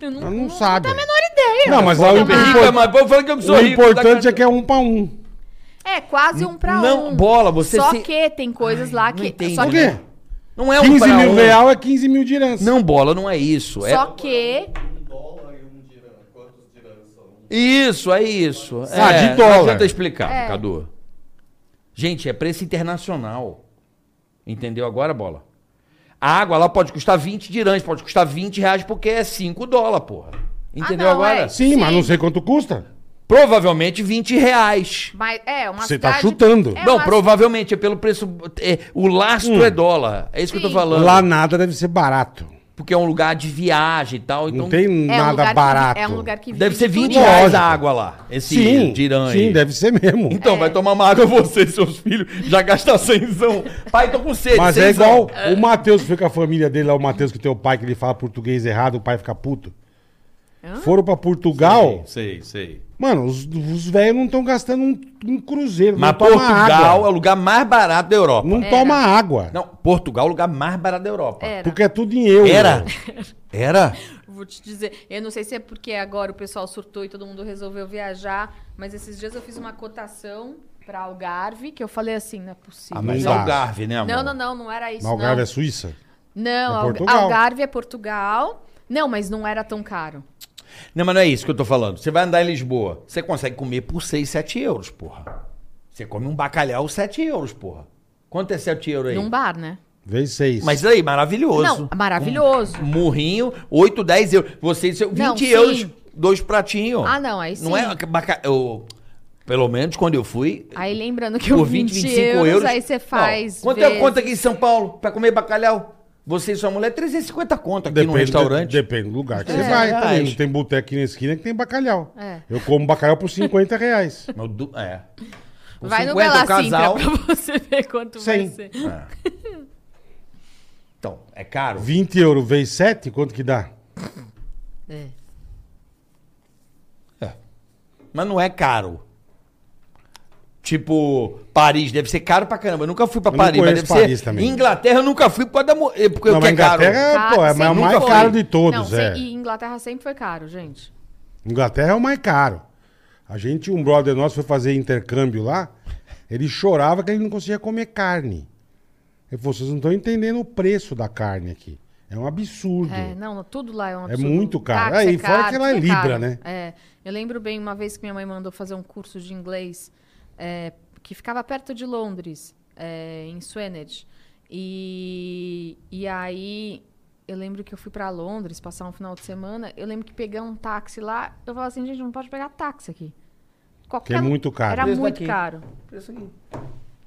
D: eu
A: Ela não sabe.
D: tenho a menor ideia.
A: Não, mas lá o,
D: Eu
B: Rico
D: não-
B: é mais bom, falando que eu sou
A: o
B: rico,
A: importante
B: tá-
A: é que é um pra um.
D: É, quase um pra
B: Não,
D: um.
B: bola, você
D: Só
B: se-
D: que tem coisas lá que...
B: entendi. né?
D: Só
A: Por
D: que,
A: quê?
B: Não é um
A: 15
B: pra
A: mil
B: um.
A: real é 15 mil de herança.
B: Não, bola, não é isso.
D: só
B: É...
D: que...
B: Isso, é isso.
A: Ah,
B: é,
A: de dólar.
B: Não adianta explicar,
D: É.
B: Cadu. Gente, é preço internacional. Entendeu agora, bola? A água lá pode custar 20 dirãs, pode custar 20 reais porque é 5 dólares, porra. Entendeu
D: não,
B: agora?
D: é.
A: Sim, mas
D: Sim.
A: não sei quanto custa.
B: Provavelmente 20 reais.
D: Mas é, uma
A: Você tá
D: cidade...
A: chutando.
D: É
B: não,
D: uma-
B: provavelmente é pelo preço. é, o lastro é dólar. É isso que eu
D: Sim.
B: tô falando.
A: Hum. Lá nada deve ser barato.
B: Porque é um lugar de viagem e tal. Então
A: não tem
D: É um
A: nada
D: lugar que-
A: barato.
D: É um lugar que
B: Deve
D: vive
B: ser
D: de
B: 20
D: turismo.
B: reais
A: Lógico.
B: a água lá. Esse
A: Sim,
B: dirã
A: sim,
B: aí.
A: deve ser mesmo.
D: É.
B: Então, vai tomar uma água você e seus filhos. Já gastar cenzão. Pai, tô com sede.
A: Mas é
B: cenzão.
A: igual o Matheus que foi com a família dele lá, o Matheus que tem o pai que ele fala português errado, o pai fica puto. Foram pra Portugal,
C: Sei, sei.
A: mano, os, os velhos não estão gastando um, um cruzeiro.
B: Mas
A: não toma
B: Portugal é
A: água,
B: o lugar mais barato da Europa.
A: Não toma água.
B: Não, Portugal é o lugar mais barato da Europa.
D: Era.
A: Porque é tudo em euro.
B: Era? Era?
D: Vou te dizer, eu não sei se é porque agora o pessoal surtou e todo mundo resolveu viajar, mas esses dias eu fiz uma cotação pra Algarve, que eu falei assim, não é possível.
A: Ah, mas
B: Mas
A: dá.
B: Algarve, né, amor?
D: Não, não, não, não era isso,
A: Na Algarve
D: não.
A: é Suíça.
D: Não,
A: é
D: Alga-
A: Portugal.
D: Algarve é Portugal. Não, mas não era tão caro.
B: Não, mas não é isso que eu tô falando. Você vai andar em Lisboa, você consegue comer por 6, 7 euros, porra. Você come um bacalhau 7 euros, porra. Quanto é 7 euros aí?
D: Num bar, né?
A: Vez seis.
B: Mas aí, maravilhoso.
D: Não, maravilhoso.
B: Um murrinho, 8, 10 euros. Você, seu, 20
D: Não, sim.
B: euros, dois pratinhos.
D: Ah, não, aí
B: Não
D: sim.
B: é baca... eu- Pelo menos quando eu fui.
D: Aí lembrando que
B: Por
D: o
B: 20,
D: 20,
B: 25
D: euros,
B: euros.
D: aí você
B: Não,
D: faz.
B: Quanto é
D: vezes-
B: a conta aqui em São Paulo pra comer bacalhau? Você e sua mulher, 350 conto aqui num restaurante.
A: de- depende do lugar que você
B: É,
A: vai.
B: reais.
A: Também. Não tem boteco aqui na esquina que tem bacalhau.
D: É.
A: Eu como bacalhau por 50 reais.
B: Mas o du- É. Com
D: Vai no
B: 50
D: Bela
B: o casal.
D: Sintra pra você ver quanto
A: Sim.
D: vai ser.
B: Então, é caro.
A: 20 euros vezes 7, quanto que dá?
D: É.
B: Mas não é caro. Tipo, Paris deve ser caro pra caramba. Eu nunca fui pra
A: Eu não
B: Paris, mas
A: conheço
B: deve
A: Paris
B: ser.
A: também.
B: Inglaterra eu nunca fui por causa da mo- eh, porque
A: Não,
B: o que
A: mas
B: é caro.
A: Inglaterra- É, pô, é
D: sempre
A: o mais
D: foi.
A: caro de todos,
D: Não,
A: é.
D: sem- E Inglaterra sempre foi caro, gente.
A: Inglaterra é o mais caro. A gente, um brother nosso foi fazer intercâmbio lá, ele chorava que ele não conseguia comer carne. Ele falou, vocês não estão entendendo o preço da carne aqui. É um absurdo.
D: É, não, tudo lá é um
A: É
D: absurdo.
A: muito caro.
D: Táxi
A: Aí, fora que ela é
D: tudo
A: libra,
D: caro.
A: né?
D: É. Eu lembro bem uma vez que minha mãe mandou fazer um curso de inglês é, que ficava perto de Londres, é, em Swanage. E, e aí eu lembro que eu fui pra Londres passar um final de semana. Eu lembro que peguei um táxi lá. Eu falava assim, gente, não pode pegar táxi aqui. Qualquer...
A: é muito caro.
D: Era
B: Preço
D: muito
B: daqui.
D: caro.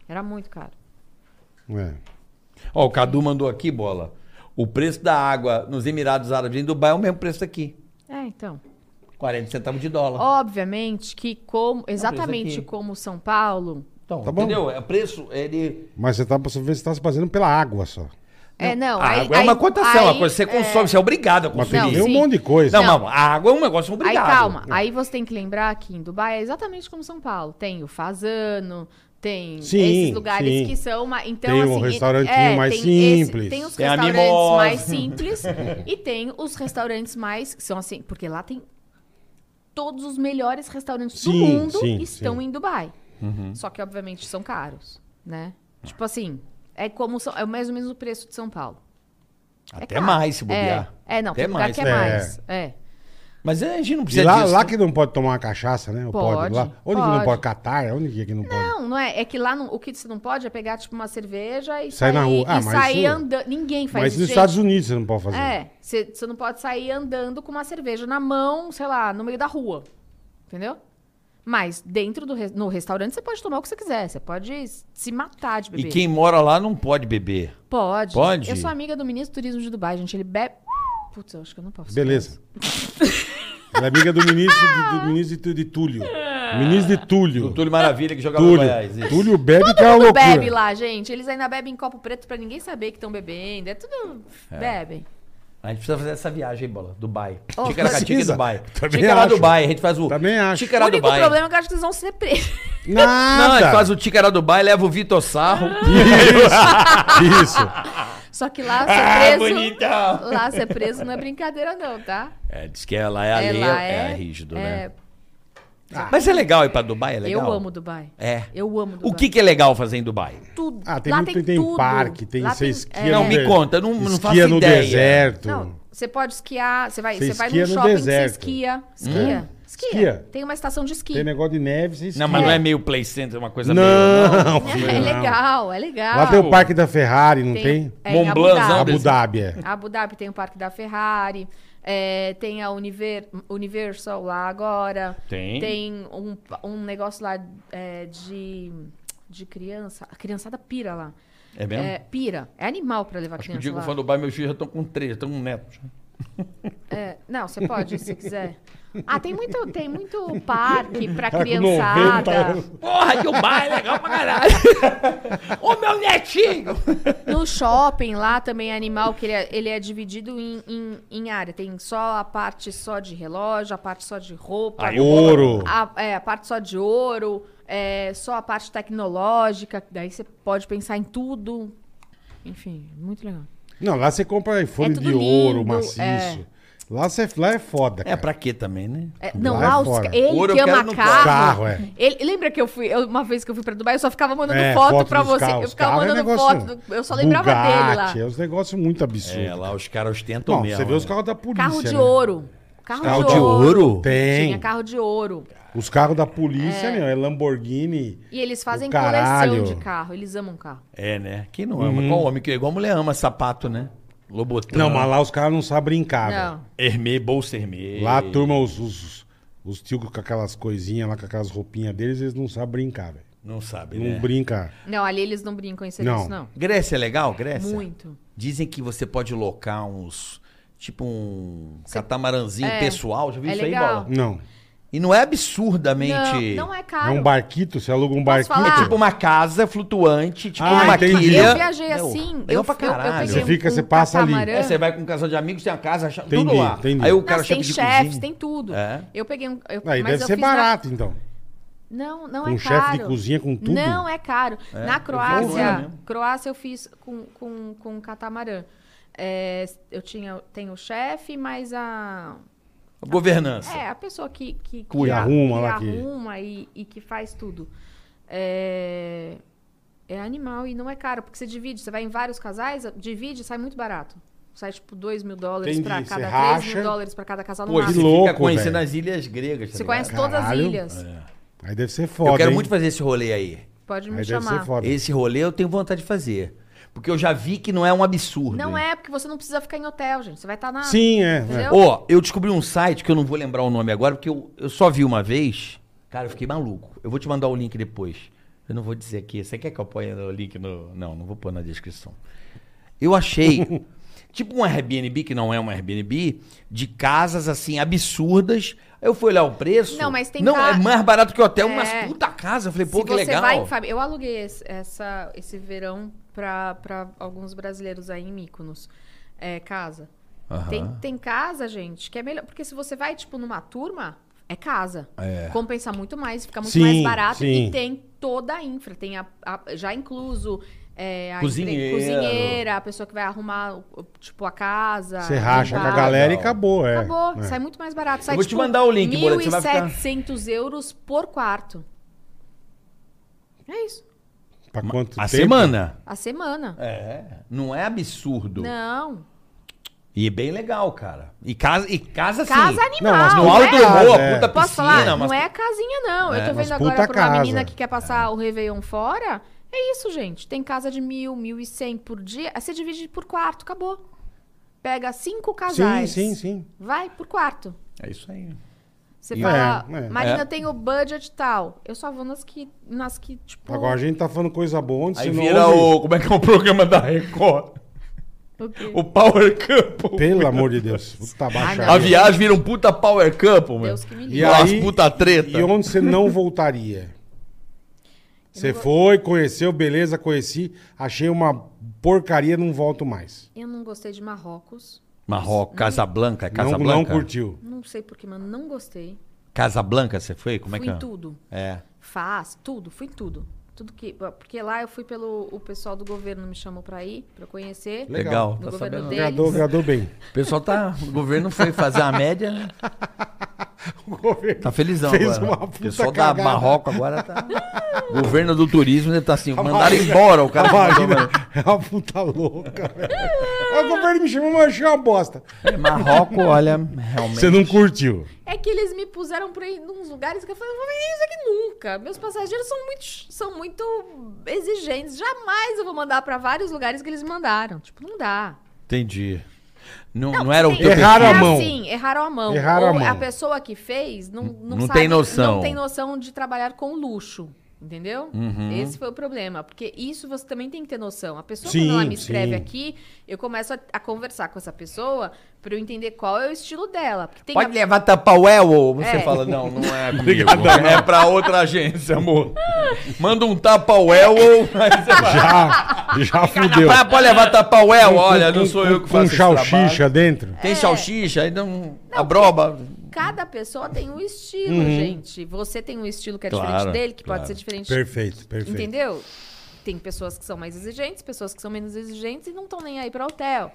D: Era muito caro.
A: É.
B: Ó, o Cadu mandou aqui, bola. O preço da água nos Emirados Árabes e em Dubai é o mesmo preço aqui.
D: É, então.
B: 40 centavos de dólar.
D: Obviamente que como exatamente
B: aqui.
D: como São Paulo.
B: então,
A: tá bom.
B: entendeu? É preço, ele.
A: Mas você tá, você vê se tá se fazendo pela água só.
D: É, não,
B: a
D: aí-
B: água é
D: aí-
B: uma cotação,
D: aí-
B: uma coisa que você consome, você é obrigado a
A: Mas
B: consumir.
A: tem
D: Não,
A: que ver um
D: sim.
A: monte de coisa.
B: Não, mas a água é um negócio
D: Aí
B: obrigado.
D: calma, aí você tem que lembrar que em Dubai é exatamente como São Paulo. Tem o Fazano, tem
A: Sim,
D: esses lugares
A: sim.
D: que são uma, então
A: Tem um
D: assim, e-
A: restaurantinho mais
D: esse-
A: simples.
D: tem os
B: Tem a
D: restaurantes
B: mimosa.
D: mais simples e tem os restaurantes mais que são assim, porque lá tem todos os melhores restaurantes do
A: Sim,
D: mundo
A: sim,
D: estão
A: sim.
D: em Dubai.
B: Uhum.
D: Só que obviamente são caros, né? Tipo assim, é como são- é mais ou menos o preço de São Paulo. É
B: Até
D: caro.
B: mais se bobear.
D: É, é não,
B: Até
D: tem lugar
B: mais. né?
D: que é
A: É.
D: mais. É.
B: Mas a gente não
A: E
B: precisa
A: lá,
B: disso.
A: lá que não pode tomar uma cachaça, né? Ou pode,
D: Pode,
A: lá. Onde que não
D: pode.
A: pode? Catar? Onde que, que não pode?
D: Não, não é. É que lá não- o que você não pode é pegar, tipo, uma cerveja e
A: Sai
D: sair,
A: na rua. Ah,
D: e
A: mas
D: sair
A: isso-
D: andando. Ninguém faz
A: Mas
D: isso.
A: nos
D: gente.
A: Estados Unidos né? você não pode fazer.
D: É, você você não pode sair andando com uma cerveja na mão, sei lá, no meio da rua. Entendeu? Mas dentro do res- no restaurante você pode tomar o que você quiser. Você pode se matar de
B: E
D: beber.
B: quem mora lá não pode beber.
D: Pode.
B: Pode?
D: Eu sou amiga do ministro do turismo de Dubai, gente. Ele bebe. Putz, eu acho que eu não posso. falar
A: Beleza.
D: isso.
A: Ela é amiga do ministro de, do ministro de, Tu- de Túlio.
D: Ah.
A: Ministro de Túlio.
B: O Túlio Maravilha que joga no Goiás.
A: Túlio.
B: isso.
A: Túlio bebe que é uma
D: Todo mundo
A: loucura.
D: bebe lá, gente. Eles ainda bebem em copo preto pra ninguém saber que estão bebendo. É tudo. Bebem.
B: A gente precisa fazer essa viagem, bola. Dubai.
D: Oh,
B: Ticaracatica
A: precisa.
B: Dubai.
A: Também
B: Ticará
A: acho.
B: Dubai. A gente faz o.
A: Também acho.
B: Ticará
D: o único
B: Dubai.
D: problema é que eu acho que eles vão ser presos.
B: Não, a
A: Nada.
B: gente faz o Ticará Dubai, leva o Vitor Sarro.
A: Isso. Isso.
D: Só que lá
A: Ah,
D: ser preso.
B: bonitão.
D: Lá ser preso não é brincadeira, não, tá?
B: É, diz que ela é a lei,
D: Ela
B: é, rígido,
D: é-
B: né? Mas é legal ir pra Dubai, é legal.
D: Eu amo Dubai.
B: É.
D: Eu amo Dubai.
B: O que, que é legal fazer em Dubai?
D: Tudo.
A: Ah, tem
D: lá
A: muito. Tem,
D: tudo.
A: parque, tem
D: Lá
A: você esquia
D: é.
A: no
B: Não, me
A: de-
B: conta, eu não- não faço
A: Esquia no
B: ideia.
A: deserto.
D: Não, você pode esquiar, você vai,
A: Você
D: você vai
A: esquia
D: num
A: no
D: shopping,
A: deserto. Hum?
D: você esquia. Esquia. esquia.
A: Esquia.
D: Tem uma estação de esqui. É
A: Tem negócio de neve, você esquia.
B: Não, mas não é meio play center, é uma coisa meio.
A: Não, filho,
D: É
A: não.
D: legal, é legal.
A: Lá tem o parque da Ferrari, não tem?
D: é, em
B: Mont
D: Abu
B: Blanc,
D: Dhabi.
B: sabe?
A: Abu Dhabi, é.
D: Abu Dhabi tem o Parque da Ferrari, é, tem a Univer- Universal lá agora.
B: Tem.
D: Tem um, um negócio lá é, de, de criança. A criançada pira lá.
B: É mesmo?
D: É, pira. É animal pra levar
B: Acho que
D: criança
B: o Diego
D: lá.
B: fã do Dubai, meus filhos já estão com três, estão com um netos.
D: É, não, você pode, se quiser. Ah, tem muito, tem muito parque pra
A: Tá com 90
D: criançada.
A: anos.
B: Porra, Dubai é legal pra caralho. Ô, meu netinho!
D: No shopping lá também é animal, que ele é, ele é dividido em, em, em área. Tem só a parte só de relógio, a parte só de roupa.
B: Aí
A: Ah, Ouro.
D: A, é, a parte só de ouro, é, só a parte tecnológica, que daí você pode pensar em tudo. Enfim, muito legal.
A: Não, lá você compra iPhone
D: É tudo
A: de ouro,
D: lindo,
A: maciço.
D: é.
A: Lá, você, lá é foda, cara.
B: É, pra quê também, né?
D: É, não,
A: Lá
D: lá
A: é
D: os,
A: fora.
D: ca- ele
B: Ouro eu
D: que ama
B: quero, não
D: carro.
B: posso.
A: Carro, é.
D: Ele- lembra que eu fui, eu- uma vez que eu fui pra Dubai, eu só ficava mandando
A: É,
D: foto,
A: foto
D: pra
A: dos
D: você.
A: carros.
D: eu ficava
A: Carro é
D: mandando
A: negócio-
D: foto, do- eu só lembrava dele lá.
A: Bugatti, É uns negócios muito absurdos.
B: É, lá os caras ostentam
A: Bom,
B: mesmo.
A: você vê os
B: né?
A: carros da polícia.
D: Carro de
A: né?
D: ouro. Carro,
A: Carro
D: de,
A: de
D: ouro.
B: ouro?
D: Tinha
A: Tem.
D: carro de ouro.
A: Os carros da polícia, meu, é Lamborghini.
D: E eles fazem
A: Do caralho.
D: coleção de carro, eles amam carro.
B: É, né? Quem não ama? Qual homem que igual mulher ama sapato, né? Lobotão.
A: Uhum. Não, mas lá os caras não sabem brincar, Ah, velho.
D: Não.
B: Hermê, bolsa Hermê.
A: Lá a turma, os, os, os tio com aquelas coisinhas lá, com aquelas roupinhas deles, eles não sabem brincar, velho.
B: Não sabe,
A: Não
B: né?
A: brinca.
D: Não, ali eles não brincam em serviço,
A: Não.
D: não.
B: Grécia é legal, Grécia?
D: Muito.
B: Dizem que você pode locar uns... Tipo um catamaranzinho pessoal. Já viu
D: É
B: isso
D: legal.
B: aí, Bola?
A: Não.
B: E não é absurdamente.
D: Não, não é
A: É
D: caro.
A: um barquito? Você aluga um
D: Posso
A: barquito?
D: falar?
B: É tipo uma casa flutuante, tipo
A: Ah,
B: uma
A: entendi.
B: quilha.
D: Eu viajei
B: Meu,
D: assim.
B: legal
D: Eu,
B: pra
D: eu- eu
B: caralho.
D: peguei
A: Você fica,
D: um-
A: você
D: um
A: passa ali.
D: catamarã.
B: É, você vai com um casal de amigos, tem a casa, cha-
A: Entendi,
B: tudo lá.
A: entendi.
B: Aí o
D: Não,
B: cara
D: você
B: chega
D: tem
B: de
D: chefes,
B: cozinha.
D: tem tudo.
B: É.
D: Eu peguei um. Eu,
A: Aí
D: mas
A: deve
D: eu
A: ser
D: fiz na-
A: barato, então.
D: Não, não
A: Com
D: é
A: chefe
D: caro.
A: de cozinha, com tudo?
D: Não é caro. Na
B: vou lá
D: Croácia,
B: mesmo.
D: Croácia eu fiz com, com, com catamarã. É, eu tinha, tenho o chefe, mas a
B: A governança.
D: É, a pessoa que, que, que,
A: Cuida, arruma
D: que
A: lá, que-
D: arruma e, e que faz tudo. É... é animal e não é caro, porque você divide, você vai em vários casais, divide sai muito barato. Sai tipo 2 mil dólares
A: Entendi,
D: pra
A: você
D: cada, 3
A: racha.
D: mil dólares pra cada casal no
B: Pô,
A: Que
B: você
D: máximo.
A: louco,
B: fica conhecendo
A: velho.
B: as ilhas gregas. tá
D: Você
B: ligado?
D: conhece todas as
A: Caralho. É.
D: ilhas.
A: Aí deve ser foda,
B: Eu quero
A: hein?
B: muito fazer esse rolê aí.
D: Pode me
A: Aí deve
D: chamar.
A: ser foda.
B: Esse rolê eu tenho vontade de fazer. Porque eu já vi que não é um absurdo.
D: Não
B: hein?
D: é, porque você não precisa ficar em hotel, gente. Você vai estar na.
A: né? Sim, é.
D: Entendeu?
A: é.
B: Ó, eu descobri um site que eu não vou lembrar o nome agora, porque eu, eu só vi uma vez. Cara, eu fiquei maluco. Eu vou te mandar o link depois. Eu não vou dizer aqui. Você quer que eu ponha o link no. Não, não vou pôr na descrição. Eu achei. tipo um Airbnb, que não é um Airbnb, de casas assim, absurdas. Aí Eu fui olhar o preço.
D: Não, mas tem
B: Não,
D: ca-
B: é mais barato que hotel, mas
D: É.
B: puta casa. Eu falei, pô,
D: Se
B: que
D: você
B: legal.
D: vai em família. Eu aluguei esse, essa- esse verão pra pra alguns brasileiros aí em Mykonos. É, casa.
B: Aham.
D: Tem, tem casa, gente, que é melhor. Porque se você vai, tipo, numa turma, é casa.
B: É.
D: Compensa muito mais, fica muito
A: Sim,
D: mais barato.
A: sim.
D: E tem toda a infra. Tem a, a- já incluso é, a
B: Cozinheiro.
D: entre- cozinheira, a pessoa que vai arrumar, o- o- tipo, a casa.
A: Você racha com a
D: limpar.
A: galera e
B: Legal.
A: acabou, é.
D: Tá. Acabou,
A: É.
D: sai muito mais barato. Sai, tipo,
B: vou te mandar o link, Boleto, você vai ficar-
D: 1.700 euros por quarto. É isso.
A: Pra quanto
B: A
A: tempo?
B: semana.
D: A semana.
B: É. Não é absurdo.
D: Não.
B: E é bem legal, cara. E casa, e casa assim.
D: Casa animal.
A: Não, mas
B: No
A: Não
B: alto
D: é?
B: do morro,
A: Ah, é.
B: puta piscina,
D: Posso falar?
B: mas-
D: Não é casinha, não.
B: É,
D: eu tô
A: mas
D: vendo agora
A: puta
D: pra uma
A: casa.
D: menina que quer passar o Réveillon fora. É isso, gente. Tem casa de mil, mil e cem por dia. Aí você divide por quarto, acabou. Pega cinco
A: Sim,
D: casais.
A: sim, sim.
D: Vai por quarto.
B: É isso aí.
D: Você
A: É,
D: fala,
A: é.
D: Marina,
B: É.
D: eu tenho budget tal. Eu só vou nas que, nas que tipo...
A: Agora a gente tá falando coisa boa onde
B: Aí
A: você não
B: vira
A: ouve.
B: o. Como é que é o programa da Record?
D: o quê?
B: O Power Couple.
A: Pelo amor de Deus. Puta baixaria.
B: A viagem vira um puta Power Couple, mano.
D: Deus que me
A: E
D: livre.
B: Nossa,
A: aí,
B: puta treta.
A: E onde você não voltaria? Você foi, conheceu, beleza, conheci, achei uma porcaria, não volto mais.
D: Eu não gostei de Marrocos.
B: Marrocos, Casablanca,
A: Não,
B: Casablanca.
A: não curtiu.
D: Não sei porquê, mas não gostei.
B: Casablanca você foi? Como é
D: Fui
B: que
D: em
B: é?
D: tudo.
B: É.
D: Faz, tudo, fui em tudo. Tudo que. Porque lá eu fui pelo. O pessoal do governo me chamou pra ir, pra eu conhecer.
B: Legal,
D: No
B: tá
D: governo
B: sabendo.
D: dele.
A: Gradou, gradou bem.
B: O pessoal tá. O governo foi fazer a média, né?
A: O governo
B: Tá felizão
A: fez
B: agora.
A: uma
B: o
A: puta
B: pessoal
A: cagada.
B: da Marrocos agora tá. O governo do turismo deve tá assim. Mandaram
A: Marina-
B: embora o cara.
A: A
B: que mandou,
A: Marina
B: mano.
A: é uma puta louca, velho. O governo me chamou, mas eu achei uma bosta.
B: É, Marrocos, olha, realmente.
A: Você não curtiu.
D: É que eles me puseram pra ir nos lugares que eu falei, eu não vou fazer isso aqui nunca. Meus passageiros são muito, são muito exigentes. Jamais eu vou mandar pra vários lugares que eles me mandaram. Tipo, não dá.
B: Entendi. Não, não era o
D: Sim,
B: teu
A: Erraram a
D: é
B: perfil.
A: mão.
D: Assim, erraram a mão.
A: Erraram a
D: Ou
A: mão.
D: pessoa que fez não, não,
B: Não
D: sabe-
B: tem noção.
D: Não tem noção de trabalhar com luxo. Entendeu?
A: Uhum.
D: Esse foi o problema. Porque isso você também tem que ter noção. A pessoa,
A: Sim,
D: quando ela me escreve
A: sim.
D: aqui, eu começo a, a conversar com essa pessoa pra eu entender qual é o estilo dela. Porque tem
B: Pode
D: a-
B: levar tapaué ou você
D: É.
B: fala, não, não é comigo. é pra outra agência, amor. Manda um tapaué ou... Aí você fala,
A: Já, já fudeu.
B: "Ah, Pode levar tapaué, olha,
A: Com-
B: não sou
A: com-
B: eu que
A: Com
B: faço esse trabalho."
A: salsicha dentro.
B: Tem salsicha, aí É. não... Abroba.
D: Cada pessoa tem um estilo, gente. Você tem um estilo que é
B: Uhum. Claro,
D: diferente dele, que
B: claro.
D: pode ser diferente
A: Perfeito, perfeito.
D: Entendeu? Tem pessoas que são mais exigentes, pessoas que são menos exigentes e não estão nem aí para hotel.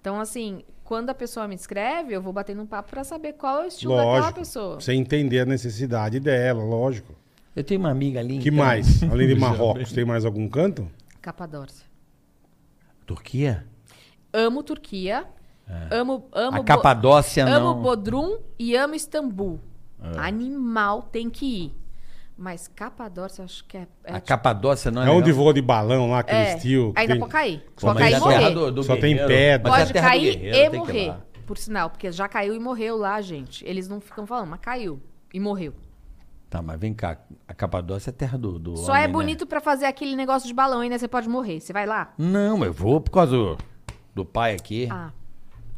D: Então, assim, quando a pessoa me escreve, eu vou bater num papo para saber qual é o estilo daquela
A: Lógico.
D: pessoa.
A: Você entender a necessidade dela, lógico.
B: Eu tenho uma amiga ali. então,
A: Que mais? Além de Marrocos, tem mais algum canto?
D: Capadócia.
B: Turquia?
D: Amo Turquia. Amo, amo,
B: É. A
D: Bo-
B: Capadócia,
D: amo
B: não. É.
D: Bodrum e amo Istambul. Animal tem que ir. Mas Capadócia, eu acho que é. é
B: A Capadócia não é
A: É onde
B: legal?
A: voa de balão lá, aquele
D: é,
A: estilo.
D: ainda
A: tem-
D: pode cair.
B: Pô,
D: Pode
B: mas
D: cair
B: é
D: e
B: a terra
D: morrer.
B: do- do
A: Só tem
B: guerreiro.
A: pedra.
B: Mas é a
D: Pode
B: terra do
D: cair
B: guerreiro,
D: e
B: tem que ir
D: morrer.
B: lá.
D: Por sinal, porque já caiu e morreu lá, gente. Eles não ficam falando, mas caiu e morreu.
B: Tá, mas vem cá. A Capadócia é terra do, do
D: Só
B: homem,
D: é
B: né?
D: bonito pra fazer aquele negócio de né? balão, ainda você pode morrer. Você vai lá?
B: Não, eu vou por causa do, do pai aqui.
D: Ah.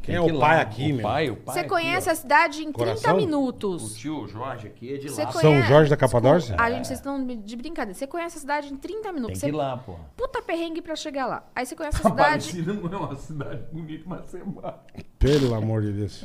A: Quem é
B: Tem
A: o
B: que ir
A: pai
B: lá.
A: aqui,
B: o
A: meu?
B: pai, o pai
D: Você
B: aqui,
D: conhece
B: ó.
D: a cidade em 30
A: Coração?
B: O
D: minutos.
B: tio Jorge aqui é de
D: Você
B: lá. É.
D: conhece...
A: São Jorge da Capadócia?
D: Desculpa, A gente, vocês estão de brincadeira. Você conhece a cidade em 30
B: Tem
D: minutos.
B: que ir
D: Você-
B: lá, Tá porra.
D: Puta perrengue pra chegar lá. Aí você conhece a cidade.
C: não é uma cidade bonita, mas você vai.
A: Pelo amor de Deus.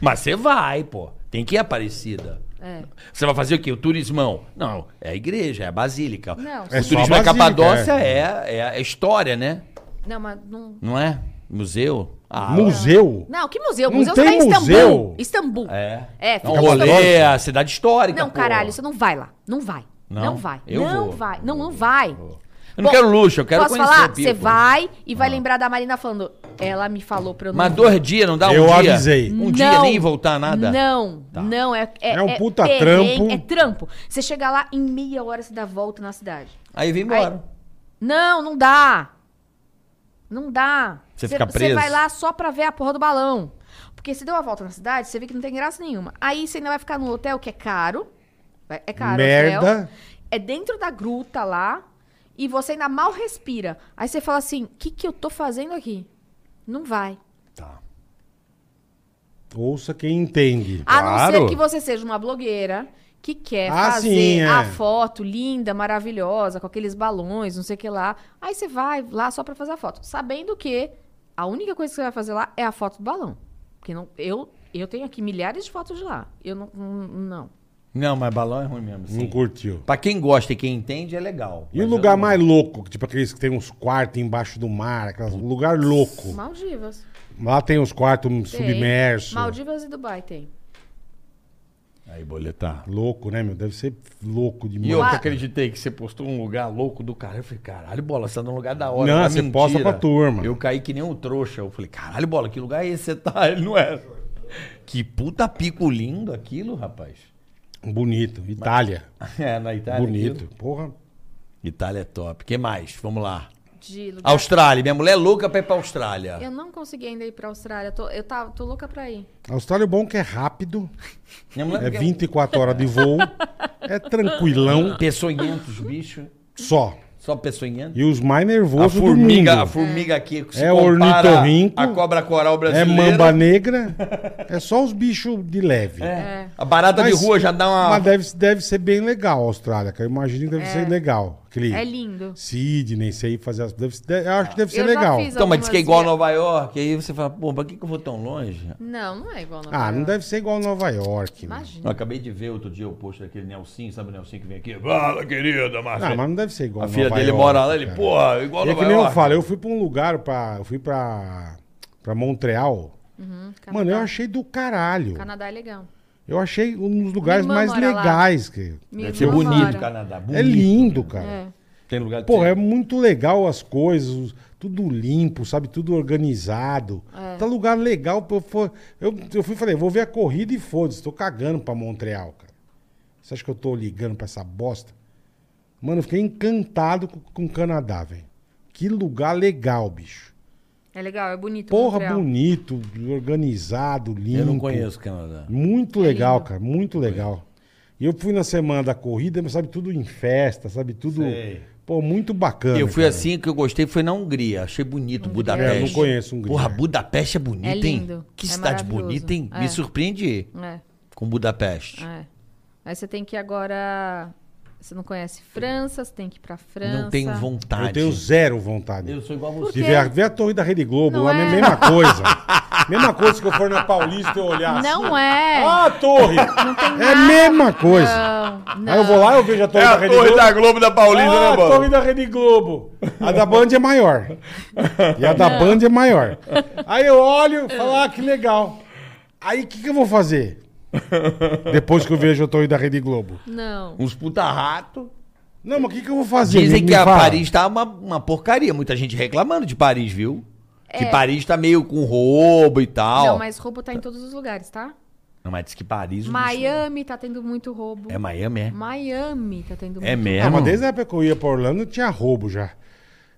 B: Mas você vai, pô. Tem que ir Aparecida.
D: É.
B: Você vai fazer o quê? O turismão? Não, é a igreja, é a basílica.
D: Não,
B: o
A: só
D: É
A: a
B: turismo da
A: basílica,
B: Capadócia é. É, a história, né?
D: Não, mas não.
B: Não é? Museu? Ah,
A: Museu?
D: Não, que museu?
A: Não
D: Museu
A: tem
D: tá em Istambul.
A: museu.
D: Istambul.
B: É.
D: É,
B: Não,
D: fica
B: rolê, é a cidade histórica.
D: Não,
B: pô.
D: caralho, você não vai lá. Não vai.
B: Não?
D: Não, vai.
B: Eu
D: não
B: vou.
D: vai. Não, não vai.
B: Eu não
D: Bom,
B: quero luxo, eu quero
D: Posso
B: conhecer.
D: falar?
B: Pico.
D: Você vai e vai lembrar da Marina falando. Ela me falou pra eu não.
B: Ah. Mas
D: ir."
B: dois dias, não dá um
A: Eu
B: dia?
A: avisei.
B: Um
D: Não.
B: dia nem voltar nada?
D: Não,
B: Tá.
D: não. É,
A: É um puta
D: perrengue,
A: trampo.
D: É trampo. Você chega lá, em meia hora você dá volta na cidade.
B: Aí vem embora.
D: Não, não dá. Não dá.
B: Você
D: Cê-
B: fica
D: cê
B: preso?
D: vai lá só pra ver a porra do balão. Porque você deu uma volta na cidade, você vê que não tem graça nenhuma. Aí você ainda vai ficar num hotel que é caro. Vai- É caro o hotel.
A: Merda.
D: É dentro da gruta lá. E você ainda mal respira. Aí você fala assim, o que, que eu tô fazendo aqui? Não vai.
B: Tá.
A: Ouça quem entende.
D: A não ser
B: Claro.
D: que você seja uma blogueira que quer
A: Ah,
D: fazer
A: sim, é.
D: a foto linda, maravilhosa, com aqueles balões, não sei o que lá. Aí você vai lá só pra fazer a foto. Sabendo que a única coisa que você vai fazer lá é a foto do balão. Porque não, eu, eu tenho aqui milhares de fotos de lá. Eu não. não- Não.
B: Não, mas balão é ruim mesmo. Assim.
A: Não curtiu.
B: Pra quem gosta e quem entende, é legal.
A: E
B: Mas eu
A: o lugar
B: não-
A: mais louco? Tipo aqueles que tem uns quartos embaixo do mar, aquelas, lugar louco.
D: Maldivas.
A: Lá tem uns quartos
D: Tem.
A: submersos.
D: Maldivas e Dubai tem.
B: Aí, boletar.
A: Louco, né, meu? Deve ser louco
C: E
A: demais.
C: eu que acreditei que você postou um lugar louco do cara. Eu falei, caralho, bola, você tá num lugar da hora.
A: Não,
C: tá
A: você posta pra turma.
B: é Eu caí que nem um trouxa. Eu falei, caralho, bola, que lugar é esse? Você tá? Ele não é. Que puta pico lindo aquilo, rapaz.
A: Bonito. Itália.
B: É, na Itália.
A: Bonito.
B: aquilo.
A: Porra.
B: Itália é top. que mais? Vamos lá.
D: De lugar...
B: Austrália. Minha mulher é louca pra ir pra Austrália.
D: Eu não consegui ainda ir pra Austrália. Tô- eu tava, tô louca pra ir.
A: A Austrália é bom que é rápido.
B: Minha mulher
A: É 24 horas de voo. É tranquilão.
B: Peçonhentos, bicho.
A: Só.
B: Só peçonhentos.
A: E os mais
B: A
A: nervosos do mundo.
B: formiga, a formiga aqui que se
A: É
B: compara
A: ornitorrinco.
B: a cobra coral
A: É
B: brasileira.
A: mamba negra. É só os bichos de leve.
B: É. A barata
A: Mas-
B: de rua já dá uma...
A: Mas deve, deve ser bem legal a Austrália, que eu imagino que deve ser legal. Aquele
D: É lindo.
A: Sydney, sei fazer as. Deve, deve- eu acho que deve ser
D: Eu já
A: legal. Ah,
D: fiz
B: Então, mas diz que é igual a
D: algumas
B: Nova York. Aí você fala, pô, pra que, que eu vou tão longe?
D: Não, não é igual a Nova
A: Ah, não
D: York.
A: deve ser igual Nova York. né?
D: Imagina.
B: Eu acabei de ver outro dia o post daquele Nelsinho, sabe o Nelsinho que vem aqui? Fala, querida,
A: Ah,
B: Marcelo.
A: mas não deve ser igual
B: a filha dele
A: York,
B: mora lá, ele,
A: cara.
B: porra, igual
A: E é
B: Nova
A: que nem eu
B: York.
A: falo, eu fui pra um lugar, pra, eu fui pra, pra Montreal. Mano, eu achei do caralho.
D: Canadá é legal.
A: Eu achei um dos lugares
D: irmã
A: mais
D: mora lá.
A: legais. Que...
D: Minha
B: Que
D: irmã
B: bonito né?
D: mora.
B: o Canadá. Bonito.
A: É lindo, cara.
D: É.
B: Tem lugar que
A: Pô, é
B: você-
A: muito legal as coisas, os- tudo limpo, sabe? Tudo organizado.
D: É.
A: Tá lugar legal. pra Eu, for- eu, eu fui e falei, vou ver a corrida e foda-se. Tô cagando pra Montreal, cara. Você acha que eu tô ligando pra essa bosta? Mano, eu fiquei encantado com, com o Canadá, velho. Que lugar legal, bicho.
D: É legal, é bonito.
A: Porra,
D: Montreal.
A: bonito, organizado, limpo.
B: Eu não conheço o Canadá.
A: Muito legal, cara, muito legal. E eu fui na semana da corrida, mas sabe, tudo em festa, sabe, tudo.
B: Sei.
A: Pô, muito bacana.
B: Eu fui
A: cara.
B: assim, o que eu gostei foi na Hungria. Achei bonito Budapeste.
A: É, não conheço Hungria.
B: Porra, Budapeste é bonita,
D: É
B: hein?
D: lindo,
B: Que
D: é
B: cidade
D: maravilhoso.
B: bonita, hein?
D: É.
B: Me surpreende
D: É,
B: com Budapeste.
D: é. Aí você tem que ir agora. Você não conhece França, você tem que ir pra França.
B: Não tenho vontade.
A: Eu tenho zero vontade.
B: Eu sou igual a
D: Por
B: você.
A: De
D: quê?
A: ver a, ver a torre da Rede Globo,
D: Não
A: lá é a
D: é.
A: mesma coisa. mesma coisa que eu for na Paulista e eu olhar assim.
D: Não é.
A: Ah, a torre!
D: Não tem
A: É a
D: nada.
A: mesma coisa.
B: ah.
D: Não, não.
A: Aí eu vou lá, eu vejo a
B: É
A: torre da Rede Globo.
C: Globo É da Paulista, né,
A: ah, a torre da Rede Globo. A da Band é maior. E a da Band é maior. Aí eu olho e falo, ah, que legal. Aí o que, que eu vou fazer? Depois que eu vejo a torre da Rede Globo.
D: Não.
B: Uns puta rato.
A: Não, mas o que, que eu vou fazer?
B: Dizem
A: Me-
B: que
A: me
B: a
A: fala.
B: Paris tá uma, uma porcaria. Muita gente reclamando de Paris, viu? Que Paris tá meio com roubo e tal.
D: É. Não, mas roubo tá em todos os lugares, tá?
B: Não, mas diz que Paris... o bicho-
D: Miami tá tendo muito roubo.
B: É Miami, é?
D: Miami tá tendo muito
B: É
D: roubo.
B: mesmo?
A: Ah, mas desde a época que eu ia pra Orlando, tinha roubo já.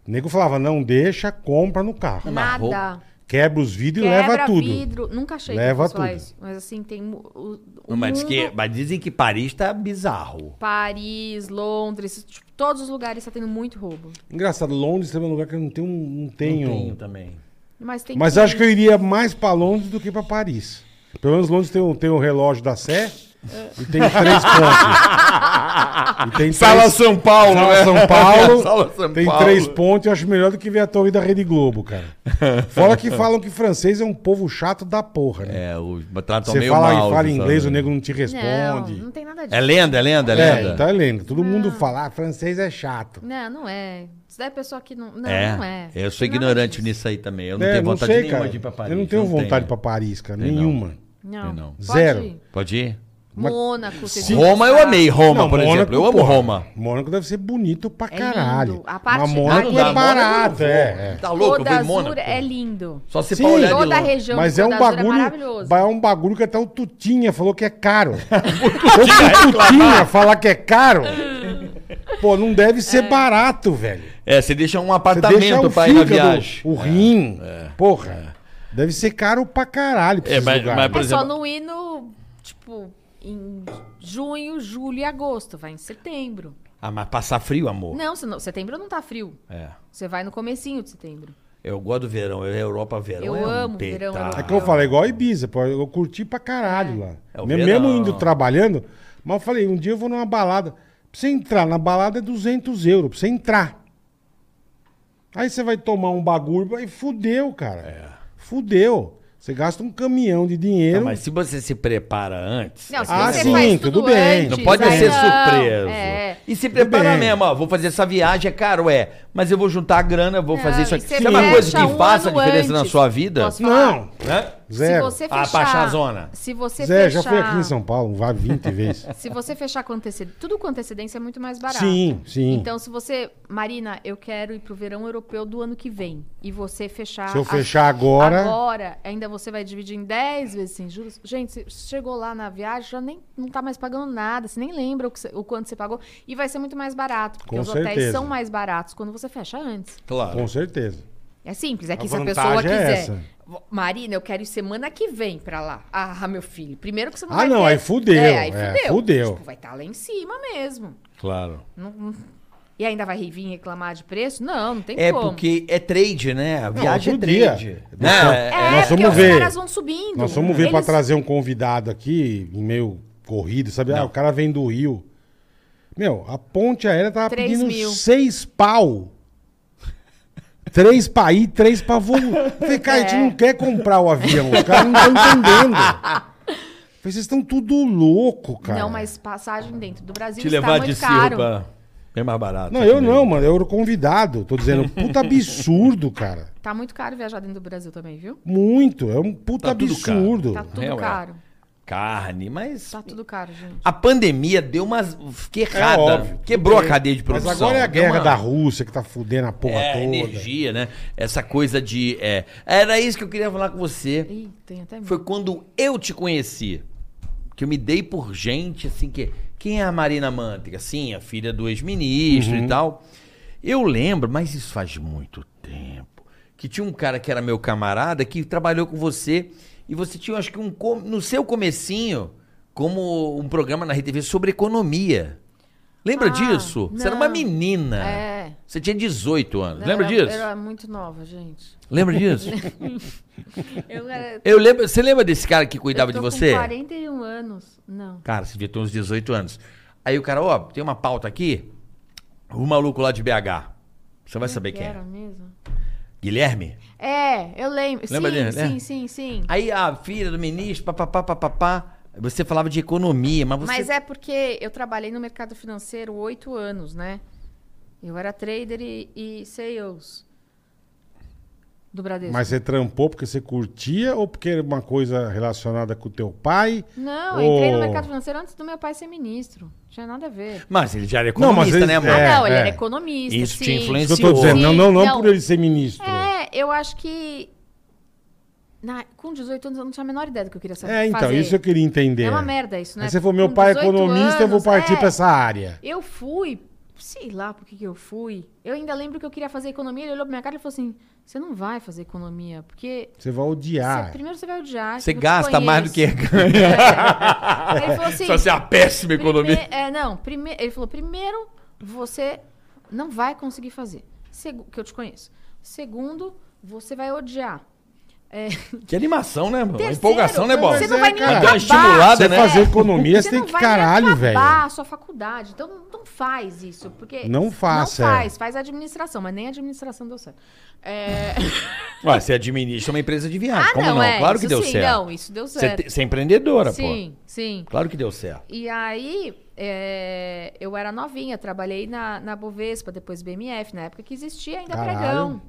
A: O nego falava, não deixa, compra no carro.
D: Nada.
A: Quebra os vidros e
D: Quebra
A: leva tudo.
D: vidro. Nunca achei
A: Leva
D: que fosse falar
A: tudo.
D: isso. Mas assim, tem mu- o, o
B: Não, mas, diz
D: mundo-
B: que- mas dizem que Paris tá bizarro.
D: Paris, Londres, tipo, todos os lugares tá tendo muito roubo.
A: Engraçado, Londres também é um lugar que eu não tenho... Não tenho.
B: também.
D: Mas tem
A: Mas acho que eu iria mais pra Londres do que pra Paris. Pelo menos Londres tem um, tem um relógio da Sé e tem três pontos. E tem
C: Sala
A: três-
C: São Paulo,
A: Sala
C: né?
A: São Paulo.
C: Sala São
A: tem
C: Paulo.
A: três pontos, eu acho melhor do que ver a torre da Rede Globo, cara. Fora que falam que francês é um povo chato da porra, né?
B: É, o tratam
A: Você
B: meio mal.
A: fala e fala
B: você
A: inglês,
B: sabe.
A: o nego não te
D: Não,
A: responde.
D: não tem nada disso.
B: É lenda, é lenda, é
A: é,
B: lenda.
A: então é lenda. Todo mundo fala, ah, francês é chato.
D: Não, não é. Isso daí é pessoa que não. Não,
B: É,
D: não é.
B: Eu sou
D: Tem nada
B: ignorante
D: disso.
B: nisso aí também. Eu não
A: É,
B: tenho
A: não
B: vontade
A: sei,
B: nenhuma
A: cara.
B: de ir pra Paris.
A: Eu não tenho vontade
B: tenho.
A: pra Paris, cara.
B: Tem não.
A: nenhuma.
D: Não.
B: não.
D: Pode
A: Zero.
D: ir.
B: Pode ir?
A: Mas-
D: Mônaco, vocês vão
B: Roma eu
D: gostar.
B: amei, Roma,
A: Não,
B: por
A: Mônaco,
B: exemplo. Eu amo
A: porra.
B: Roma.
A: Mônaco deve ser bonito pra
D: É
A: caralho.
D: lindo. A parte-
A: Mas
D: Ah,
A: Mônaco
D: não dá,
A: é
D: né?
A: barato, é. é.
B: Tá louco, eu
D: Côte
B: vou em
D: d'Azur
B: Mônaco.
D: é lindo.
B: Só se
A: Sim.
B: pra olhar de
D: Toda a
B: longe.
D: região
A: Mas
D: de
A: é um
D: Côte d'Azur
A: bagulho,
D: maravilhoso.
A: é um bagulho que até o Tutinha falou que é caro.
B: é
A: o Tutinha falar que é caro, pô, não deve
D: É.
A: ser barato, velho.
B: É, você deixa um
A: Você deixa
B: apartamento
A: o
B: pra ir na
A: fígado,
B: viagem. É,
A: o rim, porra, deve ser caro pra caralho pra
C: É,
A: esses
C: mas-
A: lugares.
D: É
C: Por
D: só
C: exemplo-
D: não ir no. Tipo, em junho, julho e agosto. Vai em setembro.
B: Ah, mas passar frio, amor.
D: Não, senão- setembro não tá frio.
B: É.
D: Você vai no comecinho de setembro.
B: Eu gosto do verão. Eu, Europa, verão.
D: Eu
B: é um
D: amo verão,
B: petardo.
D: eu
A: É que eu falei, igual a Ibiza, pô, eu curti pra caralho lá.
B: Tá. É o
A: Me-
B: verão.
A: mesmo indo trabalhando, mas eu falei, um dia eu vou numa balada. Pra você entrar na balada é 200 euros, pra você entrar. Aí você vai tomar um bagulho e fudeu, cara. Fudeu. Você gasta um caminhão de dinheiro.
B: É. Não, mas se você se prepara antes. é assim,
D: Não, se
A: Ah,
D: você
A: sim,
D: faz
A: tudo
D: tudo,
A: bem.
D: antes,
B: Não pode
D: aí
B: ser
D: não,
B: surpreso.
D: É.
B: E se prepara
A: bem.
B: mesmo, ó. Vou fazer essa viagem, é caro, é. Mas eu vou juntar a grana, vou
D: Não,
B: fazer isso
D: e
B: aqui.
D: você
B: Isso é uma
D: fecha
B: coisa que
D: um
B: faça a
D: ano
B: diferença na
D: antes.
B: sua vida?
D: Posso falar?
A: Não,
B: Hã?
A: zero.
D: Se você
B: Ah,
D: fechar.
B: baixar a zona.
D: Se você
A: Zé,
D: fechar.
A: já fui aqui em São Paulo, vá 20 vezes.
D: Se você fechar com antecedência. Tudo com antecedência é muito mais barato.
A: Sim, sim.
D: Então, se você. Marina, eu quero ir pro verão europeu do ano que vem. E você fechar.
A: Se eu
D: a-
A: fechar agora-
D: Agora, ainda você vai dividir em 10 vezes sem juros. Gente, você chegou lá na viagem, já nem não tá mais pagando nada. Você nem lembra o, que você- o quanto você pagou. E vai ser muito mais barato. Porque
A: Com
D: os
A: certeza.
D: hotéis são mais baratos quando você fecha antes.
B: Claro.
A: Com certeza.
D: É simples, é que
A: A
D: se a
A: vantagem
D: pessoa
A: é
D: quiser.
A: essa.
D: "Vo- Marina, eu quero ir semana que vem pra lá. Ah, meu filho. Primeiro que você não
A: Ah,
D: vai
A: não,
D: ter-
A: aí fudeu,
D: É, aí
A: é,
D: fudeu.
A: fudeu.
D: Tipo, vai estar lá em cima mesmo.
B: Claro.
D: E ainda vai vir reclamar de preço? Não, não tem
B: É
D: como.
B: porque é trade, né? A viagem
A: outro
B: é
A: dia.
B: trade.
A: Do campo.
B: Né?
D: É,
A: Nós
D: porque
A: vamos
D: os
A: ver.
D: caras vão subindo.
A: Nós vamos ver
D: Eles-
A: pra trazer um convidado aqui, meio corrido, sabe? Ah, o cara vem do Rio. Meu, a ponte aérea tava
D: 3
A: pedindo
D: mil.
A: seis pau. Três pra ir, três pra voltar. Falei, cara, a gente
D: É.
A: não quer comprar o avião. Os caras não estão entendendo. Falei, vocês estão tudo louco, cara.
D: Não, mas passagem dentro do Brasil
B: Te
D: está
B: levar
D: tá muito
B: de
D: caro.
B: cirba. É mais barato.
A: Não, eu não, mano. Eu era o convidado. Tô dizendo, puta absurdo, cara.
D: Tá muito caro viajar dentro do Brasil também, viu?
A: Muito. É um puta
B: Tá tudo caro.
A: absurdo.
D: Tá tudo
B: Real, é.
D: caro.
B: Carne, mas.
D: Tá tudo caro, gente.
B: A pandemia deu uma. Fiquei errada.
A: É óbvio. É.
B: Quebrou a cadeia de produção.
A: Mas agora é a
B: Deu
A: guerra
B: uma-
A: da Rússia que tá fudendo a porra
B: É,
A: toda.
B: energia, né? Essa coisa de. é, Era isso que eu queria falar com você.
D: Ih, tem até medo.
B: Foi quando eu te conheci. Que eu me dei por gente, assim, que. Quem é a Marina Mântica? Sim, a filha do ex-ministro
A: Uhum.
B: e tal. Eu lembro, mas isso faz muito tempo. Que tinha um cara que era meu camarada que trabalhou com você. E você tinha, acho que, um. com- No seu comecinho, como um programa na RTV sobre economia. Lembra
D: Ah,
B: disso? Você era
D: não.
B: uma menina.
D: É.
B: Você tinha 18 anos.
D: Não,
B: Lembra
D: eu
B: disso?
D: era- Eu era muito nova, gente.
B: Lembra disso?
D: Eu era.
B: Eu é, lembro, você lembra desse cara que cuidava
D: eu tô
B: de você?
D: Com 41 anos. Não.
B: Cara, você devia ter uns 18 anos. Aí o cara, ó, tem uma pauta aqui. O maluco lá de BH. Você vai saber quem
D: era
B: é.
D: mesmo?
B: Guilherme?
D: É, eu lembro.
B: Lembra
D: sim,
B: dele,
D: sim,
B: né?
D: sim, sim,
B: Aí a filha do ministro, papapá, papapá. Você falava de economia, mas você.
D: Mas é porque eu trabalhei no mercado financeiro oito anos, né? Eu era trader e, e sales do Bradesco.
A: Mas é você trampou porque você curtia ou porque era uma coisa relacionada com o teu pai?
D: Não, eu entrei no
A: Ô.
D: mercado financeiro antes do meu pai ser ministro. Não tinha nada a ver.
B: Mas ele já era
A: Não, mas
B: economista,
A: ele-
B: né, amor?
A: É,
D: ah, não, ele
A: é.
D: era economista.
B: Isso te
D: sim.
A: Isso
B: influencia.
A: que eu tô dizendo. Não, não, não,
D: Não.
A: por ele ser ministro. É,
D: É, eu acho que. na- com 18 anos eu não tinha a menor ideia do que eu queria saber.
A: então,
D: fazer.
A: isso eu queria entender.
D: É uma merda isso, né?
A: Aí você falou, meu
D: Com
A: pai é
D: 18
A: economista, eu vou
D: anos,
A: partir
D: é.
A: pra essa área.
D: Eu fui, sei lá por que que eu fui. Eu ainda lembro que eu queria fazer economia, ele olhou pra minha cara e falou assim: "Você não vai fazer economia, porque
A: Você vai odiar.
D: cê- primeiro você vai odiar,
B: Você
D: eu não te
B: gasta mais do que
D: conheço."
B: ganha.
D: Aí ele falou assim:
B: Só você é uma péssima economia.
D: "Prime- é, não, primeiro, ele falou: "Primeiro você não vai conseguir fazer, segu- que eu te conheço. Segundo, você vai odiar. É.
B: Que animação, né, mano?
D: Terceiro,
B: Empolgação, né, Bola?
D: Você
A: Mas
D: não
A: é,
D: vai nem
A: cara.
B: Dá uma
D: acabar.
B: estimulada,
A: Você
B: né?
A: fazer economia, você tem
D: É. não
A: que
D: vai nem
A: caralho, velho.
D: acabar a sua faculdade. Então não faz isso. Porque
A: Não faça, é.
D: Não faz. Faz a administração, mas nem a administração deu certo. É...
B: Ué, você administra uma empresa de viagem.
D: ah,
B: Como não?
D: é.
B: claro que
D: isso
B: deu
D: sim,
B: certo.
D: Não, isso deu
B: Você,
D: certo.
B: te- você é empreendedora,
D: sim, sim.
B: pô. Claro que deu certo.
D: E aí, é, eu era novinha, trabalhei na, na Bovespa, depois BMF, na época que existia ainda
A: Caralho.
D: pregão.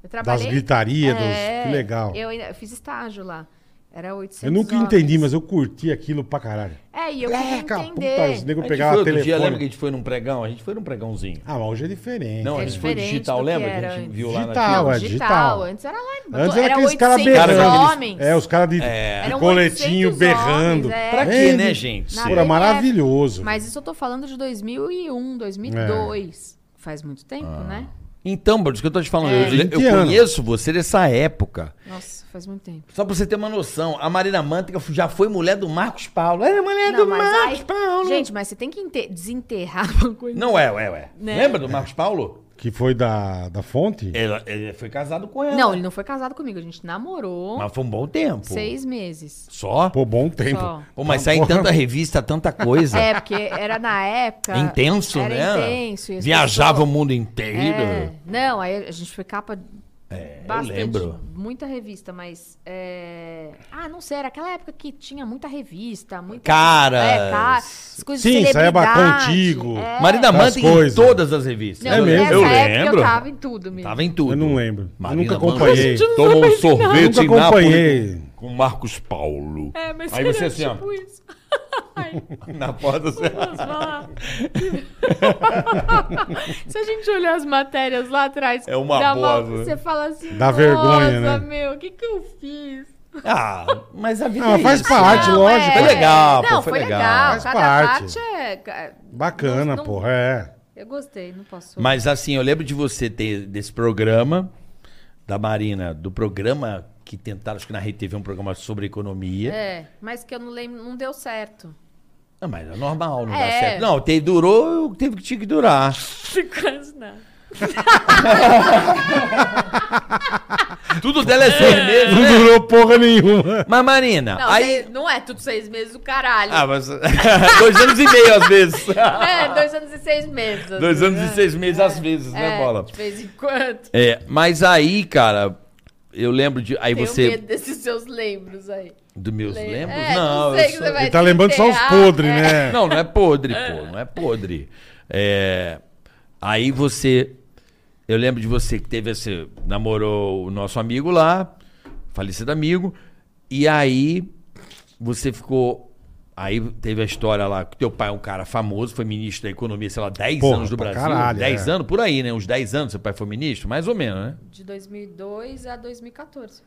D: Eu
A: Das
D: trabalhei.
A: gritarias,
D: É,
A: dos... que legal. Eu,
D: Eu, ainda- eu fiz estágio lá. Era 800
A: nunca
D: horas.
A: entendi, mas eu curti aquilo pra caralho.
D: É, e eu queria
A: Leca, puta, os
D: entender.
B: A
A: negros
B: gente
A: pegavam
B: foi
A: o
B: outro dia, lembra que a
A: telefone.
B: gente foi num pregão? A gente foi num pregãozinho.
A: Ah, mas hoje é diferente.
B: Não,
D: É
B: a gente foi
D: diferente
B: digital,
D: do que
B: lembra? Que a
D: era
B: gente
D: antes.
B: viu lá na
A: Digital,
B: TV?
A: é digital.
D: Antes era lá.
A: Antes era aqueles caras
D: 800
A: berrando.
D: homens.
A: É, os caras de de
D: Eram
A: coletinho
D: 800
A: berrando.
D: homens, é.
B: Pra quê,
A: Ei,
B: né,
A: de-
B: gente?
D: Na
B: Pô,
A: Pô, é
D: BMF.
A: maravilhoso.
D: Mas isso eu tô falando de 2001, 2002. Faz muito tempo,
A: Ah.
D: né?
B: Então, por isso que eu tô te falando. eu- Eu,
A: 20 É, anos.
B: conheço você dessa época.
D: Nossa, faz muito tempo.
B: Só pra você ter uma noção, a Marina Mântica já foi mulher do Marcos Paulo. Era
A: É
B: mulher do Marcos
D: aí-
B: Paulo.
D: Gente, mas você tem que inte- desenterrar uma coisa.
B: Não é, ué, ué.
D: Né?
B: Lembra do Marcos Paulo?
A: Que foi da, da fonte?
B: Ela- ele foi casado com ela.
D: Não, ele não foi casado comigo. A gente namorou
B: Mas foi um bom tempo.
D: seis meses.
B: Só?
A: Pô, bom tempo.
D: Só.
B: Pô, mas sai em tanta revista, tanta coisa.
D: É, porque era na época.
B: É intenso,
D: era
B: né?
D: Intenso, e as
B: Viajava o
D: pessoas-
B: mundo inteiro.
D: É, não, aí a gente foi capa
B: É,
D: bastante,
B: eu lembro.
D: muita revista, mas é... ah, não sei, era aquela época que tinha muita revista, muita
B: Caras.
D: é, cara, essas coisas de
A: Sim, é saía ba-
D: celebridade,
A: Contigo.
D: é.
B: Marina
A: Das
B: Manta em
A: coisas.
B: todas as revistas.
D: Não,
A: É mesmo?
D: nessa
B: Eu
D: época
B: lembro.
D: eu tava em tudo mesmo.
B: Tava em tudo.
A: Eu não lembro. Eu
B: Marina
A: nunca
B: Manta
A: acompanhei.
B: Tomou um sorvete
A: Nunca
B: em Nápoles
A: acompanhei.
B: com Marcos Paulo.
D: É, mas
B: Aí
D: era
B: você assim, ó.
D: tipo isso. Ai,
B: Na porta do céu.
D: vamos lá. Se a gente olhar as matérias lá atrás,
B: É uma
D: dá
B: bosta.
D: você fala assim,
A: Dá vergonha,
D: nossa,
A: né?
D: meu, o que que eu fiz?
B: Ah, mas a vida é
A: Ah, faz
B: isso.
A: parte,
D: Não, é.
A: lógico.
B: Foi legal, pô,
D: Não,
B: foi
D: foi,
B: legal.
D: legal.
A: Faz
D: Cada
A: parte.
D: parte, é. ca-
A: Bacana,
D: não- não-
A: porra, é.
D: Eu gostei, não posso.
B: Mas assim, eu lembro de você ter desse programa da Marina, do programa que tentaram, acho que na Rede TV um programa sobre economia.
D: É, mas que eu não lembro, não deu certo.
B: Não, mas é normal, não dá
D: É.
B: certo. Não, te, durou, teve que tinha que durar.
D: Quase nada.
B: Tudo dela é seis meses,
A: Não
B: né?
A: durou porra nenhuma.
B: Mas Marina,
D: Não,
B: aí...
D: seis- não é tudo seis meses do caralho.
B: Ah, mas... dois anos e meio às vezes.
D: É, dois anos e seis meses. assim,
B: Ah, dois anos
D: né?
B: e seis meses às vezes,
D: é,
B: né, Bola?
D: De vez em quando.
B: É, mas aí, cara, eu lembro de... Aí
D: Tenho
B: você...
D: medo desses seus lembros aí.
B: Do meus
D: Lem-
B: lembros?
D: É,
B: não,
D: não sei
B: eu
D: que
B: sou-
D: você vai-
A: Ele tá lembrando só os
D: enterrar,
A: podres,
D: é.
A: né?
B: Não, não é podre, pô. Não é podre. É, Aí você. Eu lembro de você que teve esse. Namorou o nosso amigo lá, falecido amigo. E aí você ficou. Aí teve a história lá que teu pai é um cara famoso, foi ministro da Economia, sei lá, 10
A: Porra,
B: anos do
A: pra
B: Brasil.
A: caralho,
B: 10
A: é.
B: anos, por aí, né? Uns 10 anos seu pai foi ministro, mais ou menos, né?
D: De 2002 a 2014.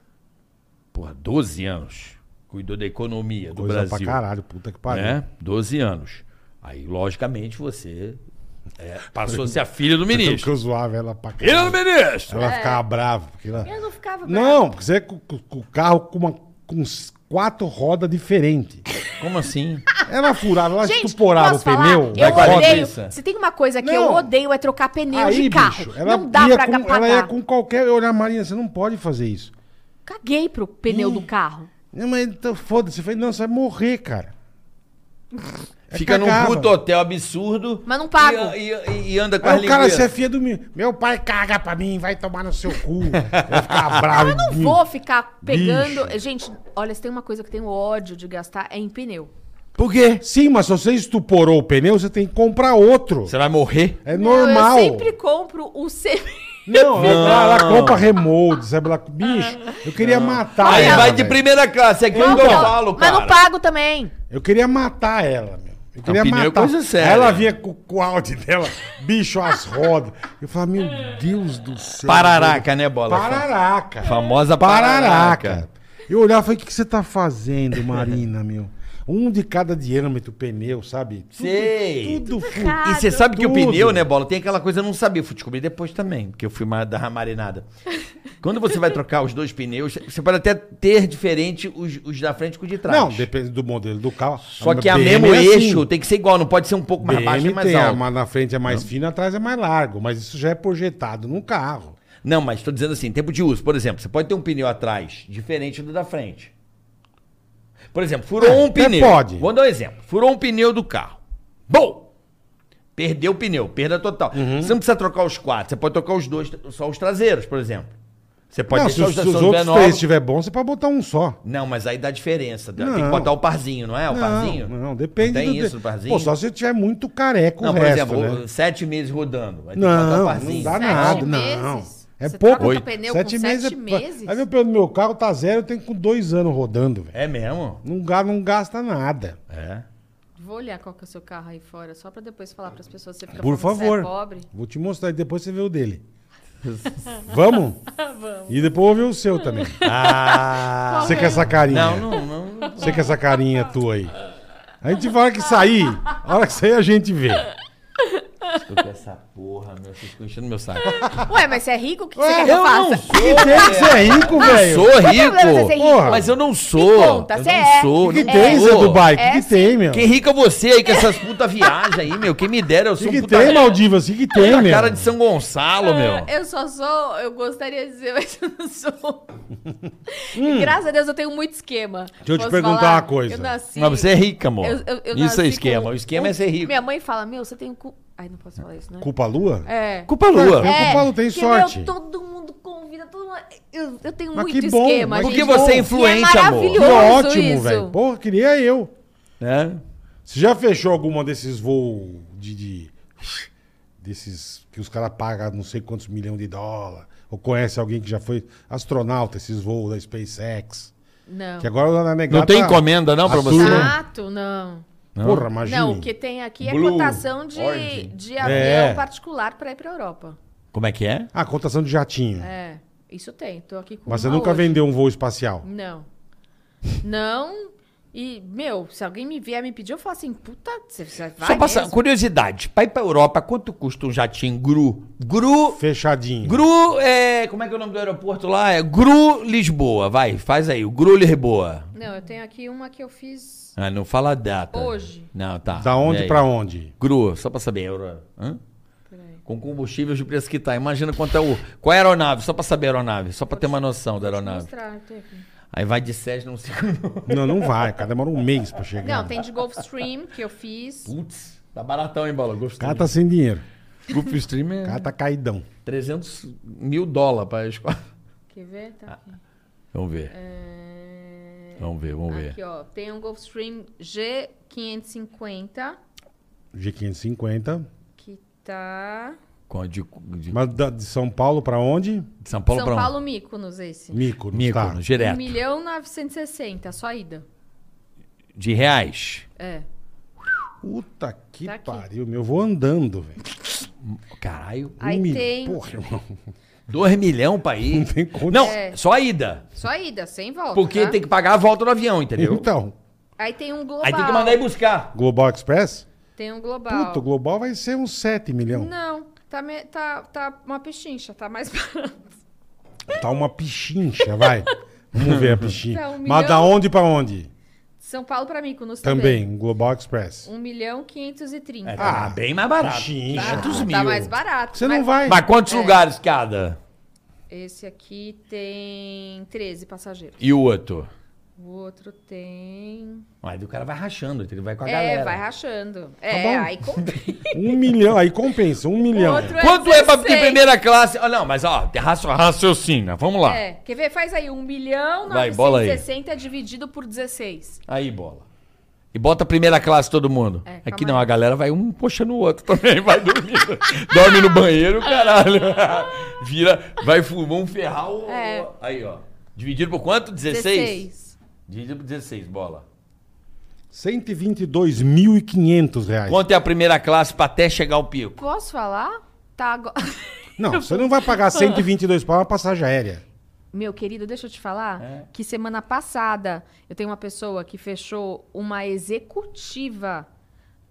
B: Porra, 12 anos. Cuidou da economia do
A: Coisa
B: Brasil.
A: pra caralho, puta que pariu.
B: né? 12 anos. Aí, logicamente, você é, passou a ser a filha do
A: Tanto que
B: ministro.
A: eu zoava ela pra
B: Filha do
A: caralho.
B: ministro!
A: Ela ficava brava. Porque ela...
D: É. Eu não ficava
A: Não, porque você é com com- com o carro com, uma, com s- quatro rodas diferentes.
B: Como assim?
A: Ela furava, ela
D: Gente,
A: estuporava o
D: posso falar?
A: pneu.
D: Eu
B: Vai com a
D: odeio.
B: Raíssa.
D: Se tem uma coisa que eu
A: Não.
D: odeio é trocar pneu
A: Aí,
D: de carro.
A: bicho, ela
D: não dá
A: ia
D: pra
A: com,
D: pagar.
A: Ela é ia com qualquer... Eu olhar, Marina, você não pode fazer isso.
D: Caguei pro pneu do carro.
A: Não, mas então, foda-se. Eu falei, não, você vai morrer, cara. É
B: Fica num
A: cagava.
B: puto hotel absurdo.
D: Mas não pago.
B: E, e- e anda com as
A: Aí o cara,
B: linguiças.
A: você é filha do meu. Meu pai caga pra mim, vai tomar no seu cu. Vai ficar bravo.
D: Eu não vou ficar pegando.
A: Bicho.
D: Gente, olha, se tem uma coisa que eu tenho ódio de gastar é em pneu.
B: Por quê?
A: Sim, mas se você estuporou o pneu, você tem que comprar outro.
B: Você vai morrer?
A: É normal.
D: Eu sempre compro o C.
A: Não, ela, ela compra remolde, sabe? Ela... Bicho, eu queria matar
B: Aí
A: ela.
B: vai de
A: velho.
B: primeira classe, é aquilo
D: Não,
B: que eu
D: não,
B: falo,
D: mas
B: cara.
D: não pago também.
A: Eu queria matar ela, meu. Eu queria
B: pneu é
A: matar.
B: coisa séria.
A: Aí Ela vinha com o áudio dela, bicho, as rodas. Eu falava, meu Deus do céu.
B: Pararaca, né, Bola?
A: Pararaca.
B: Famosa
A: Pararaca.
B: pararaca.
A: Eu olhava e falei, o que, que você tá fazendo, Marina, meu? Um de cada diâmetro, pneu, sabe? Tudo-
B: Sei.
A: Tudo, fu-
B: E você sabe que o
A: Tudo.
B: pneu, né, Bola, tem aquela coisa, eu não sabia, eu fui descobrir depois também, porque eu fui ma- dar uma marinada. Quando você vai trocar os dois pneus, você pode até ter diferente os, os da frente com os de trás.
A: Não, depende do modelo do carro.
B: Só que a
A: BM
B: mesmo
A: é assim.
B: eixo tem que ser igual, não pode ser um pouco mais baixo e
A: BM
B: mais
A: tem, é a-
B: alto.
A: mas na frente é mais fino, atrás é mais largo. Mas isso já é projetado no carro.
B: Não, mas estou dizendo assim, tempo de uso. Por exemplo, você pode ter um pneu atrás, diferente do da frente. Por exemplo, furou
A: É,
B: um
A: até
B: pneu.
A: pode.
B: Vou dar um exemplo. Furou um pneu do carro. Bom! Perdeu o pneu, perda total.
A: Uhum.
B: Você não precisa trocar os quatro, você pode trocar os dois, só os traseiros, por exemplo. Você pode
A: Não, se,
B: deixar
A: os,
B: os,
A: se os
B: são
A: outros
B: novos.
A: três estiver bom, você pode botar um só.
B: Não, mas aí dá diferença. Tem que
A: Não.
B: botar o parzinho, não é? O parzinho?
A: Não, não, depende.
B: Não tem
A: do-
B: isso, o parzinho?
A: Pô, só se você tiver muito careca
B: não,
A: o
B: por
A: resto,
B: exemplo,
A: né?
B: sete meses rodando. Vai ter que botar um o
A: Não, não
B: parzinho.
A: dá
D: Sete
A: nada, não.
D: meses?
A: É
D: Você
A: pouco.
D: troca
B: Oito.
D: pneu
A: sete
D: com
A: meses.
D: sete
A: é-
D: meses?
A: Aí meu, pelo meu carro tá zero, eu tenho com dois anos rodando, velho.
B: É mesmo?
A: Não, ga- não gasta nada.
B: É.
D: Vou olhar qual que é o seu carro aí fora, só pra depois falar pras pessoas. Você fica
A: Por
D: falando que
A: favor.
D: Você é pobre.
A: Vou te mostrar e depois você vê o dele. Vamos? E depois eu vou ver o seu também.
B: Ah!
A: Você com essa
B: não,
A: carinha.
B: não, não.
A: Você com essa carinha tua aí. A gente vai que sair. A hora que sair a gente vê.
B: Eu com essa porra, meu. Vocês ficam enchendo meu saco.
D: Ué, mas você é rico? O que você quer que eu
B: eu não
D: faça?
B: sou.
A: Que tem que ser rico, velho.
B: Sou
D: problema você ser
B: rico.
D: rico?
A: Porra.
B: Mas eu não
D: Me
B: sou.
D: conta,
B: eu
D: você
B: não
D: é.
B: sou.
A: que
B: não
A: tem, Zé
B: sou.
A: Dubai?
D: É
A: O que
D: sim.
A: tem, meu?
B: Quem rica é você aí com essas puta viagem aí, meu. Quem me dera, eu sou
A: que,
B: um
A: que
B: puta
A: tem, Maldivas? O que, que tem,
B: Puta
A: meu?
B: cara de São Gonçalo, meu.
D: É, Eu só sou, eu gostaria de dizer, mas eu não sou. E graças a Deus eu tenho muito esquema.
A: Hum. eu te
D: Posso
A: perguntar
D: falar?
A: uma coisa.
D: Eu nasci,
B: Mas você é rica, amor.
D: eu- eu- eu
B: Isso
D: nasci
B: é esquema.
D: com
B: O esquema
D: um-
B: é ser rico.
D: Minha mãe fala, meu, você tem um cu... Ai, não posso falar isso, né?
A: Culpa lua?
D: É.
B: Culpa lua.
A: É. culpa não tem
D: porque,
A: sorte.
D: meu, todo mundo convida, todo mundo... Eu, eu tenho
A: Mas
D: muito
A: que bom,
D: esquema,
A: mas
D: gente.
B: Porque você é influente,
D: E é
B: amor.
A: Que
D: maravilhoso. curioso
A: ótimo,
D: isso.
A: velho. Porra, queria eu.
B: É.
A: Você já fechou alguma desses voos de. de- desses que os caras pagam não sei quantos milhões de dólar? Ou conhece alguém que já foi astronauta, esses voos da SpaceX?
D: Não.
A: Que é agora lá na negada.
B: Não tá? tem encomenda, não, pra
A: a
B: você?
A: turma-
D: Exato, não.
A: Porra, imagina.
D: Não, o que tem aqui é
B: Blue
D: cotação de,
B: Origin.
D: de avião
A: É.
D: particular pra ir pra Europa.
B: Como é que é?
A: Ah, cotação de jatinho.
D: É, isso tem. Tô aqui com
A: Mas você
D: uma
A: nunca
D: hoje.
A: vendeu um voo espacial.
D: Não. Não. E, meu, se alguém me vier me pedir, eu falo assim, puta, você você vai
B: Só passa,
D: mesmo?
B: curiosidade, pra ir pra Europa, quanto custa um jatinho Gru? Gru.
A: Fechadinho.
B: Gru é. Como é que é o nome do aeroporto lá? É Gru Lisboa. Vai, faz aí. O Gru Lisboa.
D: Não, eu tenho aqui uma que eu fiz.
B: Ah, não fala a data.
D: Hoje.
B: Não, tá.
A: Da
B: E
A: onde
B: aí?
A: pra onde?
B: Gru, só pra saber, Aurora. Hã?
D: Peraí.
B: Com combustível de preço que tá. Imagina quanto é o. Qual é a aeronave? Só pra saber a aeronave. Só pra ter uma noção da
D: Vou te
B: aeronave.
D: mostrar, tem aqui.
B: Aí vai de SES, não sei o nome.
A: Não, não vai, cara. Demora um mês pra chegar.
D: Não, tem de Gulfstream que eu fiz.
B: Putz, tá baratão, hein, Bola?
A: O
B: Gulfstream.
A: cara tá sem dinheiro.
B: Gulfstream é
A: O cara tá caidão.
B: 300 mil dólares pra escola.
D: Quer ver? Tá aqui.
B: Vamos ver. Ah.
D: É,
B: Vamos ver, vamos ver.
D: Aqui, ó. Tem um Gulfstream G550
A: G550.
D: que tá.
B: Com a De, de-
A: Mas da- de São Paulo pra onde?
B: de São Paulo
D: São
B: pra um
D: Paulo Mykonos esse.
A: Mico,
B: Mico,
A: tá.
B: direto.
D: 1 milhão 960, só ida.
B: De reais.
D: É.
A: Puta que
D: Tá aqui.
A: pariu, meu. Eu vou andando, velho.
B: Caralho.
D: Aí
A: mil-
D: tem
A: Porra, irmão.
B: 2 milhão pra ir. Não
A: tem condição.
B: Não,
D: É.
B: só a ida.
D: só ida, sem volta.
B: Porque
D: tá?
B: tem que pagar a volta do avião, entendeu?
A: Então,
D: Aí tem um global.
B: Aí tem que mandar ir buscar.
A: Global Express?
D: Tem um global.
A: Puta, o Global vai ser uns 7 milhões.
D: Não, tá, me- tá, tá uma pechincha, tá mais barato.
A: Tá uma pichincha, vai. Vamos ver a pichincha.
D: Tá, um
A: Mas
D: milhão.
A: da onde pra onde?
D: São Paulo pra Mykonos também.
A: Também, um Global Express.
D: 1 milhão 530.
B: É, tá
A: Ah,
B: bem mais barato.
A: pichincha.
B: 500 mil.
D: Tá mais barato. É.
A: Você não
D: mas-
A: vai.
B: Mas quantos lugares cada?
D: Esse aqui tem 13 passageiros.
B: E o outro?
D: O outro tem.
B: Aí o cara vai rachando, ele vai com a
D: é,
B: galera. Tá
D: vai rachando. É,
A: bom.
D: aí compensa.
A: Um milhão, aí compensa, um milhão.
D: outro
B: Quanto é pra ter
D: 16.
B: primeira classe? Ah, não, mas ó, raço- raciocina, vamos lá.
D: É, quer ver? Faz aí 1 milhão
B: Vai, bola aí.
D: 960 dividido por 16.
B: Aí, bola. E bota a primeira classe todo mundo.
D: É,
B: Aqui
D: calma
B: não,
D: aí.
B: a galera vai um puxando o outro também, vai dormindo. Dorme no banheiro, caralho. Vira, vai fumar um ferral.
D: É.
B: Aí, ó. Dividido por quanto? 16?
D: 16.
B: Dividido por 16, bola.
A: 122.500 reais.
B: Quanto é a primeira classe pra até chegar ao pico?
D: Posso falar? Tá agora.
A: Não, você não vai pagar 122 para uma passagem aérea.
D: Meu querido, deixa eu te falar
B: É.
D: que semana passada eu tenho uma pessoa que fechou uma executiva.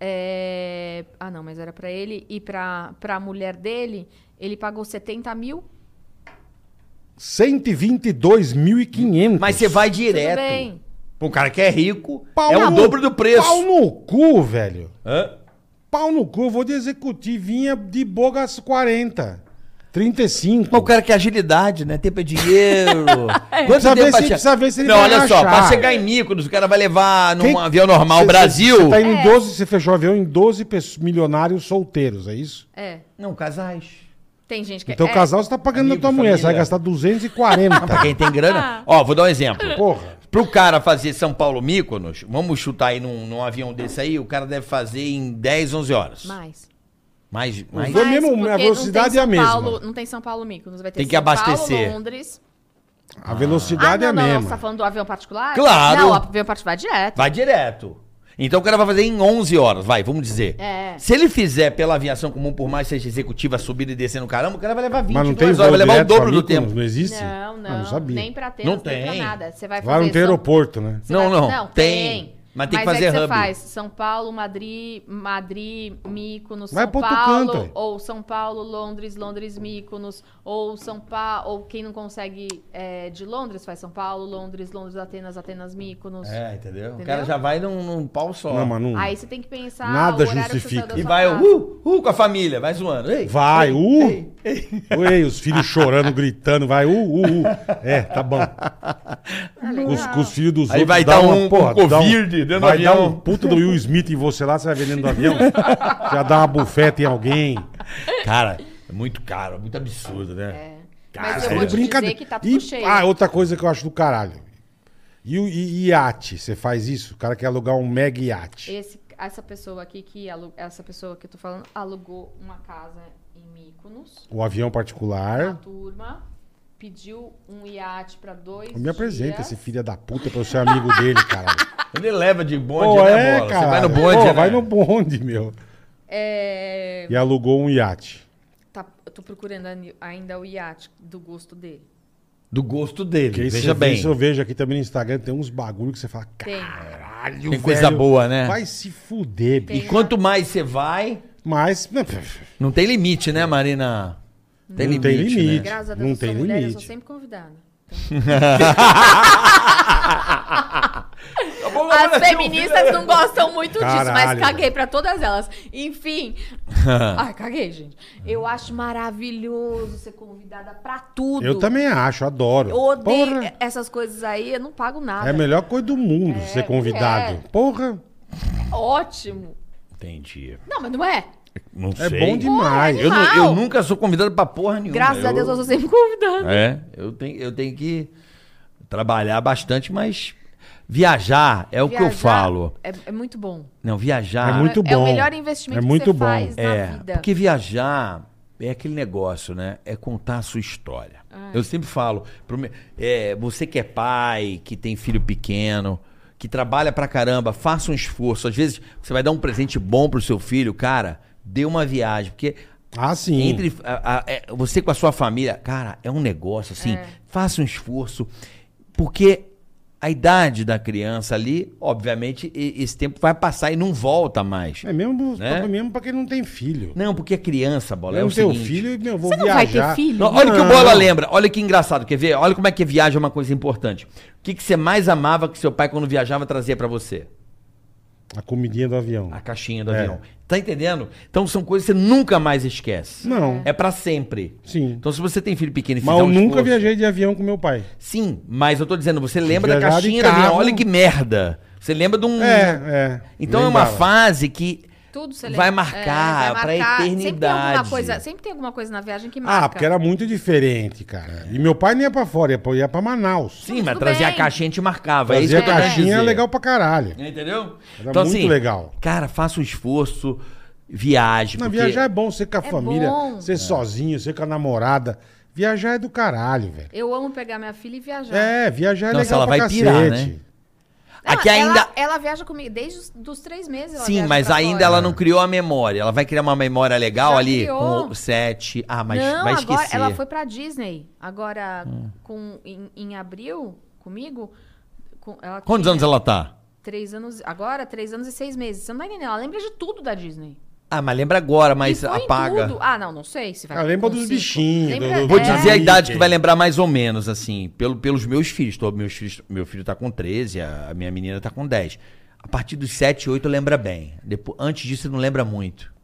D: é, Ah, não, mas era pra ele e pra pra mulher dele. Ele pagou 70 mil.
A: 122.500.
B: Mas você vai direto.
D: Tudo bem.
B: Um cara que é rico,
A: Pau
B: é o
A: no-
B: dobro do preço.
A: Pau no cu, velho.
B: Hã?
A: Pau no cu, eu vou de executivinha de boga às 40. 35.
B: Mas o cara quer agilidade, né? Tempo é dinheiro.
D: É.
B: Quanto
A: Precisa ver
B: tempo
A: se- precisa ver se ele
B: Não,
A: vai
B: olha só,
A: achar.
B: pra chegar em Mykonos, o cara vai levar num
A: Quem-
B: avião normal,
A: Cê-
B: é Brasil.
A: Você tá
D: É.
A: indo em 12, você fechou o avião em 12 pesso- milionários solteiros, é isso?
D: É.
B: Não, casais.
D: Tem gente que
A: Então
D: é.
A: o casal você tá pagando da
B: Amigo,
A: tua mulher, você vai
B: família.
A: gastar 240.
B: Pra quem tem
D: Ah.
B: grana. Ó, vou dar um exemplo.
A: Porra.
B: Pro cara fazer São Paulo Mykonos, vamos chutar aí num, num avião desse aí, o cara deve fazer em 10, 11 horas.
D: Mais.
B: Mais, mais.
A: Vou mesmo, a
D: porque não tem
A: velocidade é a
D: São
A: mesma.
D: Paulo- não tem São Paulo Mykonos, vai ter
B: Tem que
D: São Paulo,
B: abastecer.
D: Londres.
A: A
D: Ah,
A: velocidade
D: não, não,
A: é a
D: não, você
A: mesma.
D: tá falando do avião particular?
B: Claro.
D: Não, o avião particular é direto.
B: Vai direto. Então o cara vai fazer em 11 horas, vai, vamos dizer.
D: É.
B: Se ele fizer pela aviação comum, por mais que seja executiva, subida e descendo, caramba, o cara vai levar 22
A: Mas não tem
B: horas, vai
A: voo
B: levar o
A: direto pra
B: dobro do
A: Mykonos,
B: tempo.
A: Não existe?
D: Não, não,
A: Ah, não sabia.
D: nem pra ter,
B: Não
D: nem pra
B: tem.
D: nada. Você vai fazer
A: Vai não ter
D: São-
A: aeroporto, né?
D: você
B: Não,
D: vai-
B: não, tem. Mas tem que fazer
D: aí é que
B: hub.
D: você faz São Paulo, Madrid, Madrid, Mykonos,
A: Vai
D: São
A: pro outro
D: Paulo,
A: canto, aí.
D: ou São Paulo, Londres, Londres, Mykonos, ou São Paulo, ou quem não consegue é, de Londres faz São Paulo, Londres, Londres, Atenas, Atenas, Mykonos.
B: É, entendeu? O
D: Entendeu?
B: cara já vai num, num pau só.
A: Não, mas não.
D: Aí você tem que pensar
A: Nada
D: o horário
A: justifica.
D: que você saiu da
B: E
D: sua
B: vai,
D: casa.
B: uh, uh, com a família, vai zoando. Ei,
A: Vai,
B: ei,
A: uh!
B: ei, ei.
A: Oi, os filhos chorando, gritando, vai, uh, uh, uh. É, tá bom.
D: Ah, legal.
A: Os, com os filhos dos
B: Aí
A: outros.
B: vai
A: dá
B: dar
A: uma
B: um- um
A: dá
B: Covid dentro do
A: vai
B: avião.
A: dar um puta do Will Smith em você lá, você vai ver dentro do avião. já dá uma bufeta em alguém.
B: Cara, é muito caro, é muito absurdo,
D: É.
B: né?
D: Mas eu
A: Sério,
D: vou te
A: brincadeira.
D: dizer que tá tudo
A: E-
D: cheio.
A: Ah, outra coisa que eu acho do caralho. E o e- iate, você faz isso? O cara quer alugar um mega iate.
D: Esse- essa pessoa aqui que alu- essa pessoa que eu tô falando alugou uma casa em Mykonos.
A: O Um avião
D: A
A: particular.
D: Ah, turma pediu um iate pra dois.
A: Me apresenta
D: dias.
A: esse filho da puta pra eu ser amigo dele, caralho.
B: Ele leva de bonde,
A: Pô,
B: né,
A: é,
B: bola?
A: cara.
B: Você vai no bonde,
A: Pô,
B: né?
A: vai no bonde, meu.
D: É,
A: E alugou um iate.
D: tá, eu tô procurando ani- ainda o iate do gosto dele.
B: Do gosto dele,
A: Que
B: veja bem.
A: Isso eu vejo aqui também no Instagram, tem uns bagulho que você fala,
D: Tem.
A: caralho,
B: Tem coisa boa, né?
A: Vai se fuder,
D: Tem.
B: E
A: bicho.
B: quanto mais você vai,
A: Mas, né,
B: não tem limite, né, Marina? Tem
A: Não tem limite.
B: né?
D: Graças a Deus,
A: Não
D: eu sou
A: tem
D: mulher, eu
A: limite.
D: sou sempre convidada.
B: Acabou,
D: As
B: Tá Marina,
D: feministas não gostam muito disso, mas
A: Caralho.
D: caguei pra todas elas. Enfim. Ai, caguei, gente. Eu acho maravilhoso ser convidada pra tudo.
A: eu também acho, adoro.
D: Eu odeio É,
A: Porra,
D: essas coisas aí, eu não pago nada.
A: é a melhor coisa do mundo ser convidado.
D: é.
A: Porra,
D: Ótimo.
B: Entendi.
D: Não, mas não é.
B: Não
A: é
B: sei.
A: bom demais.
D: Porra, é
B: Eu, não-
D: Mal.
B: eu nunca sou convidado pra porra nenhuma.
D: Graças a Deus eu sou sempre convidada.
B: É, eu tenho, eu tenho que trabalhar bastante, mas viajar é o que eu
D: Viajar
B: falo.
D: É, é muito bom.
B: Não, viajar
A: É muito
D: É o
A: bom.
D: melhor investimento
A: É muito
D: que você
A: bom.
D: faz na
B: É,
D: vida.
B: porque viajar é aquele negócio, né? É contar a sua história.
D: Ah, é.
B: Eu sempre falo, pro me- é, você que é pai, que tem filho pequeno, que trabalha pra caramba, faça um esforço. Às vezes você vai dar um presente bom pro seu filho, cara, dê uma viagem, porque
A: Ah, sim.
B: entre a- a- é, você com a sua família, cara, é um negócio assim. Faça um esforço, porque a idade da criança ali, obviamente, e- esse tempo vai passar e não volta mais.
A: É mesmo,
B: Né?
A: pra- mesmo pra quem não tem filho.
B: Não, porque a criança, bola, é
A: eu
B: o
A: não tenho
B: seguinte.
A: filho e meu, vou
D: Você não vai ter
A: viajar.
D: filho?
B: Não, olha o que o
A: Não.
B: Bola lembra, olha que engraçado, quer ver? Olha como é que viagem é uma coisa importante. O que, que você mais amava que seu pai, quando viajava, trazia pra você?
A: A comidinha do avião.
B: A caixinha do
A: É.
B: avião. Tá entendendo? Então são coisas que você nunca mais esquece.
A: Não.
B: É pra sempre.
A: Sim.
B: Então se você tem filho pequeno e
A: Mas
B: fizer
A: eu
B: um
A: nunca
B: esforço-
A: viajei de avião com meu pai.
B: Sim, mas eu tô dizendo, você lembra da
A: Viajar de
B: caixinha do avião.
A: carro.
B: Olha que merda. Você lembra de
D: Hum.
B: um.
A: É, é.
B: Então é uma
A: Lembrava.
B: fase que.
D: Tudo você
B: Vai
D: lembra. É,
B: marcar
D: vai
B: pra
D: marcar. Sempre tem, alguma
B: eternidade.
D: coisa, sempre tem alguma coisa na viagem que marca.
A: Ah, porque era muito diferente, cara. E meu pai nem ia pra fora, ia pra, ia pra Manaus.
B: Sim, mas
D: tudo
B: trazer a
D: bem.
B: caixinha te marcava. é isso
A: Fazia
B: que eu quero
A: caixinha
B: dizer. Tipo,
A: legal pra caralho.
B: Entendeu? Então, assim,
A: Era muito legal.
B: Cara, faça um esforço, viaje.
A: Não,
B: porque-
A: viajar é bom, você com a
D: É
A: família,
D: bom.
A: você sozinho, você com a namorada. Viajar é do caralho, velho.
D: Eu amo pegar minha filha e viajar.
A: É, viajar é
B: Nossa,
A: legal
B: ela
A: pra
B: vai pirar,
A: cacete.
B: né?
D: Não,
B: Aqui
D: ela,
B: ainda.
D: Ela viaja comigo desde os dos três meses. Ela
B: Sim,
D: viaja
B: mas
D: pra
B: ainda
D: fora.
B: ela não criou a memória. Ela vai criar uma memória legal
D: Já
B: ali
D: criou.
B: com sete. Ah, mas
D: não,
B: vai
D: agora
B: esquecer. Hum.
D: ela foi pra Disney. Agora, com, em, em abril, comigo. com- ela
B: Quantos
D: tinha
B: anos ela tá?
D: Três anos. Agora, três anos e seis meses. Você não vai entender. Ela lembra de tudo da Disney.
B: Ah, mas lembra agora,
D: E
B: mas
D: foi em
B: apaga.
D: tudo. Ah, não, não sei se vai.
A: Ela lembra
D: com
A: dos
D: cinco.
A: bichinhos, do- do-
B: Vou
D: é.
B: dizer a
A: Mickey.
B: idade que vai lembrar mais ou menos, assim, pelo, pelos meus filhos. Tô, meus filhos. Meu filho tá com 13, a, a minha menina tá com 10. A partir dos 7, 8 lembra bem. Depois, antes disso, não lembra muito.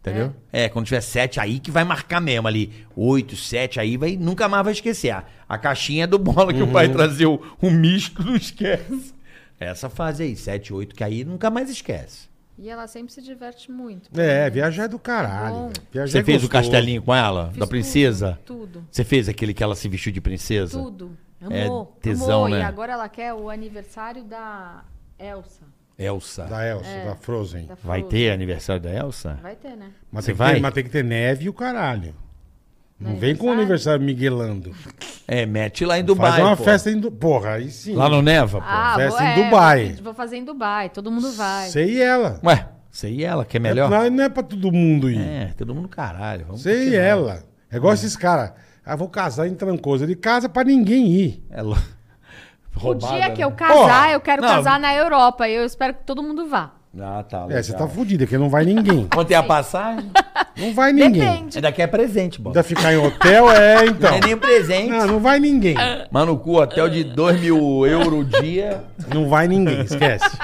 B: Entendeu? É. quando tiver sete aí que vai marcar mesmo ali. Oito, sete aí, vai, nunca mais vai esquecer. A, a caixinha do bola que o
D: Uhum.
B: pai trazia, o, o misto, não esquece. Essa fase aí, sete, oito, que aí nunca mais esquece.
D: E ela sempre se diverte muito.
A: É, viajar é do caralho.
D: bom.
A: velho. Viajar
B: né? Você
A: é
B: fez o
A: gostoso.
B: castelinho com ela?
D: Fiz
B: da
D: tudo,
B: princesa?
D: Tudo,
B: Você fez aquele que ela se vestiu de princesa?
D: tudo.
B: É
D: Amou,
B: tesão,
D: amou.
B: né?
D: E agora ela quer o aniversário da Elsa.
B: Elsa.
A: Da Elsa, da Frozen.
D: É. da
B: Vai
D: Frozen.
B: ter aniversário da Elsa?
D: Vai ter, né?
A: Mas,
B: Você
A: tem que
B: vai?
A: Ter, mas tem que ter neve e o caralho. Não
D: No
A: vem com o
D: aniversário?
A: aniversário miguelando.
B: É, mete lá em
A: Faz
B: Dubai.
A: uma
B: pô.
A: festa em... Du- Porra, aí sim.
B: Lá no Neva, pô.
A: festa
D: vou-
A: em
D: é, vou-
A: Dubai. é
D: Vou fazer em Dubai, todo mundo vai.
A: Você e ela.
B: Ué, você e ela, que é melhor?
A: Não, não é pra todo mundo ir.
B: É, todo mundo caralho. Vamos
A: Você e
B: continuar.
A: ela. É igual esses caras. Ah, vou casar em Trancoso. Ele casa pra ninguém ir.
B: É lo-
D: O
B: Roubada,
D: dia que eu
B: né?
D: casar,
A: Porra,
D: eu quero
B: não.
D: casar na Europa. E eu espero que todo mundo vá.
B: Ah, tá.
A: É, você tá
B: legal.
A: fudido, porque não vai ninguém.
B: Quanto é a passagem?
A: Não vai ninguém.
D: Depende.
B: É daqui é presente, bom.
A: Ainda ficar em hotel, é,
B: Não
A: então.
B: é nem presente.
A: Não, não vai ninguém.
B: Mas no cu, hotel de 2 mil euros o dia.
A: Não vai ninguém, esquece.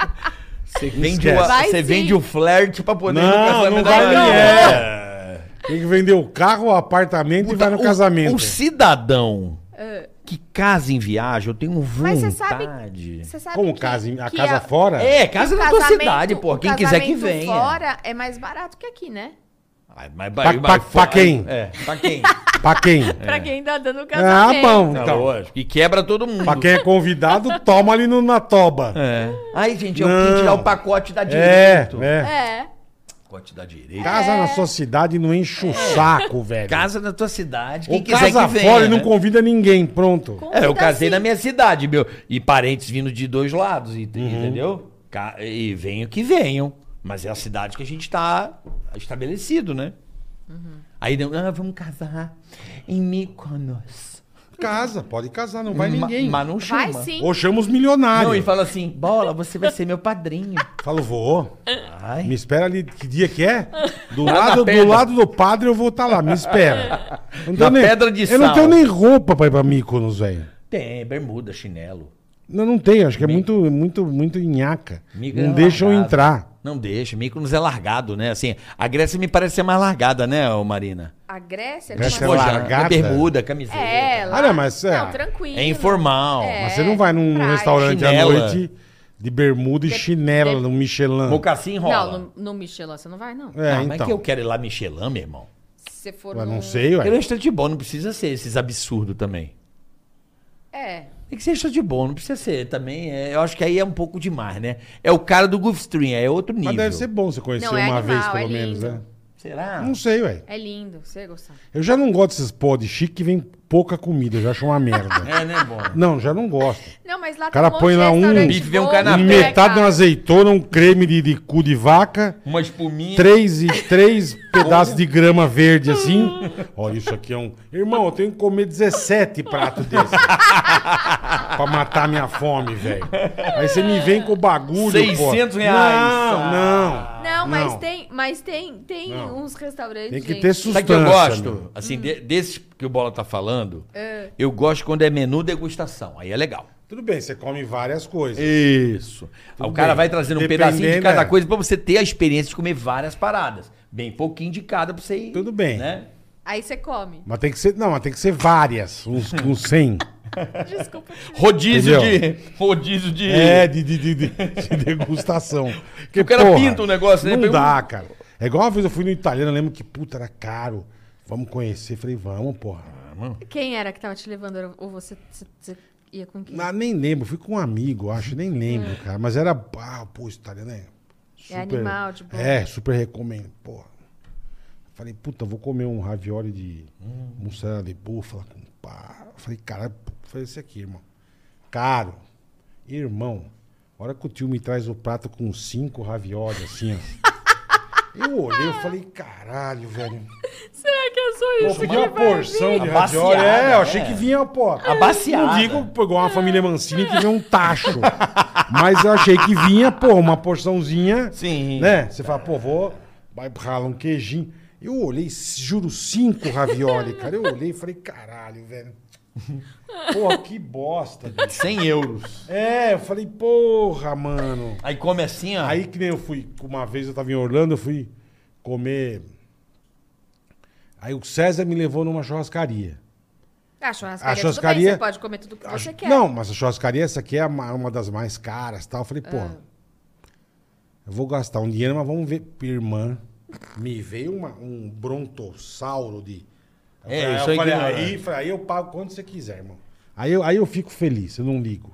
B: Você vende,
A: Esquece.
B: o,
D: Vai
B: você
D: sim.
B: vende o flerte pra poder ir no
A: Não,
B: casamento
A: não
B: da
A: vai É.
B: galera.
A: Tem que vender o carro, o apartamento e
B: Puta,
A: vai no
B: Então, o-
A: casamento.
B: O cidadão que casa em viagem, eu tenho vontade.
D: É. Mas você sabe, você sabe
A: Como
D: que-
A: casa, em- a
D: que
A: casa
D: a-
A: fora?
B: É, casa
D: o
B: na tua
D: casamento-
B: cidade, pô.
D: o
B: Quem quiser que
D: casamento
B: venha.
D: fora é mais barato que aqui, né?
B: Ai, mas-
A: Pra-
B: mas-
A: pra-
B: mas-
A: pra quem?
B: É, pra quem?
A: Pra quem? É,
B: É.
D: Pra quem tá dando
A: Ah,
D: casamento.
A: bom.
B: Não,
A: Então,
B: lógico. E quebra todo mundo.
A: pra quem é convidado, toma ali no, na toba.
B: É. Aí, gente, eu
A: Não.
B: quis tirar o pacote da
A: É,
B: direita.
A: é.
D: É.
B: Pacote da direita.
A: Casa na sua cidade e não enche o saco, velho.
B: É. Casa na tua cidade. Quem
A: Ou
B: quiser
A: casa
B: que venha.
A: fora e não
B: né?
A: convida ninguém, pronto.
D: Com-
B: É, eu
D: Convida
B: casei
D: sim.
B: na minha cidade, meu. E parentes vindo de dois lados, e-
A: Uhum.
B: entendeu? Ca- E venham que venham. Mas é a cidade que a gente tá estabelecido, né?
D: Uhum.
B: Aí, deu, ah, vamos casar em Mykonos.
A: Casa, pode casar, não vai
B: Ma-
A: ninguém.
B: Mas não chama.
D: Vai sim.
A: Ou chama os
B: Não, e
A: milionários.
B: fala assim, bola, você vai ser meu padrinho.
A: Falo, vou.
B: Ai.
A: Me espera ali, que dia que é? Do,
B: Lá na
A: lado, do
B: pedra.
A: lado do padre eu vou estar lá, me espera. Eu
B: Na
A: tenho nem-
B: pedra de
A: Eu não
B: sal.
A: tenho nem roupa pra ir pra Mykonos, velho.
B: Tem, bermuda, chinelo.
A: Não, não tenho, acho que é muito, muito, muito nhaca.
B: Mico é
A: não deixam
B: largado.
A: entrar.
B: Não deixa, Mykonos é largado, né? Assim, a Grécia me parece ser mais largada, né, ô Marina?
D: A Grécia,
A: Grécia
D: como
A: é
D: assim?
A: larga. largada?
B: É bermuda, camiseta.
D: É, lá.
A: Ah, não, mas é-
D: Não, tranquilo.
B: É informal.
D: É.
A: Mas você não vai num
D: praia.
A: restaurante
B: Chinela.
A: à noite de bermuda e chinela no Michelin.
B: Mocassim rola.
D: Não, no, no Michelin você não vai, não.
A: É,
B: ah, mas
A: então.
B: que eu quero ir lá Michelin, meu irmão.
D: Se você for
A: Mas
D: num-
A: não sei,
B: Quero um
A: ué.
B: restaurante bom, não precisa ser esses absurdos também.
D: É.
B: Tem que ser restaurante bom, não precisa ser também. é, eu acho que aí é um pouco demais, né? É o cara do Gulfstream, é outro nível.
A: Mas deve ser bom você conhecer
D: Não, é
A: uma
D: animal,
A: vez, pelo
D: é
A: menos,
D: lindo.
A: né?
B: Será?
A: Não sei, ué.
D: É lindo, você gostar.
A: Eu já não gosto desses pod chique que vem pouca comida, eu já acho uma merda.
B: É, né, bom?
A: Não, já não gosto.
D: Não, mas lá
A: O cara
D: tem um
A: põe
D: monte de
A: lá um-
D: restaurante
B: Bife, vem um
D: bom,
B: canapé.
D: né,
A: Metade de uma
D: cara?
A: azeitona, um creme de, de cu de vaca,
B: Uma espuminha.
A: três e três pedaços de grama verde assim. Olha, isso aqui é um. Irmão, eu tenho que comer 17 pratos desse. pra matar minha fome, velho. Aí você me vem com o bagulho.
B: 600
A: pô.
B: reais.
A: Não, não.
D: Não, mas
A: Não.
D: tem, mas tem, tem
A: Não.
D: uns restaurantes.
A: Tem que
D: gente.
A: ter
B: Sabe
A: sustância.
B: o que eu gosto?
A: meu.
B: Assim, de- desses que o Bola tá falando, eu gosto quando é menu degustação. Aí é legal.
A: Tudo bem, você come várias coisas.
B: Isso. o cara
A: bem.
B: vai trazendo um pedacinho de
A: Dependendo,
B: cada
A: é.
B: coisa pra você ter a experiência de comer várias paradas. Bem pouquinho de cada pra você ir.
A: Tudo bem.
B: Né?
D: Aí você come.
A: Mas tem que ser. Não, mas tem que ser várias. Uns, uns 100.
D: Desculpa. te-
B: Rodízio
A: Entendeu?
B: de. Rodízio de.
A: É, de, de, de, de- de degustação. Porque,
B: O cara pinta um negócio, né?
A: Não
B: Pega um-
A: dá, cara. É igual uma vez eu fui no italiano, eu lembro que, puta, era caro. Vamos conhecer. Falei, vamos, porra.
D: Quem era que tava te levando? Era- Ou você, você- você ia com quem?
A: Ah, nem lembro, fui com um amigo, acho, nem lembro, cara. Mas era, ah, pô, esse italiano é...
D: Hum. É animal, tipo-
A: É, super recomendo, porra. Falei, puta, vou comer um ravioli de mussarela de búfala com pá. Falei, cara, foi esse aqui, irmão. Caro. Irmão, a hora que o tio me traz o prato com cinco ravioli, assim, ó. Eu olhei, eu falei, caralho, velho.
D: Será que é só
A: Eu
D: isso
A: pedi
D: que
A: uma
D: vai
A: porção
D: vir?
A: de
B: Abaciada,
A: ravioli. É, eu
B: é.
A: achei que vinha, pô.
B: Abaciada.
A: Não digo igual uma família Mancini que vinha um tacho. mas eu achei que vinha, pô, uma porçãozinha.
B: Sim.
A: Né? Você fala, pô, vou. Vai ralar um queijinho. Eu olhei, juro, cinco ravioli, cara. Eu olhei e falei, caralho, velho. Pô, que bosta. bicho.
B: 100 euros.
A: É, eu falei, porra, mano.
D: Ah.
B: Aí come assim, ó.
A: Aí que nem eu fui, uma vez eu tava em Orlando, eu fui comer Aí o César me levou numa churrascaria.
D: A Ah, churrascaria,
A: A
D: tudo bem,
A: churrascaria-
D: você pode comer tudo que é. você
A: Acho-
D: quer.
A: Não, mas a churrascaria, essa aqui é a ma- uma das mais caras tal. Eu falei,
D: Ah.
A: pô, eu vou gastar um dinheiro, mas vamos ver. Minha Irmã, me veio uma- um brontossauro de. Eu
B: É,
A: falei,
B: isso
A: eu
B: aí
A: falei,
B: que não é.
A: aí, falei, aí eu pago quanto você quiser, irmão. Aí eu, aí eu fico feliz, eu não ligo.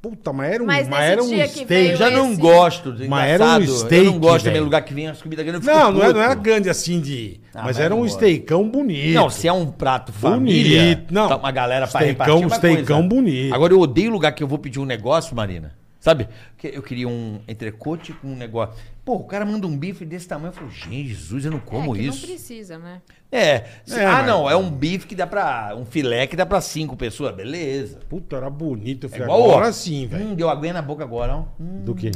A: Puta, mas era um,
D: Mas
A: mas
D: nesse
A: era um
D: dia que
A: steak.
D: veio
B: Eu já não
D: esse-
B: gosto. de
A: Mas era um
B: engraçado. Eu
A: steak,
B: não gosto também é
A: velho.
B: lugar que vem as comidas grandes. eu fico
A: Não, não era, não era
B: puto.
A: grande assim de.
B: Ah,
A: mas
B: mas
A: era
B: eu
A: um
B: gosto.
A: steakão bonito.
B: Não, se é um prato família,
A: Bonito, não.
B: tá uma galera pra
A: Steakão,
B: repartir é uma
A: steakão
B: coisa.
A: bonito.
B: Agora eu odeio lugar que eu vou pedir um negócio, Marina. Sabe? Que Eu queria um entrecote com um negócio. Pô, o cara manda um bife desse tamanho. Eu falo, gente, Jesus, eu não como
D: é, que
B: isso.
D: Não precisa, né?
B: É. se-
A: É,
B: ah,
A: mas-
B: não, é um bife que dá pra... Um filé que dá pra cinco pessoas. Beleza.
A: Puta, era bonito. Eu
B: É
A: falei,
B: ó.
A: agora sim, velho.
B: Hum, deu aguinha na boca agora, ó. Hum.
A: Do que?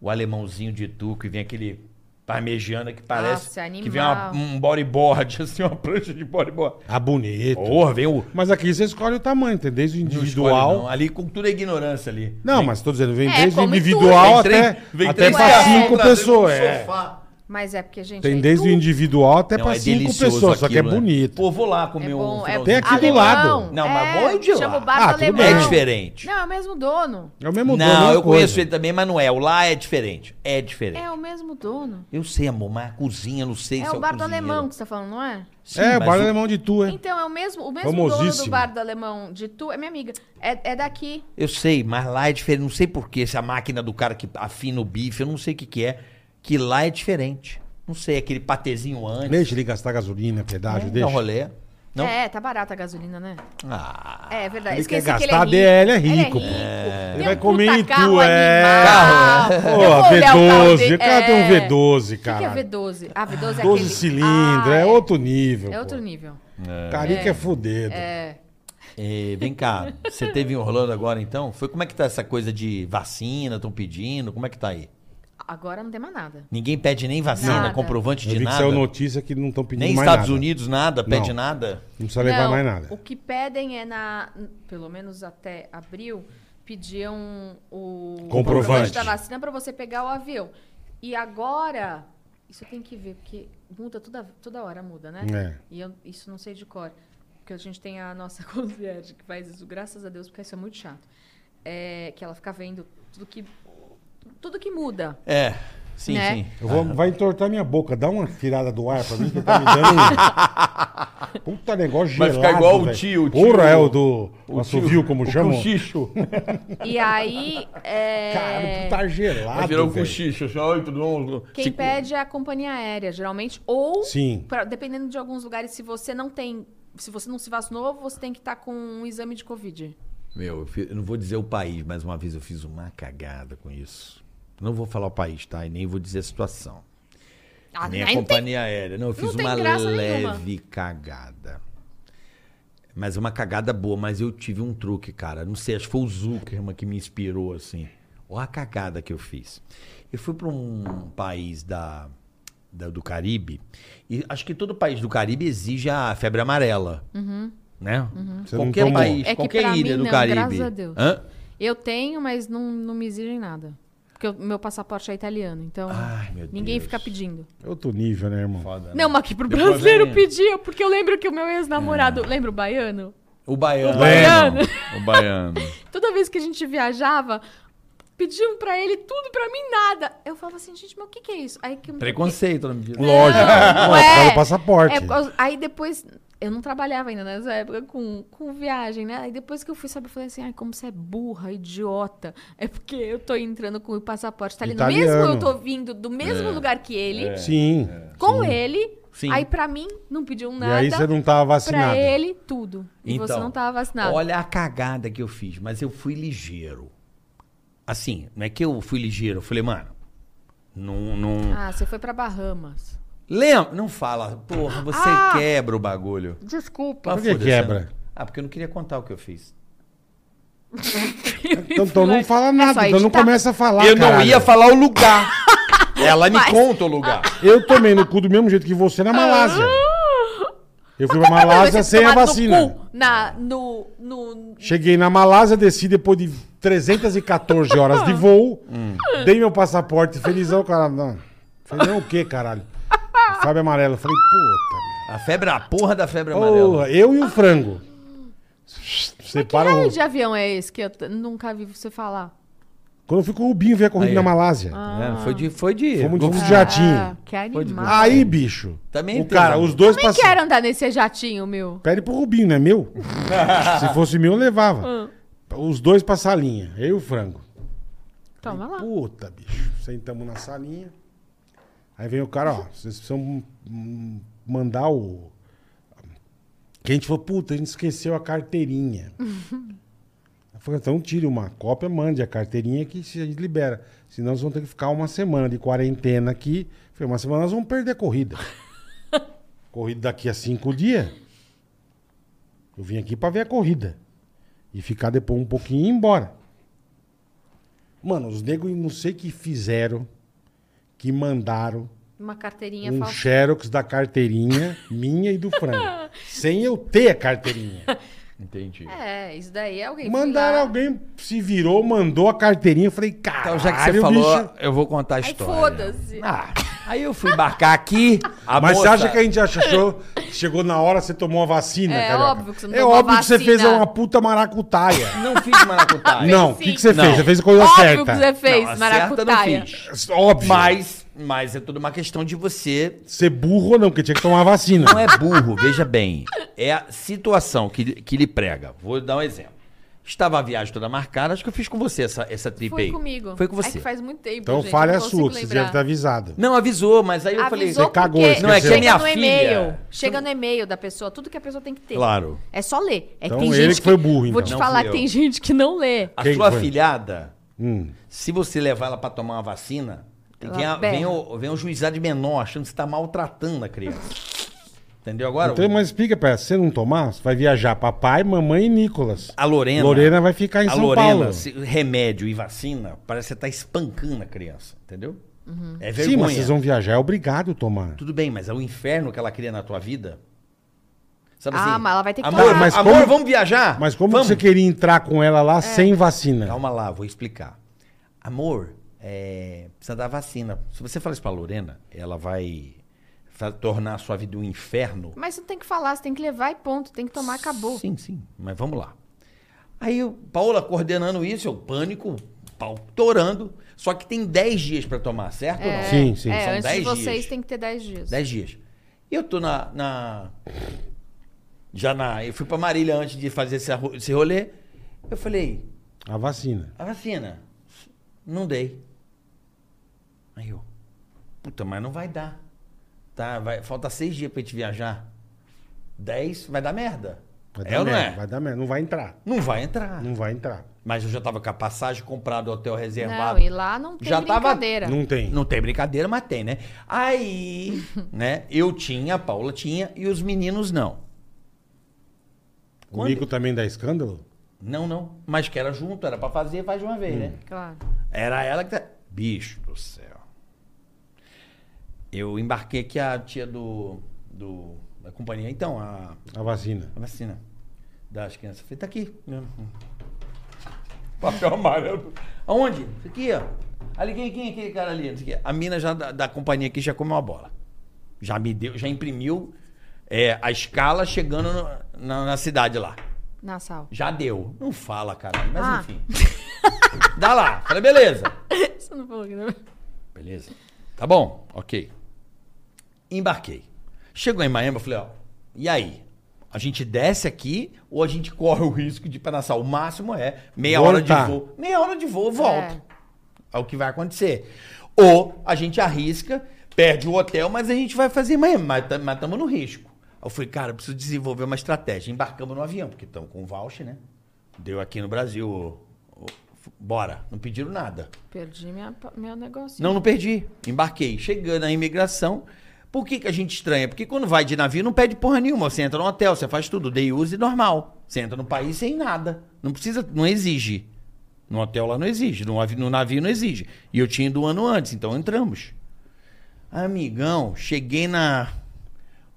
B: O alemãozinho de tuco e vem aquele parmegiana que parece...
D: Nossa, animal.
B: que vem uma- um bodyboard, assim, uma prancha de bodyboard.
A: Ah, bonito.
B: Porra, vem o...
A: Mas aqui você escolhe o tamanho, tem desde o
B: Não
A: individual.
B: escolhe, não. Ali com toda a ignorância ali.
A: não. mas tô dizendo, vem
D: É,
A: desde o
D: come tudo.
A: individual
B: Vem três-
A: até,
B: vem
A: até
B: três
A: pra
D: caras
A: cinco
B: pra trazer
A: pessoas.
B: um
A: é.
B: sofá.
D: Mas é porque, gente.
A: Tem
D: aí
A: desde o
D: tudo-
A: individual até
B: Não,
A: pra
B: é
A: cinco
B: delicioso
A: pessoas, só que é
B: aquilo, né?
A: bonito.
B: Pô, vou lá comer
D: É
B: um
D: bom, é
B: finalzinho.
A: Tem aqui do lado.
B: Não, mas bom é de lá.
D: Chama o bar
A: Ah,
D: do
A: tudo
D: alemão.
A: bem.
B: É diferente.
D: Não, é o mesmo dono.
A: É o mesmo dono, é
B: Não,
A: uma
B: eu
A: coisa.
B: conheço ele também, mas não é. O lá é diferente. É diferente.
D: É o mesmo dono.
B: Eu sei, amor, mas a cozinha, não sei
D: É,
B: se
D: o bar do
B: cozinheiro.
D: alemão que você tá falando, não é?
B: Sim,
A: é, o
B: assim, mas
A: bar alemão de tu, é.
D: Então, é o mesmo, o mesmo dono do
A: Famosíssimo.
D: bar do alemão de tu. É minha amiga. É, é daqui.
B: Eu sei, mas lá é diferente. Não sei porquê. Se a máquina do cara que afina o bife, eu não sei o que que é. Que lá é diferente. Não sei, aquele patezinho antes.
A: Deixa ele gastar gasolina, pedágio,
B: Dá
A: deixa.
B: um rolê. Não?
D: É, tá barata a gasolina, né?
B: Ah.
D: É, é verdade.
A: Ele quer
D: Esqueci que ele é
A: gastar
D: rico.
A: DL, é rico, pô.
D: Ele, é
A: Ele
D: rico. Tem
A: vai
D: um
A: comer
D: puta
A: em
D: carro,
A: tu, é.
D: animal.
B: né?
A: Pô,
D: Eu vou olhar o carro
A: V12,
D: dele.
A: o cara tem um
D: É.
A: V12,
D: O que que é
A: cara.
D: V12? Ah, V12 é
A: 12
D: aquele...
A: cilindros,
D: Ah,
A: é outro nível.
D: É outro
A: nível.
D: nível.
A: Carica é fudido.
D: É.
B: É, vem cá, você teve em Orlando agora então? Foi como é que tá essa coisa de vacina? Estão pedindo? Como é que tá aí?
D: Agora não tem mais nada.
B: Ninguém pede nem vacina,
D: Nada.
B: comprovante
A: Eu
B: de
A: vi que
B: nada.
A: saiu notícia que não estão pedindo
B: Nem
A: mais
B: Estados
A: nada.
B: Unidos nada, pede
A: Não.
B: nada.
A: Não precisa levar
D: Não,
A: mais
D: O
A: nada.
D: que pedem é na. Pelo menos até abril, pediam o
A: Comprovante.
D: da vacina para você pegar o avião. E agora. Isso tem que ver, porque muda toda, toda hora, muda, né?
A: É.
D: E eu isso não sei de cor. Porque a gente tem a nossa concierge que faz isso, graças a Deus, porque isso é muito chato. É, que ela fica vendo tudo que. Tudo que muda.
B: É, sim,
D: Né?
B: sim.
A: Eu vou- vai entortar minha boca. Dá uma tirada do ar pra mim que tá me dando. um Puta negócio
B: Vai
A: gelado.
B: ficar igual o
A: velho.
B: tio, o tio-
A: Porra, é o do. O
B: O
A: assovio, como chamam?
B: Cochicho.
D: E aí. é,
A: Cara, puta gelado.
B: Virou o
A: velho.
B: cochicho. assim, Oi, tudo bom? Tipo,
D: Quem
B: Se-
D: pede é a companhia aérea, geralmente, ou
A: Sim.
D: pra- dependendo de alguns lugares, se você não tem, se você não se vacinou, você tem que estar com um exame de covid.
B: Meu, eu, fi- eu não vou dizer o país, mas uma vez eu fiz uma cagada com isso. Não vou falar o país, tá? E nem vou dizer a situação.
D: Ah,
B: Nem
D: nem
B: a companhia aérea. Não, eu fiz
D: tem
B: uma
D: graça
B: leve cagada. Mas é uma cagada boa, mas eu tive um truque, cara. Não sei, acho que foi o Zuckerman que me inspirou, assim. Olha a cagada que eu fiz. Eu fui para um país da, da- do Caribe, e acho que todo país do Caribe exige a febre amarela. Né?
A: Você não
B: Qualquer
A: tomou.
B: país,
D: Uhum. É que pra
B: qualquer
D: mim
B: ilha do
D: não,
B: Caribe.
D: graças a Deus.
B: Hã?
D: Eu tenho, mas não, não me exigem nada. Porque o meu passaporte é italiano, então
B: Ai, meu
D: ninguém
B: Deus. Tá
D: fica pedindo.
A: É outro nível, né, irmão?
D: Não, mas aqui pro
B: Depois
D: brasileiro
B: vem-
D: pedia, porque eu lembro que o meu
B: É.
D: ex-namorado, lembra o baiano?
B: O baiano.
A: baiano.
B: O baiano.
D: Toda vez que a gente viajava, pediam pra ele tudo, pra mim nada. Eu falava assim, gente, mas o que que é isso? Aí que
B: Preconceito, na
A: né?
B: medida.
A: Lógico.
D: Não,
A: Não, é por causa
D: é.
A: do passaporte.
D: É, por causa- aí depois. Eu não trabalhava ainda nessa época com, com viagem, né? Aí depois que eu fui saber, eu falei assim: ai, como você é burra, idiota. É porque eu tô entrando com o passaporte italiano.
A: Italiano.
D: Mesmo eu tô vindo do mesmo lugar que ele,
A: Sim.
D: com ele.
B: É. Sim.
D: Aí pra mim, não pediam
A: E
D: nada.
A: aí você não tá tava
D: Pra
A: vacinado.
D: ele, tudo. E você não tava vacinado.
B: Então, Olha a cagada que eu fiz, mas eu fui ligeiro. Assim, não é que eu fui ligeiro, eu falei, mano, não. não...
D: Ah, você foi pra Bahamas.
B: Lembra? Não fala, porra, você
D: Ah!
B: quebra o bagulho.
D: Desculpa.
B: Mas
A: Por que
B: foda-se,
A: quebra?
B: né? Ah, porque eu não queria contar o que eu fiz.
A: Então, então não fala nada,
D: É só tá
A: então não
D: editar.
A: começa a falar.
B: eu não
A: caralho.
B: ia falar o lugar. Ela me conta o lugar.
A: Eu tomei no cu do mesmo jeito que você na Malásia. Eu fui pra Malásia
D: Mas
A: sem a
D: tomar no
A: vacina.
D: cu, Na, no, no,
A: Cheguei na Malásia, desci depois de 314 horas de
D: Hum.
A: voo, dei meu passaporte felizão, cara. Não. Felizão o quê, "É caralho? Fábio é Amarelo. Eu Falei, puta, meu.
B: A febre, a porra da febre amarela.
A: Porra, eu e o frango. Separa
D: que
A: o.
D: raio de avião é esse que eu t- nunca vi você falar?
A: Quando eu fui com o Rubinho ver a corrida
B: Aí,
A: na
B: ó.
A: Malásia.
B: É, foi de. Foi de.
A: Ah. Fomos de
B: Golfo
A: um
B: de-
A: jatinho.
D: Ah, que animal.
A: Aí, bicho.
B: Também
A: o
B: tem,
A: cara,
B: mano.
A: os dois
D: Também
A: passaram.
D: quero andar nesse jatinho, meu.
A: Pede pro Rubinho, não é meu? Se fosse meu, eu levava. Os dois pra salinha. Eu e o frango.
D: Toma lá.
A: Puta, bicho. Sentamos na salinha. Aí vem o cara, ó. Vocês precisam hum, mandar o. Que a gente falou, puta, a gente esqueceu a carteirinha. Eu falei, então tire uma cópia, mande a carteirinha que se a gente libera. Senão nós vamos ter que ficar uma semana de quarentena aqui. Eu Falei, uma semana nós vamos perder a corrida. corrida daqui a cinco dias. Eu vim aqui pra ver a corrida. E ficar depois um pouquinho e ir embora. Mano, os negros não sei que fizeram, que mandaram
D: Uma carteirinha
A: um
D: falsa.
A: xerox da carteirinha minha e do frango. sem eu ter a carteirinha. um-
B: Entendi.
D: É, isso daí é alguém. foi
A: Mandaram
D: lá.
A: alguém, se virou, mandou a carteirinha. Eu falei, caralho,
B: Então, já que você falou, eu vou contar a
D: Aí
B: história.
D: foda-se.
B: Ah, aí eu fui embarcar aqui. A
A: Mas
B: moça...
A: você acha que a gente achou que chegou na hora você tomou a vacina,
D: É
A: Carioca?
D: óbvio que você não
A: É
D: tomou a
A: óbvio que você
D: vacina.
A: fez uma puta maracutaia.
B: Não fiz maracutaia.
A: não, o
D: sim.
A: que, que você
B: Não.
A: fez? Você fez a coisa
D: assim. Óbvio
A: certa.
D: que você fez,
B: a certa
D: maracutaia.
B: não fiz.
A: Óbvio.
B: Mas, mas é tudo uma questão de você
A: Ser burro ou não, porque tinha que tomar a vacina.
B: não é burro, veja bem. É a situação que, que lhe prega. Vou dar um exemplo. Estava a viagem toda marcada, acho que eu fiz com você essa, essa trip
D: Foi
B: aí.
D: comigo.
B: Foi com
D: É
B: você.
D: que faz muito tempo.
A: Então
D: gente,
A: falha
D: eu
A: a
D: não
A: sua,
D: consigo
A: que você
D: lembrar.
A: deve ter avisado.
B: Não, avisou, mas aí eu
D: Avisou
B: falei.
A: Você cagou,
D: porque
A: Não, é que
D: chega
B: é minha
D: no
B: filha.
D: e-mail. Chega no e-mail da pessoa, tudo que a pessoa tem que ter.
B: Claro.
D: É só ler. É que
A: Então,
D: tem
A: ele
D: gente
A: que foi burro,
D: Vou
A: então.
D: te
B: Não
D: falar
B: fui
D: que
B: eu.
D: tem gente que não lê.
B: A
A: Quem
B: sua
A: foi?
B: afilhada,
A: Hum.
B: se você levar ela pra tomar uma vacina, tem
D: Ela
B: quem a-
D: berra.
B: vem, o, vem o juizado de menor achando que você tá maltratando a criança. Entendeu agora?
A: Então, mas explica pra ela, se você não tomar, você vai viajar papai, mamãe e Nicolas.
B: A Lorena.
A: Lorena vai ficar em
B: a
A: São
B: Lorena,
A: Paulo.
B: se- remédio e vacina, parece que você tá espancando a criança, entendeu?
D: Uhum.
B: É vergonha.
A: Sim, mas vocês vão viajar, é obrigado a tomar.
B: Tudo bem, mas é o inferno que ela cria na tua vida. Sabe
D: Ah,
B: assim?
D: mas ela vai ter que
B: amor,
D: tomar.
A: Mas
B: amor,
A: como-
B: vamos viajar?
A: Mas como
B: Vamos.
A: você queria entrar com ela lá sem vacina?
B: Calma lá, vou explicar. Amor, é, precisa dar vacina. Se você falar isso pra Lorena, ela vai fa- tornar a sua vida um inferno.
D: Mas você não tem que falar, você tem que levar e ponto. Tem que tomar, acabou.
B: Sim, sim, mas vamos lá. Aí, o Paola coordenando isso, eu pânico, pau torando. Só que tem 10 dias pra tomar, certo ou não?
A: Sim, sim.
D: é,
B: São
D: antes de
B: 10
D: vocês
B: dias.
D: tem que ter 10 dias.
B: 10 dias. E eu tô na, na- Já na. Eu fui pra Marília antes de fazer esse, arro- esse rolê. Eu falei,
A: A vacina.
B: a vacina. Não dei. Aí eu. Puta, mas não vai dar. Tá, vai, falta seis dias pra gente viajar. 10 vai dar merda.
A: Vai
B: é
A: dar
B: ou não
A: merda,
B: é?
A: Vai dar merda, não vai entrar.
B: Não vai entrar.
A: Não vai entrar.
B: Mas eu já tava com a passagem comprada, hotel
D: Não,
B: reservado.
D: e lá não tem
B: Já tava-
D: brincadeira.
A: Não tem.
B: Não tem brincadeira, mas tem, né? Aí, né? Eu tinha, a Paula tinha e os meninos não.
A: O Nico também dá escândalo?
B: Não, não. Mas que era junto, era pra fazer, faz de uma vez, né?
D: Claro.
B: Era ela que tá... Bicho do céu. Eu embarquei aqui a tia do, do da companhia. Então, a,
A: A vacina.
B: a vacina das crianças. Eu Falei, tá aqui. mesmo. Papel amarelo. Aonde? Isso aqui, ó. Ali, quem, quem é aquele cara ali? Não sei o quê. A mina já da, da companhia aqui já comeu uma bola. Já me deu, já imprimiu é, a escala chegando no- na- na cidade lá.
D: Na sala.
B: Já deu. Não fala, caralho. Mas
D: Ah.
B: enfim. Dá lá. Falei, beleza.
D: Você não falou que não.
B: Beleza. Tá bom, ok. Embarquei. Chegou em Miami, eu falei, ó, e aí? A gente desce aqui ou a gente corre o risco de pedaçar? O máximo é meia hora
A: Voltar.
B: de voo. Meia hora de voo, volto.
D: É.
B: É o que vai acontecer. Ou a gente arrisca, perde o hotel, mas a gente vai fazer amanhã, mas estamos no risco. Aí Eu falei, cara, eu preciso desenvolver uma estratégia. Embarcamos no avião, porque estamos com voucher, né? Deu aqui no Brasil. ô, ô, f- bora. Não pediram nada.
D: Perdi minha, meu negócio.
B: Não, não perdi. Embarquei. Chegando na imigração. Por que, que a gente estranha? Porque quando vai de navio não pede porra nenhuma. Você entra no hotel, você faz tudo, day use normal. Você entra no país sem nada. Não precisa, não exige. No hotel lá não exige, no, avi- no navio não exige. E eu tinha ido um ano antes, então entramos. Amigão, cheguei na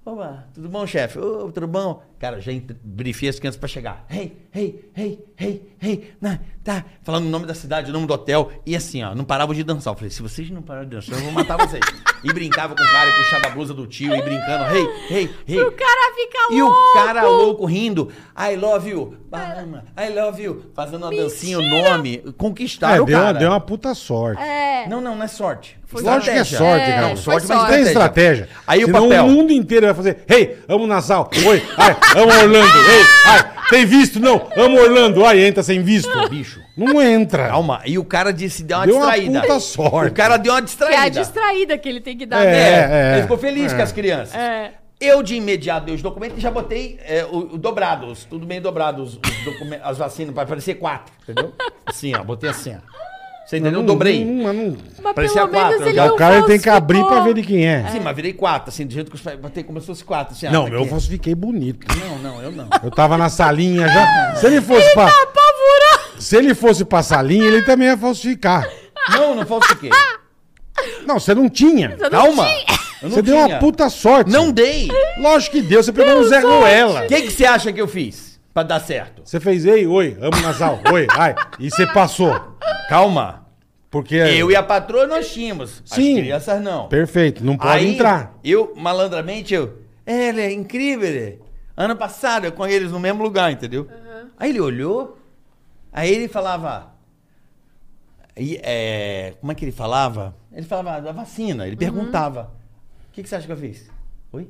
B: Opa, tudo bom, chefe? Ô, tudo bom? Cara, eu já entre- briefei as crianças pra chegar. Hey, hey, hey, hey, hey, na- tá. Falando o nome da cidade, o nome do hotel. E assim, ó, não parava de dançar. Eu falei, se vocês não pararem de dançar, eu vou matar vocês. e brincava com o cara e puxava a blusa do tio e brincando. Hey, hey, hey.
D: O cara fica
B: E o
D: louco.
B: cara louco rindo, I love you, Bahama, I love you, fazendo uma dancinha, o nome,
A: É,
B: conquistaram Tá, o
A: deu, uma,
B: cara.
A: deu uma puta sorte.
D: É.
B: Não, não, não é sorte. Foi
A: Lógico que é sorte,
D: É,
A: cara.
D: foi
A: mas
D: sorte.
A: tem estratégia.
B: Aí o
A: Senão
B: papel.
A: o mundo inteiro vai fazer, ei, amo Nassau, oi, ai, amo Orlando, ei, ai, tem visto? Não, amo Orlando, ai, entra sem visto.
B: Bicho,
A: Não entra.
B: calma. E o cara disse, deu uma
A: Deu uma
B: distraída.
A: puta sorte.
B: O cara deu uma
D: Que é a
B: distraída.
D: distraída que ele tem que dar.
B: É,
D: né?
A: É, é.
B: ele ficou feliz com as crianças.
D: É.
B: Eu, de imediato, dei os documentos e já botei é, o, o dobrado, os- tudo bem dobrado, os, os documen- as vacinas, para parecer quatro, entendeu? Assim, ó, botei assim, ó. Você entendeu?
A: Não-
B: Dobrei.
A: não- mas não-
D: Mas
B: Parecia
D: pelo menos
B: quatro,
D: ele
B: já.
D: não
A: né? o cara tem que
D: falsificou.
A: abrir pra ver de quem é.
B: Sim, mas virei quatro, assim, do jeito que os pais botei como se fosse quatro. Assim, ó,
A: Não,
B: tá
A: eu
B: aqui.
A: falsifiquei bonito.
B: Não, não, eu não.
A: Eu tava na salinha já. Se ele fosse pra,
D: Apavorou.
A: se ele fosse pra salinha, ele também ia falsificar.
B: Não, não falsifiquei.
A: Não, você não tinha.
D: Eu não
B: Calma.
D: tinha.
B: Eu não
A: Você deu uma
B: tinha.
A: puta sorte.
B: Não dei.
A: Lógico que deu, você pegou um Zé
D: sorte.
A: Ruela.
B: O que que você acha que eu fiz pra dar certo?
A: Você fez, ei, oi, amo nasal, oi, ai. E você passou.
B: Calma.
A: Porque.
B: Eu e a patroa nós tínhamos.
A: É. Sim.
B: As crianças não.
A: Perfeito, não pode
B: Aí,
A: entrar.
B: Eu, malandramente, eu. É, ele é incrível. Ele. Ano passado, eu com eles no mesmo lugar, entendeu? Aí ele olhou, aí ele falava. e, é, como é que ele falava? Ele falava da vacina, ele perguntava. O que, que você acha que eu fiz? Oi?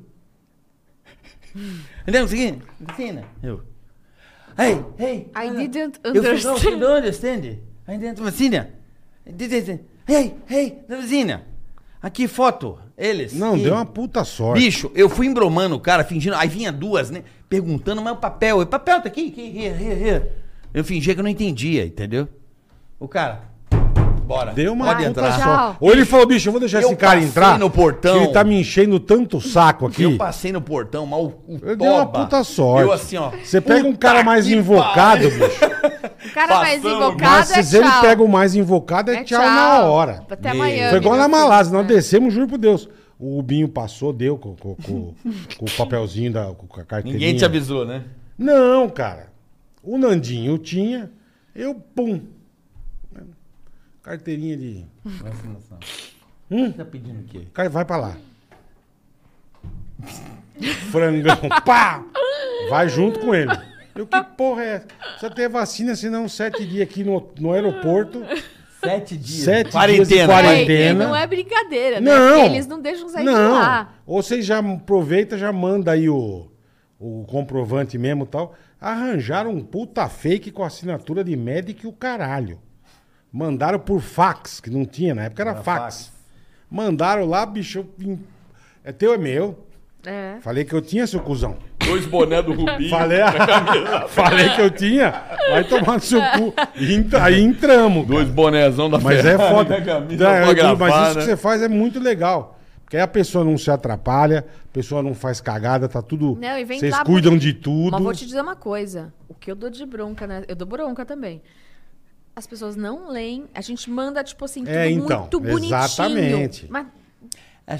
B: Entendeu? O seguinte, vacina. Eu. Ei, ei. Ah.
D: I didn't
B: Eu falei,
D: understand.
B: não, não understand. Aí dentro, vacina. Didn't- Hey, hey, da vacina. Aqui, foto. Eles.
A: Não,
B: E-
A: deu uma puta sorte.
B: Bicho, eu fui embromando o cara, fingindo. Aí vinha duas, né? Perguntando, mas o papel. O papel tá aqui? aqui here, here, here. Eu fingia que eu não entendia, entendeu? O cara. Bora.
A: Deu uma
B: Pode
A: puta
B: entrar.
D: Tchau.
A: sorte. Ou ele falou, bicho, eu vou deixar
B: Eu
A: esse cara
B: passei
A: entrar.
B: no portão.
A: que Ele tá me enchendo tanto o saco aqui.
B: Eu passei no portão, mal o
A: Eu dei uma
B: toba.
A: puta sorte.
B: Eu assim, ó.
A: Você pega um cara
B: puta
A: mais
B: que
A: invocado,
B: pariu.
A: bicho.
D: O cara mais
B: Passamos,
D: invocado
A: Mas
D: é
A: se ele
D: tchau.
A: pega o mais invocado, é,
D: É Tá
A: tchau, na hora.
D: Até amanhã.
A: Foi igual
D: meu
A: na
D: filho.
A: Malásia, nós descemos, juro por Deus. O Binho passou, deu com, com- com- com o papelzinho, da, com a carteirinha.
B: Ninguém te avisou, né?
A: Não, cara. O Nandinho tinha, eu, pum. Carteirinha de...
B: Vacinação.
A: Hum?
B: Tá pedindo o quê?
A: Cai- Vai pra lá. Frangão, pá! Vai junto com ele. Eu, que porra é essa? Precisa ter vacina, senão sete dias aqui no, no aeroporto.
B: Sete dias.
A: Sete dias de
B: quarentena.
D: É,
A: quarentena.
D: e não é brincadeira, né?
A: Não.
D: Porque Eles não deixam sair de lá.
A: Ou você já aproveita, já manda aí o, o comprovante mesmo e tal. Arranjaram um puta fake com assinatura de médico e o caralho. Mandaram por fax, que não tinha, na época era, fax.
B: fax.
A: Mandaram lá, bicho. eu- em- É teu, é meu.
D: É.
A: Falei que eu tinha, seu cuzão.
C: Dois boné do Rubinho.
A: Falei, ah, falei que eu tinha. Vai tomar no seu cu. E ent- aí entramos. cara.
C: Dois bonézão da
A: Mas é
C: Ferrari
A: foda.
B: Né,
C: na camisa,
A: Da-
C: pra
A: eu digo,
C: gravar,
A: mas isso
C: né?
A: que você faz é muito legal. Porque aí a pessoa não se atrapalha, a pessoa não faz cagada, tá tudo.
D: Não, e vem
A: Vocês
D: lá-
A: cuidam de tudo.
D: Mas vou te dizer uma coisa. O que eu dou de bronca, né? Eu dou bronca também. As pessoas não leem. A gente manda, tipo assim, tudo
A: É, então,
D: muito bonitinho.
A: exatamente.
D: Mas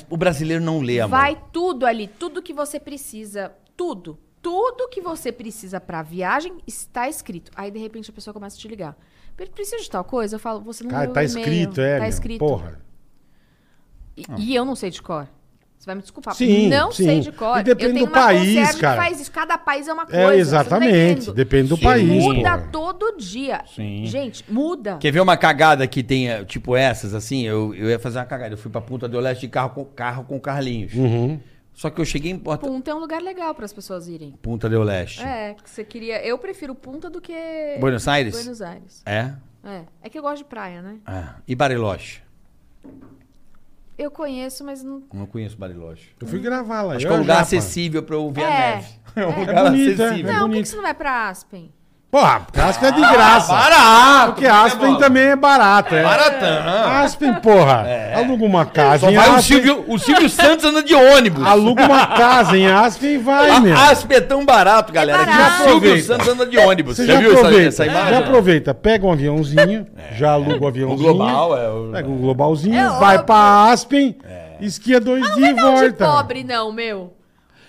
B: O brasileiro não lê, amor.
D: vai tudo ali. Tudo que você precisa. Tudo. Tudo que você precisa pra viagem está escrito. Aí, de repente, a pessoa começa a te ligar. Pre- Precisa de tal coisa? Eu falo, você não
A: Cara,
D: leu
A: tá
D: o e-mail.
A: escrito, é.
D: Tá
A: meu,
D: escrito.
A: Porra.
D: E, e eu não sei de cor. Você vai me desculpar.
A: Sim,
D: não
A: sim.
D: sei de cor.
A: E depende
D: eu tenho
A: do
D: uma
A: país,
D: conserva que
A: cara.
D: faz isso. Cada país é uma coisa.
A: É,
D: você não
A: exatamente.
D: entende.
A: Depende do
B: Sim.
A: país.
D: Muda
A: porra.
D: todo dia.
B: Sim.
D: Gente, muda.
B: Quer ver uma cagada que tenha, tipo essas, assim? Eu, eu ia fazer uma cagada. Eu fui pra Punta do Leste de carro com carro com Carlinhos.
A: Uhum.
B: Só que eu cheguei em Porta...
D: Punta é um lugar legal para as pessoas irem.
B: Punta do Leste.
D: É, que você queria. Eu prefiro Punta do que.
B: Buenos Aires?
D: Buenos Aires.
B: É?
D: É. É que eu gosto de praia, né?
B: Ah, E Bariloche?
D: Eu conheço, mas não.
B: Eu não conheço Bariloche.
A: Eu fui gravar lá.
B: Acho
A: eu
B: que é um
A: e a
B: lugar
A: Japa.
B: acessível pra eu ver
D: É.
B: a neve. É um
A: É bonito, é.
B: acessível.
D: não, por que
A: bonito.
D: que você não vai pra Aspen?
A: Porra, porque Aspen é de graça.
B: Ah, Barato! né,
A: Porque Aspen também é barato, é.
B: Baratão.
A: Aspen, porra. Aluga uma casa
B: É. Só
A: em
B: vai o
A: Aspen.
B: Silvio, o Silvio Santos anda de ônibus.
A: Aluga uma casa em Aspen e vai, meu.
B: A Aspen é tão barato, galera. que
D: barato.
B: o Silvio
A: Aproveita.
B: Santos anda de ônibus.
A: Você já
B: viu essa-
A: aproveita,
B: essa
A: já
B: imagem?
A: aproveita, pega um aviãozinho, já aluga o aviãozinho.
B: global, é, o- É.
A: Pega um globalzinho,
D: É
A: vai
D: óbvio. Ah,
A: pra Aspen, esquia dois dias e
D: Não é de
A: volta.
D: pobre, não, meu.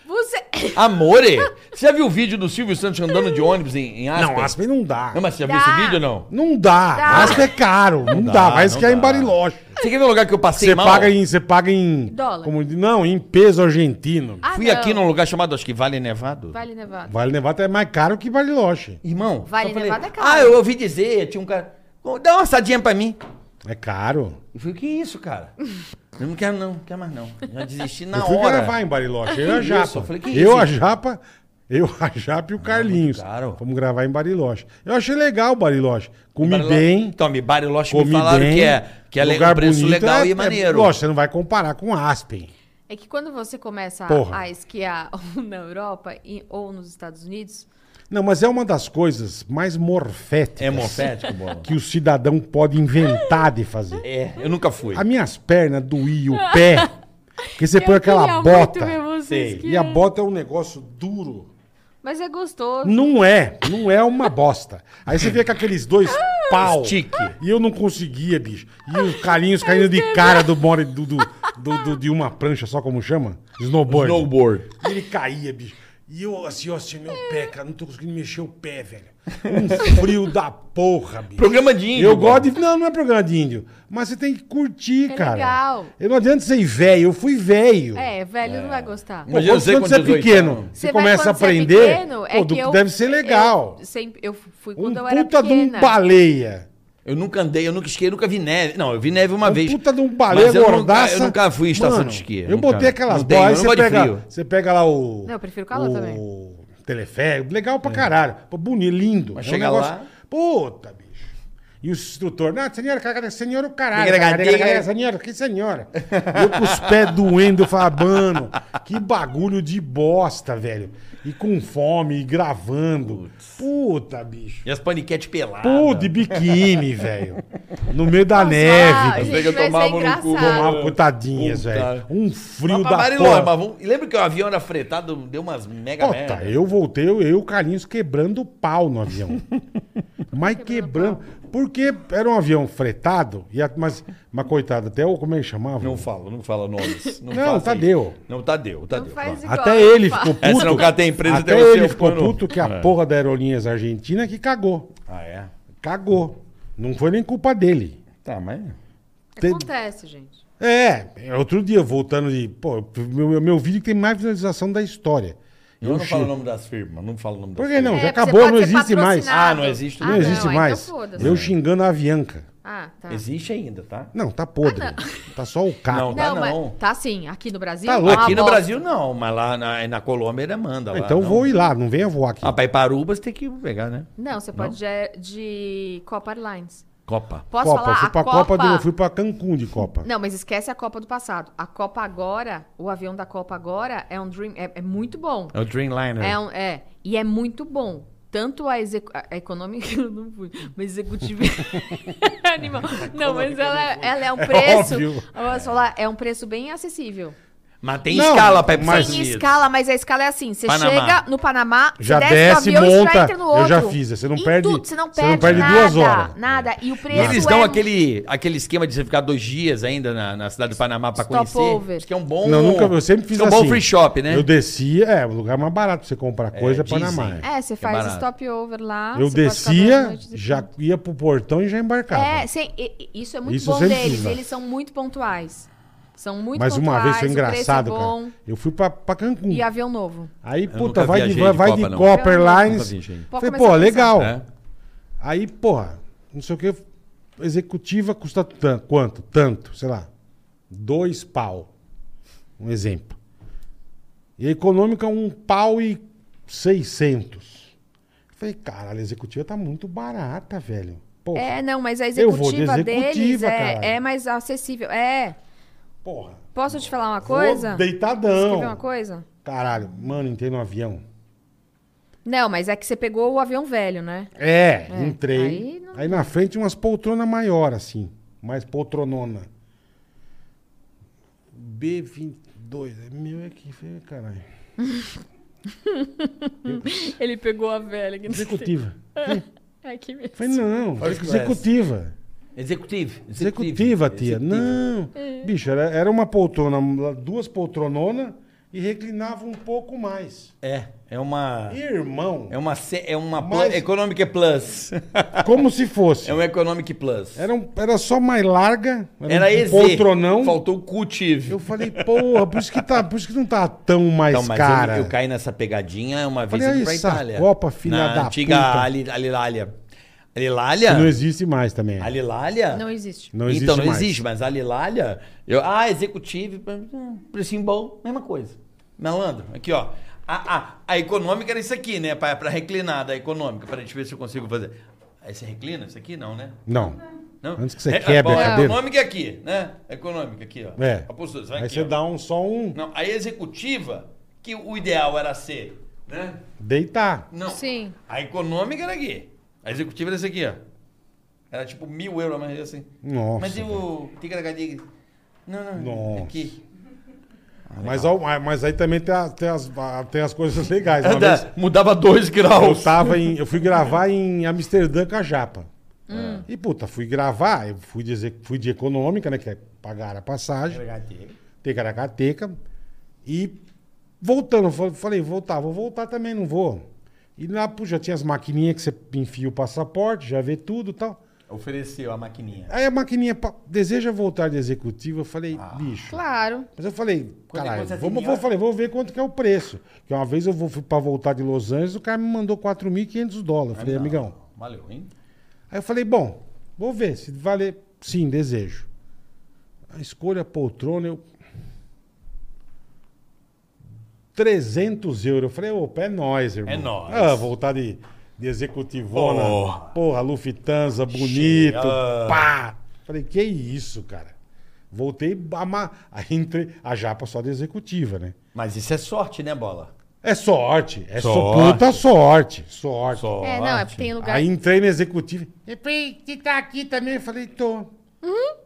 D: Você.
B: Amore! Você já viu o vídeo do Silvio Santos andando de ônibus em, em Aspen?
A: Não, Aspen não dá.
B: Não, mas você já viu
D: Dá.
B: esse vídeo ou não?
A: Não dá.
D: Dá.
A: Aspen é caro. Não, dá.
B: dá,
A: Mas
B: não
A: que é em
B: dá.
A: Bariloche.
B: Você quer ver um lugar que eu passei
A: Você
B: mal?
A: paga em. Você paga em.
D: Dólar.
A: Como, não, em peso argentino.
D: Ah,
B: Fui
D: não.
B: aqui num lugar chamado, acho que Vale Nevado.
D: Vale Nevado.
A: Vale Nevada é mais caro que Bariloche.
B: Irmão,
D: Vale
B: eu falei,
D: Nevado é caro.
B: Ah, eu ouvi dizer, tinha um cara. "Ô, Dá uma assadinha pra mim.
A: É caro.
B: Eu falei, que isso, cara? Eu não quero não, não quero mais não. Já desisti na
A: eu fui
B: hora.
A: gravar em Bariloche. Eu e
B: Que
A: a
B: isso?
A: Japa.
B: Eu falei, que
A: eu,
B: isso?
A: a Japa. Eu, a Japa e o Carlinhos.
B: muito caro.
A: Fomos gravar em Bariloche. Eu achei legal o Bariloche. Comi
B: Bariloche-
A: bem.
B: Então, me Bariloche
A: Comi
B: me falaram
A: bem.
B: que é, que é le- um preço
A: bonito,
B: legal
A: é-
B: e
A: é-
B: maneiro.
A: lógico, você não vai comparar com Aspen.
D: É que quando você começa a-
A: Porra.
D: a, esquiar ou na Europa e- ou nos Estados Unidos,
A: Não, mas é uma das coisas mais morféticas.
B: É morfético, bola?
A: Que o cidadão pode inventar de fazer.
B: É, eu nunca fui.
A: As minhas pernas doíam o pé. Porque você
D: Eu
A: põe aquela
D: queria muito
A: bota.
D: ver você
A: Sei.
D: esquiando.
A: E a bota é um negócio duro.
D: mas é gostoso.
A: Não é, não é uma bosta. Aí você vê com aqueles dois pau.
B: Stick.
A: E eu não conseguia, bicho. E os carinhos caindo de cara do more do, do, do- do- de uma prancha só como chama? Snowboard.
B: Snowboard.
A: E ele caía, bicho. E eu assim, ó, assim, meu pé, cara, não tô conseguindo mexer o pé, velho. Um frio da porra, bicho.
B: Programa de índio.
A: Eu
B: bola.
A: gosto de. Não, não é programa de índio. Mas você tem que curtir,
D: É
A: cara.
D: legal.
A: Eu não adianta ser velho, eu fui velho.
D: É, velho não vai gostar.
A: Pô,
B: Imagina
A: quando
B: você
A: quando
B: com
A: você é
B: 18
A: pequeno,
B: anos.
A: você,
D: vai
A: começa a
D: quando você é
A: aprender.
D: pequeno,
A: pô, do- deve ser legal.
D: Eu, sempre, eu fui
A: um
D: quando eu era
A: puta de
D: pequena.
A: um baleia.
B: Eu nunca andei, eu nunca esquiei, eu nunca vi neve. Não, eu vi neve uma
A: Um
B: vez.
A: puta de um baleia
B: mas eu
A: gordaça.
B: Nunca, eu nunca fui em estação
A: Mano,
B: de esqui.
A: Eu
B: nunca.
A: botei aquelas
B: Não tenho, eu
A: bolas, você
B: não gosto de
A: pega,
B: frio.
A: você pega lá o...
D: Não, eu prefiro calor
A: o
D: também.
A: teleférico, legal pra caralho. Pô, bonito, lindo.
B: É.
A: É um
B: Mas chega lá-
A: Puta, bicho. E o instrutor, não, senhora, cara, senhora o caralho.
B: Diga,
A: cara,
B: diga,
A: cara,
B: diga.
A: Senhora, que senhora? Eu com os pés doendo, eu falava, mano, que bagulho de bosta, velho. E com fome, e gravando. Puta, bicho.
B: E as paniquetes peladas.
A: Pô, de biquíni, velho. No meio da
D: Nossa,
A: neve.
D: gente,
B: Eu sei que eu
D: vai ser
B: tomava no cu,
D: é engraçado.
A: Tomava coitadinhas,
B: Puta.
A: velho. Um frio
B: Mas
A: da
B: pra Bariloche,
A: porra.
B: mas vamos- e Lembra que o avião era fretado, deu umas mega
A: Puta,
B: merda.
A: eu voltei, eu eu e o Carlinhos quebrando o pau no avião. mas quebrando. Porque era um avião fretado, e a- mas, mas coitado, até o. Como é que chamava?
B: Não fala, não fala nomes. Não,
A: Não, tá
B: faça isso.
A: Tadeu.
B: Não, tá Tadeu, Tadeu.
D: Não faz
B: claro.
D: igual,
A: Até ele
D: fa-
A: ficou
B: É,
A: puto.
B: senão o cara tem empresa,
A: até
B: tem você,
A: ele
B: o
A: ficou
B: plano.
A: puto que a
B: É.
A: porra da Aerolíneas Argentina que cagou.
B: Ah, é?
A: Cagou. Não foi nem culpa dele.
B: Tá, mas.
A: Tem-
D: Acontece, gente.
A: É, outro dia, voltando de. Pô, meu, meu vídeo que tem mais visualização da história.
B: Eu, não falo o nome das firmas, não falo o nome das
A: Por que não?
D: É,
A: Já
D: você
A: acabou,
D: pode
A: não
D: ser
A: existe mais.
D: patrocinado.
B: Ah, não existe,
A: Não
B: Ah,
A: existe
D: então
A: mais.
D: foda-se.
A: eu xingando a Avianca.
D: Ah, tá.
B: Existe ainda, tá?
A: Não, tá podre.
D: Ah,
A: Tá só o
B: Não,
A: carro.
B: tá
D: Não,
B: não.
D: mas tá sim. Aqui no Brasil.
A: Tá
D: é uma
A: louco.
B: Aqui no
D: bosta.
B: Brasil não, mas lá na, na Colômbia ele manda. tá Lá,
A: então
B: não.
A: vou ir lá, não venha voar aqui.
B: Ah, pra ir para Aruba você tem que pegar, né?
D: Não, você pode de, de Copa Airlines.
B: Copa.
D: Posso
A: Copa, eu
D: falar?
A: fui
D: a
A: pra
D: Copa...
A: Copa, do- eu fui pra Cancún de Copa.
D: Não, mas esquece a Copa do passado. A Copa agora, o avião da Copa agora é um dream, é, é muito bom.
B: É o Dreamliner.
D: É, um- é. e é muito bom. Tanto a, execu- a- a econômica, eu não fui, mas executiva animal. Não, mas ela, ela é um preço.
A: óbvio.
D: eu posso falar, é um preço bem acessível.
B: Mas tem
A: Não,
B: escala pra ir
A: mas-
B: para
D: Tem escala, mas a escala é assim: você
B: Panamá.
D: chega no Panamá, você
A: Já desce,
D: do avião e você
A: monta.
D: já entra no
A: Eu
D: outro.
A: já fiz, você não
D: Em
A: perde-
D: tudo, você não
A: você não
D: perde,
A: perde duas
D: nada,
A: horas.
D: Nada. E o preço
B: E eles
D: é
B: dão
D: um-
B: aquele, aquele esquema de você ficar dois dias ainda na, na cidade do Panamá pra conhecer.
D: Stopover.
B: Isso que é um bom.
A: Não, nunca, eu sempre fiz
B: isso é um
A: assim.
B: bom free shop, né?
A: Eu descia, é, o lugar mais barato pra você comprar coisa é,
B: dizem.
A: Panamá. é.
D: É, você
B: Que
D: faz
B: barato.
D: stopover lá.
A: eu
D: você pode ficar duas
A: descia,
D: noites e
A: já
D: tudo.
A: ia pro portão e já embarcava.
D: É, sim, e- e- isso é muito
A: Isso
D: bom
A: sempre
D: deles.
A: fiz, né?
D: Eles são muito pontuais. São muito
A: Mas
D: pontuais.
A: uma vez foi
D: o preço
A: engraçado,
D: é bom,
A: cara. Eu fui pra, pra Cancún.
D: E avião novo.
A: Aí,
B: nunca
A: puta, vai de,
B: viajei
A: vai,
B: de
A: vai
B: Copa,
A: de
B: não.
A: Copa
B: Nunca vi,
A: Airlines.
B: gente.
D: Pode
A: Falei,
D: começar
A: pô,
D: a pensar. assim.
A: legal.
B: É.
A: Aí, porra, não sei o que. Executiva custa tanto, quanto? Tanto, sei lá. Dois pau. Um exemplo. E a econômica, um pau e seiscentos. Falei, caralho, a executiva tá muito barata, velho. Porra,
D: É, não, mas a
A: Eu vou de
D: executiva, deles
A: executiva, caralho.
D: é, é mais acessível. É.
A: porra.
D: Posso te falar uma
A: Vou
D: coisa?
A: Deitadão.
D: Escrever uma coisa?
A: Caralho, mano, entrei no avião.
D: Não, mas é que você pegou o avião velho, né?
A: É, entrei. Aí,
D: aí não
A: na frente umas poltronas maior assim. Mais poltronona. B22. é Meu, é que feio, caralho.
D: Ele pegou a velha. Que
A: Executiva.
D: Ai, que medo.
A: Falei, não,
B: First class.
A: executiva.
B: Executivo.
A: Executiva,
B: Executivo.
A: tia.
D: É.
A: Não. Bicho, era, era uma poltrona, duas poltrononas e reclinava um pouco mais.
B: É, é uma.
A: Irmão,
B: É uma. se- É uma pla-
A: Mas-
B: Economic Plus.
A: como se fosse.
B: é um Economic Plus.
A: Era, um- era só mais larga, era,
B: Era
A: um
B: esse.
A: poltronão.
B: Faltou o cutive.
A: Eu falei, porra, por isso que, tá, por isso que não tá tão mais
B: Então, mas
A: cara.
B: Eu, eu caí nessa pegadinha uma vez
A: Olha
B: indo pra
A: essa
B: Itália.
A: Copa, filha
B: Na
A: da
B: antiga
A: puta.
B: Ali- Alilália.
A: Não
B: Alilália?
A: existe mais também.
B: Alilália?
D: Não existe.
A: Não existe
B: então, não
A: mais.
B: existe, mas Alilália... Eu, ah, executivo, hum, precinho bom, mesma coisa. Malandro, aqui, ó. A, a, a econômica era isso aqui, né? Pra, pra reclinar da econômica. Peraí, deixa eu ver se eu consigo fazer. Aí você reclina? Isso aqui não, né?
A: Não.
B: Não?
A: Antes que você
B: É,
A: quebre a
B: bom,
A: cadeira.
B: econômica é aqui, né? Econômica aqui, ó.
A: É.
B: A postura, você vai
A: Aí
B: aqui,
A: você
B: ó.
A: dá um, só um.
B: Não, a executiva, que o ideal era ser, né?
A: Deitar.
B: Não.
D: Sim.
B: A econômica era aqui. A executiva era essa aqui, ó. Era tipo mil euros, mas assim.
A: Nossa.
B: mas e o. Ticaracatica? Não, não.
A: Nossa.
B: Aqui. Ah,
A: Mas, ao- mas aí também tem, a- tem as, a- tem as coisas legais. Uma
B: Anda,
A: vez
B: É Mudava dois
A: eu
B: graus.
A: tava em. Eu fui gravar em Amsterdã com a Japa. E puta, fui gravar, eu fui de, exe- fui de econômica, né? Que é pagar a passagem. Tecaracateca. E voltando, fa- falei, voltar, vou voltar também, não vou. E lá, pô, já tinha as maquininhas que você enfia o passaporte, já vê tudo e tal.
B: Ofereceu a maquininha.
A: Aí a maquininha pa- deseja voltar de executivo, eu falei, bicho.
D: Claro.
A: Mas eu falei,
B: Ah, Quando é
A: caralho,
B: você
A: vamos,
B: senhora-
A: vou, falei, vou ver quanto que é o preço. Que uma vez eu vou para voltar de Los Angeles, o cara me mandou 4.500 dólares. Eu falei,
B: Não,
A: amigão.
B: Valeu, hein?
A: Aí eu falei, bom, vou ver se valer. Sim, desejo. A escolha poltrona, eu. 300 euros. Eu falei, opa, é nóis, irmão.
B: É nóis.
A: Ah, voltar de, de executivona.
B: Porra. ah.
A: Porra, Lufthansa, bonito.
B: Cheia.
A: Pá! Falei, que isso, cara. Voltei, ama... aí entrei, a japa só de executiva, né?
B: Mas isso é sorte, né, bola?
A: É sorte. É só
B: Sorte.
A: puta sorte. Sorte.
D: É, não, é porque tem lugar.
A: Aí entrei no executivo. E falei, você tá aqui também? Eu falei, tô.
D: Uhum.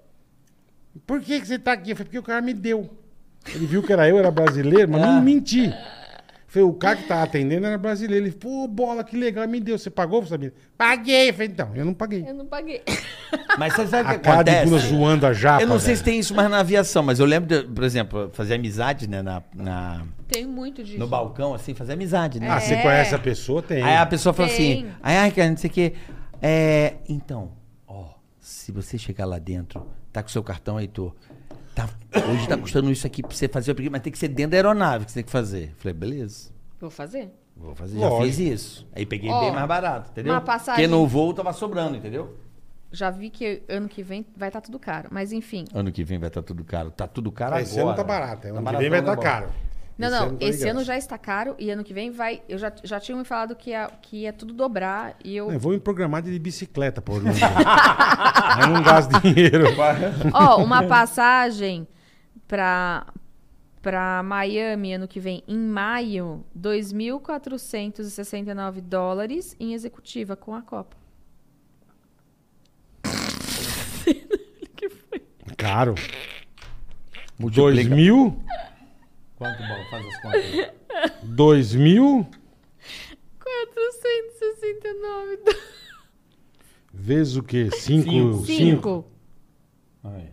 A: Por que, que você tá aqui? Eu falei, porque o cara me deu. Ele viu que era eu, era brasileiro, mas
D: Ah.
A: não menti. Eu Falei, o cara que tá atendendo era brasileiro. Ele falou, pô, bola, que legal, me deu. Você pagou, Sabina? Paguei. Eu falei, então, eu não paguei.
D: Eu não paguei.
B: Mas você sabe o
A: A
B: que
A: cara de
B: acontece?
A: Bula zoando a japa.
B: Eu não sei
A: velho.
B: se tem isso mais na aviação, mas eu lembro, de, por exemplo, fazer amizade, né, na- na,
D: Tem muito disso.
B: no balcão, assim, fazer amizade, né?
A: Ah, você
D: É.
A: conhece a pessoa? Tem.
B: Aí a pessoa fala
D: Tem.
B: assim, ai, ai, cara, não sei o quê. É, então, ó, se você chegar lá dentro, tá com seu cartão aí, tô. Tá, hoje tá custando isso aqui pra você fazer, mas tem que ser dentro da aeronave que você tem que fazer. Eu Falei, beleza,
D: Vou fazer.
B: vou fazer, já
A: Lógico.
B: fiz isso. Aí peguei
D: Ó,
B: bem mais barato, entendeu?
D: uma passagem-
B: Porque no voo tava sobrando, entendeu?
D: Já vi que ano que vem vai estar tudo caro. Mas enfim.
B: Ano que vem vai estar tudo caro. Tá tudo caro
A: Ah,
B: agora.
A: esse ano tá barato. Ano que
B: baratão,
A: vem vai tá
B: né,
A: estar
B: bola?
A: caro.
D: Não, não.
A: tá
D: Esse
A: ligado.
D: ano já é está caro e ano que vem vai. Eu já, já tinha me falado que ia, que ia tudo dobrar e eu.
A: É, Eu vou me programar de bicicleta, pô. Orlando. eu não gasto dinheiro.
D: Ó, uma passagem pra, pra Miami ano que vem, em maio, 2.469 dólares em executiva com a Copa.
A: Caro.
B: Multiplica.
A: 2000,
B: Quanto, bola? Faz as contas.
A: 2000
D: 469 dólares.
A: vezes o quê? 5, 5,
D: Cinco.
B: Aí.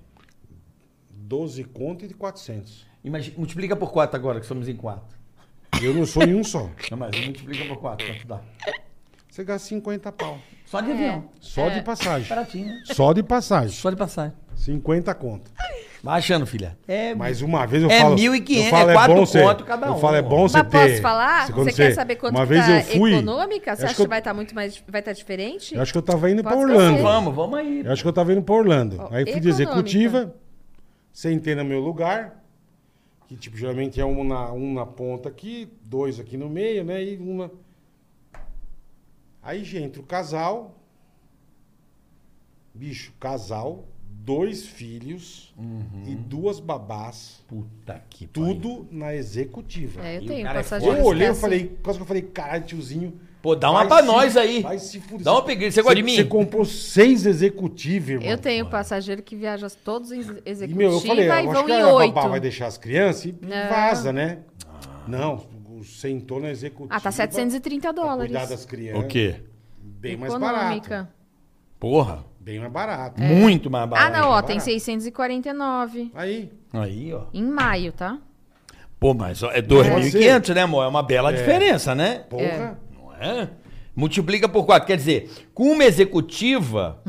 A: 12 conto e de 400.
B: Imagina, multiplica por quatro agora, que somos em quatro.
A: Eu não sou em um só.
B: Não, mas multiplica por quatro, quanto dá?
A: Você gasta 50 pau.
B: Só de avião.
A: Só
D: É.
A: de passagem.
B: Baratinho, né?
A: Só de passagem.
B: É. Só de passagem.
A: 50 conto.
B: Vai achando, filha. É,
A: Mais uma vez eu
B: É
A: falo.
B: 1.500,
A: eu falo,
B: é quatro
A: bom você-
B: conto cada
A: Eu
B: um,
A: falo, é
B: ó.
A: bom você
D: Mas
A: ter.
D: posso falar? Você,
A: quando
D: quer saber quanto
A: uma
D: que
A: vez
D: tá
A: eu fui,
D: econômica? Você
A: eu
D: acha
A: acho
D: que,
A: que eu-
D: vai estar muito mais. Vai estar diferente?
A: Eu acho que eu tava indo pra
D: Pode
A: Orlando.
D: crescer.
B: vamos, vamos aí.
A: Eu acho que eu tava indo pra Orlando.
D: Ó,
A: Aí fui de
D: econômica.
A: executiva, sentei no meu lugar, que tipo, geralmente é um na, um na ponta aqui, dois aqui no meio, né? E uma. Aí já entra o casal. Bicho, casal, dois filhos
B: Uhum.
A: e duas babás.
B: Puta que
A: Tudo na executiva.
D: É, eu
B: E o
D: tenho
B: cara é
D: passageiro.
A: Eu olhei,
D: que é
A: eu falei,
D: assim.
A: quase que eu falei, caralho, tiozinho.
B: Pô, dá uma
A: vai
B: pra
A: se-
B: nós aí.
A: Vai se fuder.
B: Dá um upgrade. Você gosta de mim?
A: Você comprou seis executivos, irmão.
D: Eu tenho passageiro que viaja todos em
A: E,
D: executiva
A: meu,
D: e,
A: eu falei, "Ah, eu acho
D: vão
A: que
D: em
A: a babá vai
D: oito. Ah,
A: deixar as crianças e
D: Não.
A: vaza, né? Não, o- sentou na executiva.
D: Ah, tá 730
A: pra
D: dólares.
A: Cuidar das crianças.
B: O quê?
A: Bem é mais barato.
B: Porra.
A: Bem mais
B: É.
A: barato.
D: É.
B: Muito mais
A: é
D: Ah,
B: barato.
D: não, ó, tem
A: barato.
D: 649
A: Aí,
B: Aí, ó.
D: em maio, tá?
B: Pô, mas ó, é 2.500, né, amor? É uma bela diferença, né?
A: Porra.
B: Não é? Multiplica por quatro. Quer dizer, com uma executiva,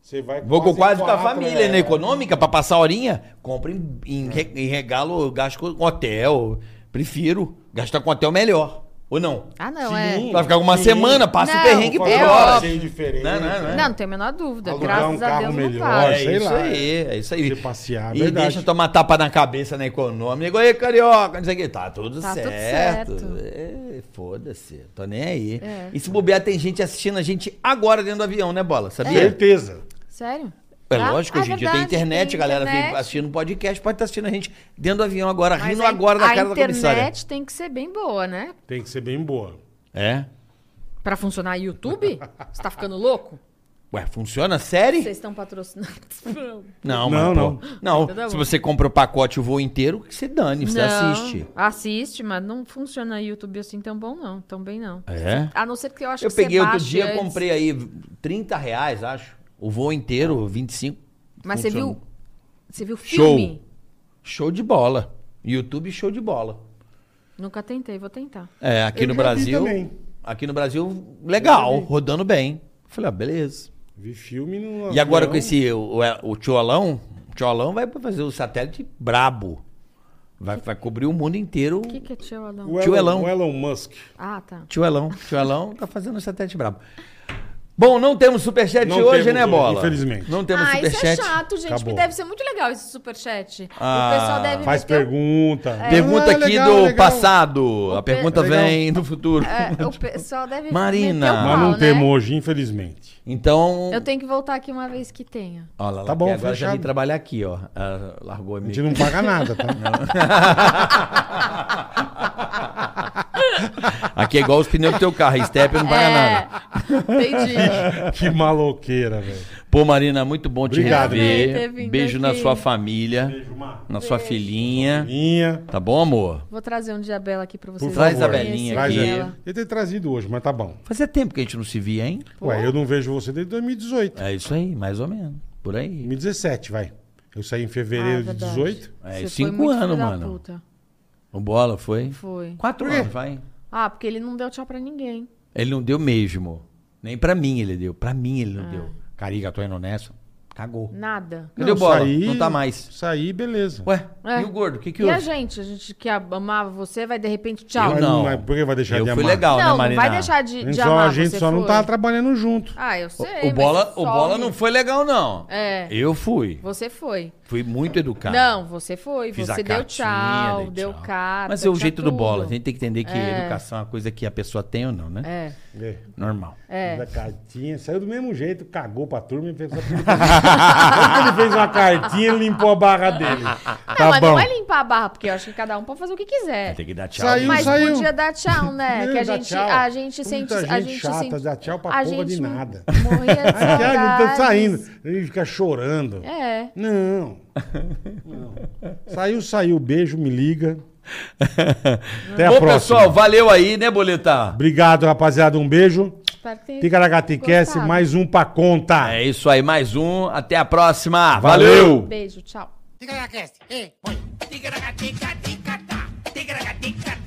A: Você vai
B: vou com
A: quase
B: quase com a
A: quatro,
B: família,
A: é.
B: né? Econômica, pra passar a horinha, compra em, em re- em regalo, gasto com hotel. Prefiro gastar com hotel melhor. Ou não?
D: Ah, não,
A: Sim.
D: é.
B: Vai ficar uma
A: Sim.
B: semana, passa
D: Não,
B: o perrengue e
D: vou
B: vai
D: fazer
A: É
D: hora.
B: embora.
A: óbvio. Diferente.
B: Não, não, não.
D: Não, não tenho a menor dúvida.
A: né? Alugar
D: Graças
A: um
D: a
A: carro
D: Deus não
A: melhor,
D: tá.
B: É
A: sei
B: isso
A: lá.
B: aí, é isso aí.
A: Você passear,
B: e
A: verdade.
B: deixa tomar tapa na cabeça na econômica. Igual aí, carioca, não sei o que. Tá tudo
D: Tá tudo
B: certo.
D: certo.
B: É, Foda-se, tô nem aí.
D: É.
B: E se bobear, tem gente assistindo a gente agora dentro do avião, né, Bola? Sabia?
A: Certeza.
D: Sério?
B: É,
D: Tá?
B: lógico,
D: É. Ah,
B: hoje em dia tem
D: verdade,
B: internet, a
D: tem
B: galera
D: internet.
B: vem assistindo podcast, pode estar assistindo a gente dentro do avião agora,
D: Mas
B: rindo
D: a-
B: agora da
D: a
B: cara da comissária.
D: internet tem que ser bem boa, né?
A: Tem que ser bem boa.
B: É?
D: Pra funcionar YouTube? Você tá ficando louco?
B: Ué, funciona a série?
D: Vocês estão patrocinando.
B: Não,
A: Não,
B: não, não.
D: Tá
B: Não,
D: bom.
B: se você compra o pacote o voo inteiro, que você dane, você
D: Não,
B: assiste.
D: Assiste, mas não funciona YouTube assim tão bom, não. Tão bem, não.
B: É?
D: A não ser que eu acho
B: Eu
D: que você
B: peguei outro
D: baixe
B: dia,
D: antes.
B: comprei aí 30 reais, acho. O voo inteiro, 25.
D: Mas você viu.
B: Funcionou.
D: Você viu
B: Show.
D: filme?
B: Show de bola. YouTube, show de bola.
D: Nunca tentei, vou tentar.
B: É, aqui
A: Eu
B: no
A: já vi
B: Brasil.
A: também.
B: Aqui no Brasil, legal, rodando bem. Falei, ah, beleza.
A: Vi filme no.
B: E agora
A: avião.
B: com esse, o, é, o, o Tcholão, o Tcholão vai fazer o satélite brabo. Vai, vai cobrir o mundo inteiro.
D: O que, que é tio Adão?
A: O
B: Tio
A: Elon,
B: Elon.
A: o Elon Musk.
D: Ah, tá.
B: Tio Elão, tio Elão tá fazendo um satélite brabo. Bom, não temos superchat
A: Não
B: hoje,
A: temos
B: né,
A: hoje,
B: Bola?
A: infelizmente.
B: Não temos
D: ah, isso é
B: superchat.
D: chato, gente,
A: Acabou.
D: porque deve ser muito legal esse superchat.
B: Ah,
D: o pessoal deve
A: Faz
D: meter um- o-
A: pergunta.
D: É. né?
B: Pergunta
A: Ah,
B: aqui
A: legal,
B: do
A: legal.
B: passado. A
D: pe-
B: pergunta
A: Legal.
B: vem do futuro.
D: É, o pessoal deve
B: Marina.
D: meter o
A: Mas
D: pau,
A: não
D: né?
A: temos hoje, infelizmente.
B: Então.
D: Eu tenho que voltar aqui uma vez que tenha.
B: Olha lá,
A: Tá
B: lá,
A: bom,
B: que agora já vim
A: fechado.
B: trabalhar aqui, ó. Ah, largou a
A: A
B: minha.
A: gente não paga nada, tá?
B: Aqui é igual os pneus do teu carro, Step não paga
D: É.
B: nada.
D: Entendi.
A: que maloqueira, velho.
B: Pô, Marina, muito bom te
A: Obrigado,
D: Eu amei né? ter
B: rever.
D: vindo
B: Beijo na
D: aqui.
B: sua família, na sua filhinha.
A: Minha.
B: Tá bom, amor?
D: Vou trazer um diabela aqui pra vocês.
B: Traz
A: favor.
B: a Belinha
A: Traz
B: aqui.
D: Ah,
A: ela. Eu ter trazido hoje, mas tá bom.
B: Fazia tempo que a gente não se via, hein?
A: Ué, eu não vejo você desde 2018.
B: É isso aí, mais ou menos. Por aí.
A: 2017, vai. Eu saí em
D: Ah, é
A: fevereiro de
D: verdade.
A: 18.
B: É,
D: Você
B: cinco
D: foi muito
B: anos,
D: filho da
B: mano.
D: puta.
B: O bola foi?
D: Foi.
B: Quatro anos, vai.
D: Ah, porque ele não deu tchau pra ninguém.
B: Ele não deu mesmo. Nem pra mim ele deu. Pra mim ele
D: Ah.
B: não deu. Cariga, tô indo nessa. Cagou.
D: Nada.
B: Cadê o
A: Não,
B: bola?
A: saí-
B: Não tá mais.
A: Saí, beleza.
B: Ué,
D: É.
B: e o gordo? O que que
D: E a
B: houve?
D: gente? A gente que amava você vai de repente tchau.
B: Eu
A: Mas
B: não.
A: mas por que vai deixar
B: Eu
A: de
B: fui
A: amar?
B: legal, né,
D: não, não
B: Marina?
D: vai deixar
A: Então, A
D: de,
A: gente
D: de
A: só,
D: amar
A: a gente
D: você
A: só não
D: foi.
A: tá trabalhando junto.
D: Ah, eu sei.
B: O, o
D: mas
B: bola,
D: você
B: o bola
D: some.
B: não foi legal, não.
D: É.
B: Eu fui.
D: Você foi.
B: Fui muito educado.
D: Não, você foi.
B: Tá. Fiz
D: você
B: a
D: deu
B: cartinha,
D: tchau,
B: dei
D: deu
B: tchau.
D: carta.
B: Mas é o
D: tinha
B: jeito do
D: tudo.
B: bola. A gente tem que entender que
D: É.
B: educação é uma coisa que a pessoa tem ou não, né?
D: É,
A: É.
B: Normal.
D: é.
A: Da cartinha. Saiu do mesmo jeito, cagou pra turma e fez essa Quando ele fez uma cartinha, ele limpou a barra dele.
D: não,
A: tá
D: mas
A: bom.
D: não é limpar a barra, porque eu acho que cada um pode fazer o que quiser.
B: Tem que dar tchau.
A: Saiu,
B: né?
D: Mas
A: saiu.
D: podia dar tchau, né?
A: Não,
D: que a
A: dá
D: gente,
A: tchau.
D: a gente sente.
A: Muita
D: a
A: gente
D: gente
A: chata,
D: sente,
A: dá tchau pra
D: a
A: porra de
D: gente
A: nada.
D: Morria de
A: Ai, que ah, não tô
D: saudades.
A: saindo. Ele fica chorando.
D: É.
A: Não. Não. Saiu, saiu. Beijo, me liga. Até a
B: Bom,
A: próxima.
B: pessoal, valeu aí, né, Boletar?
A: Obrigado, rapaziada. Um beijo.
D: Espero que tenha
A: Ticaragatiquece,
D: gostado.
A: mais um pra conta.
B: É isso aí, mais um. Até a próxima.
A: Valeu.
D: Beijo, tchau.
E: Tigra la cast, eh, voy. Tigra la tica, tica, ta. Tigra la tica, ta.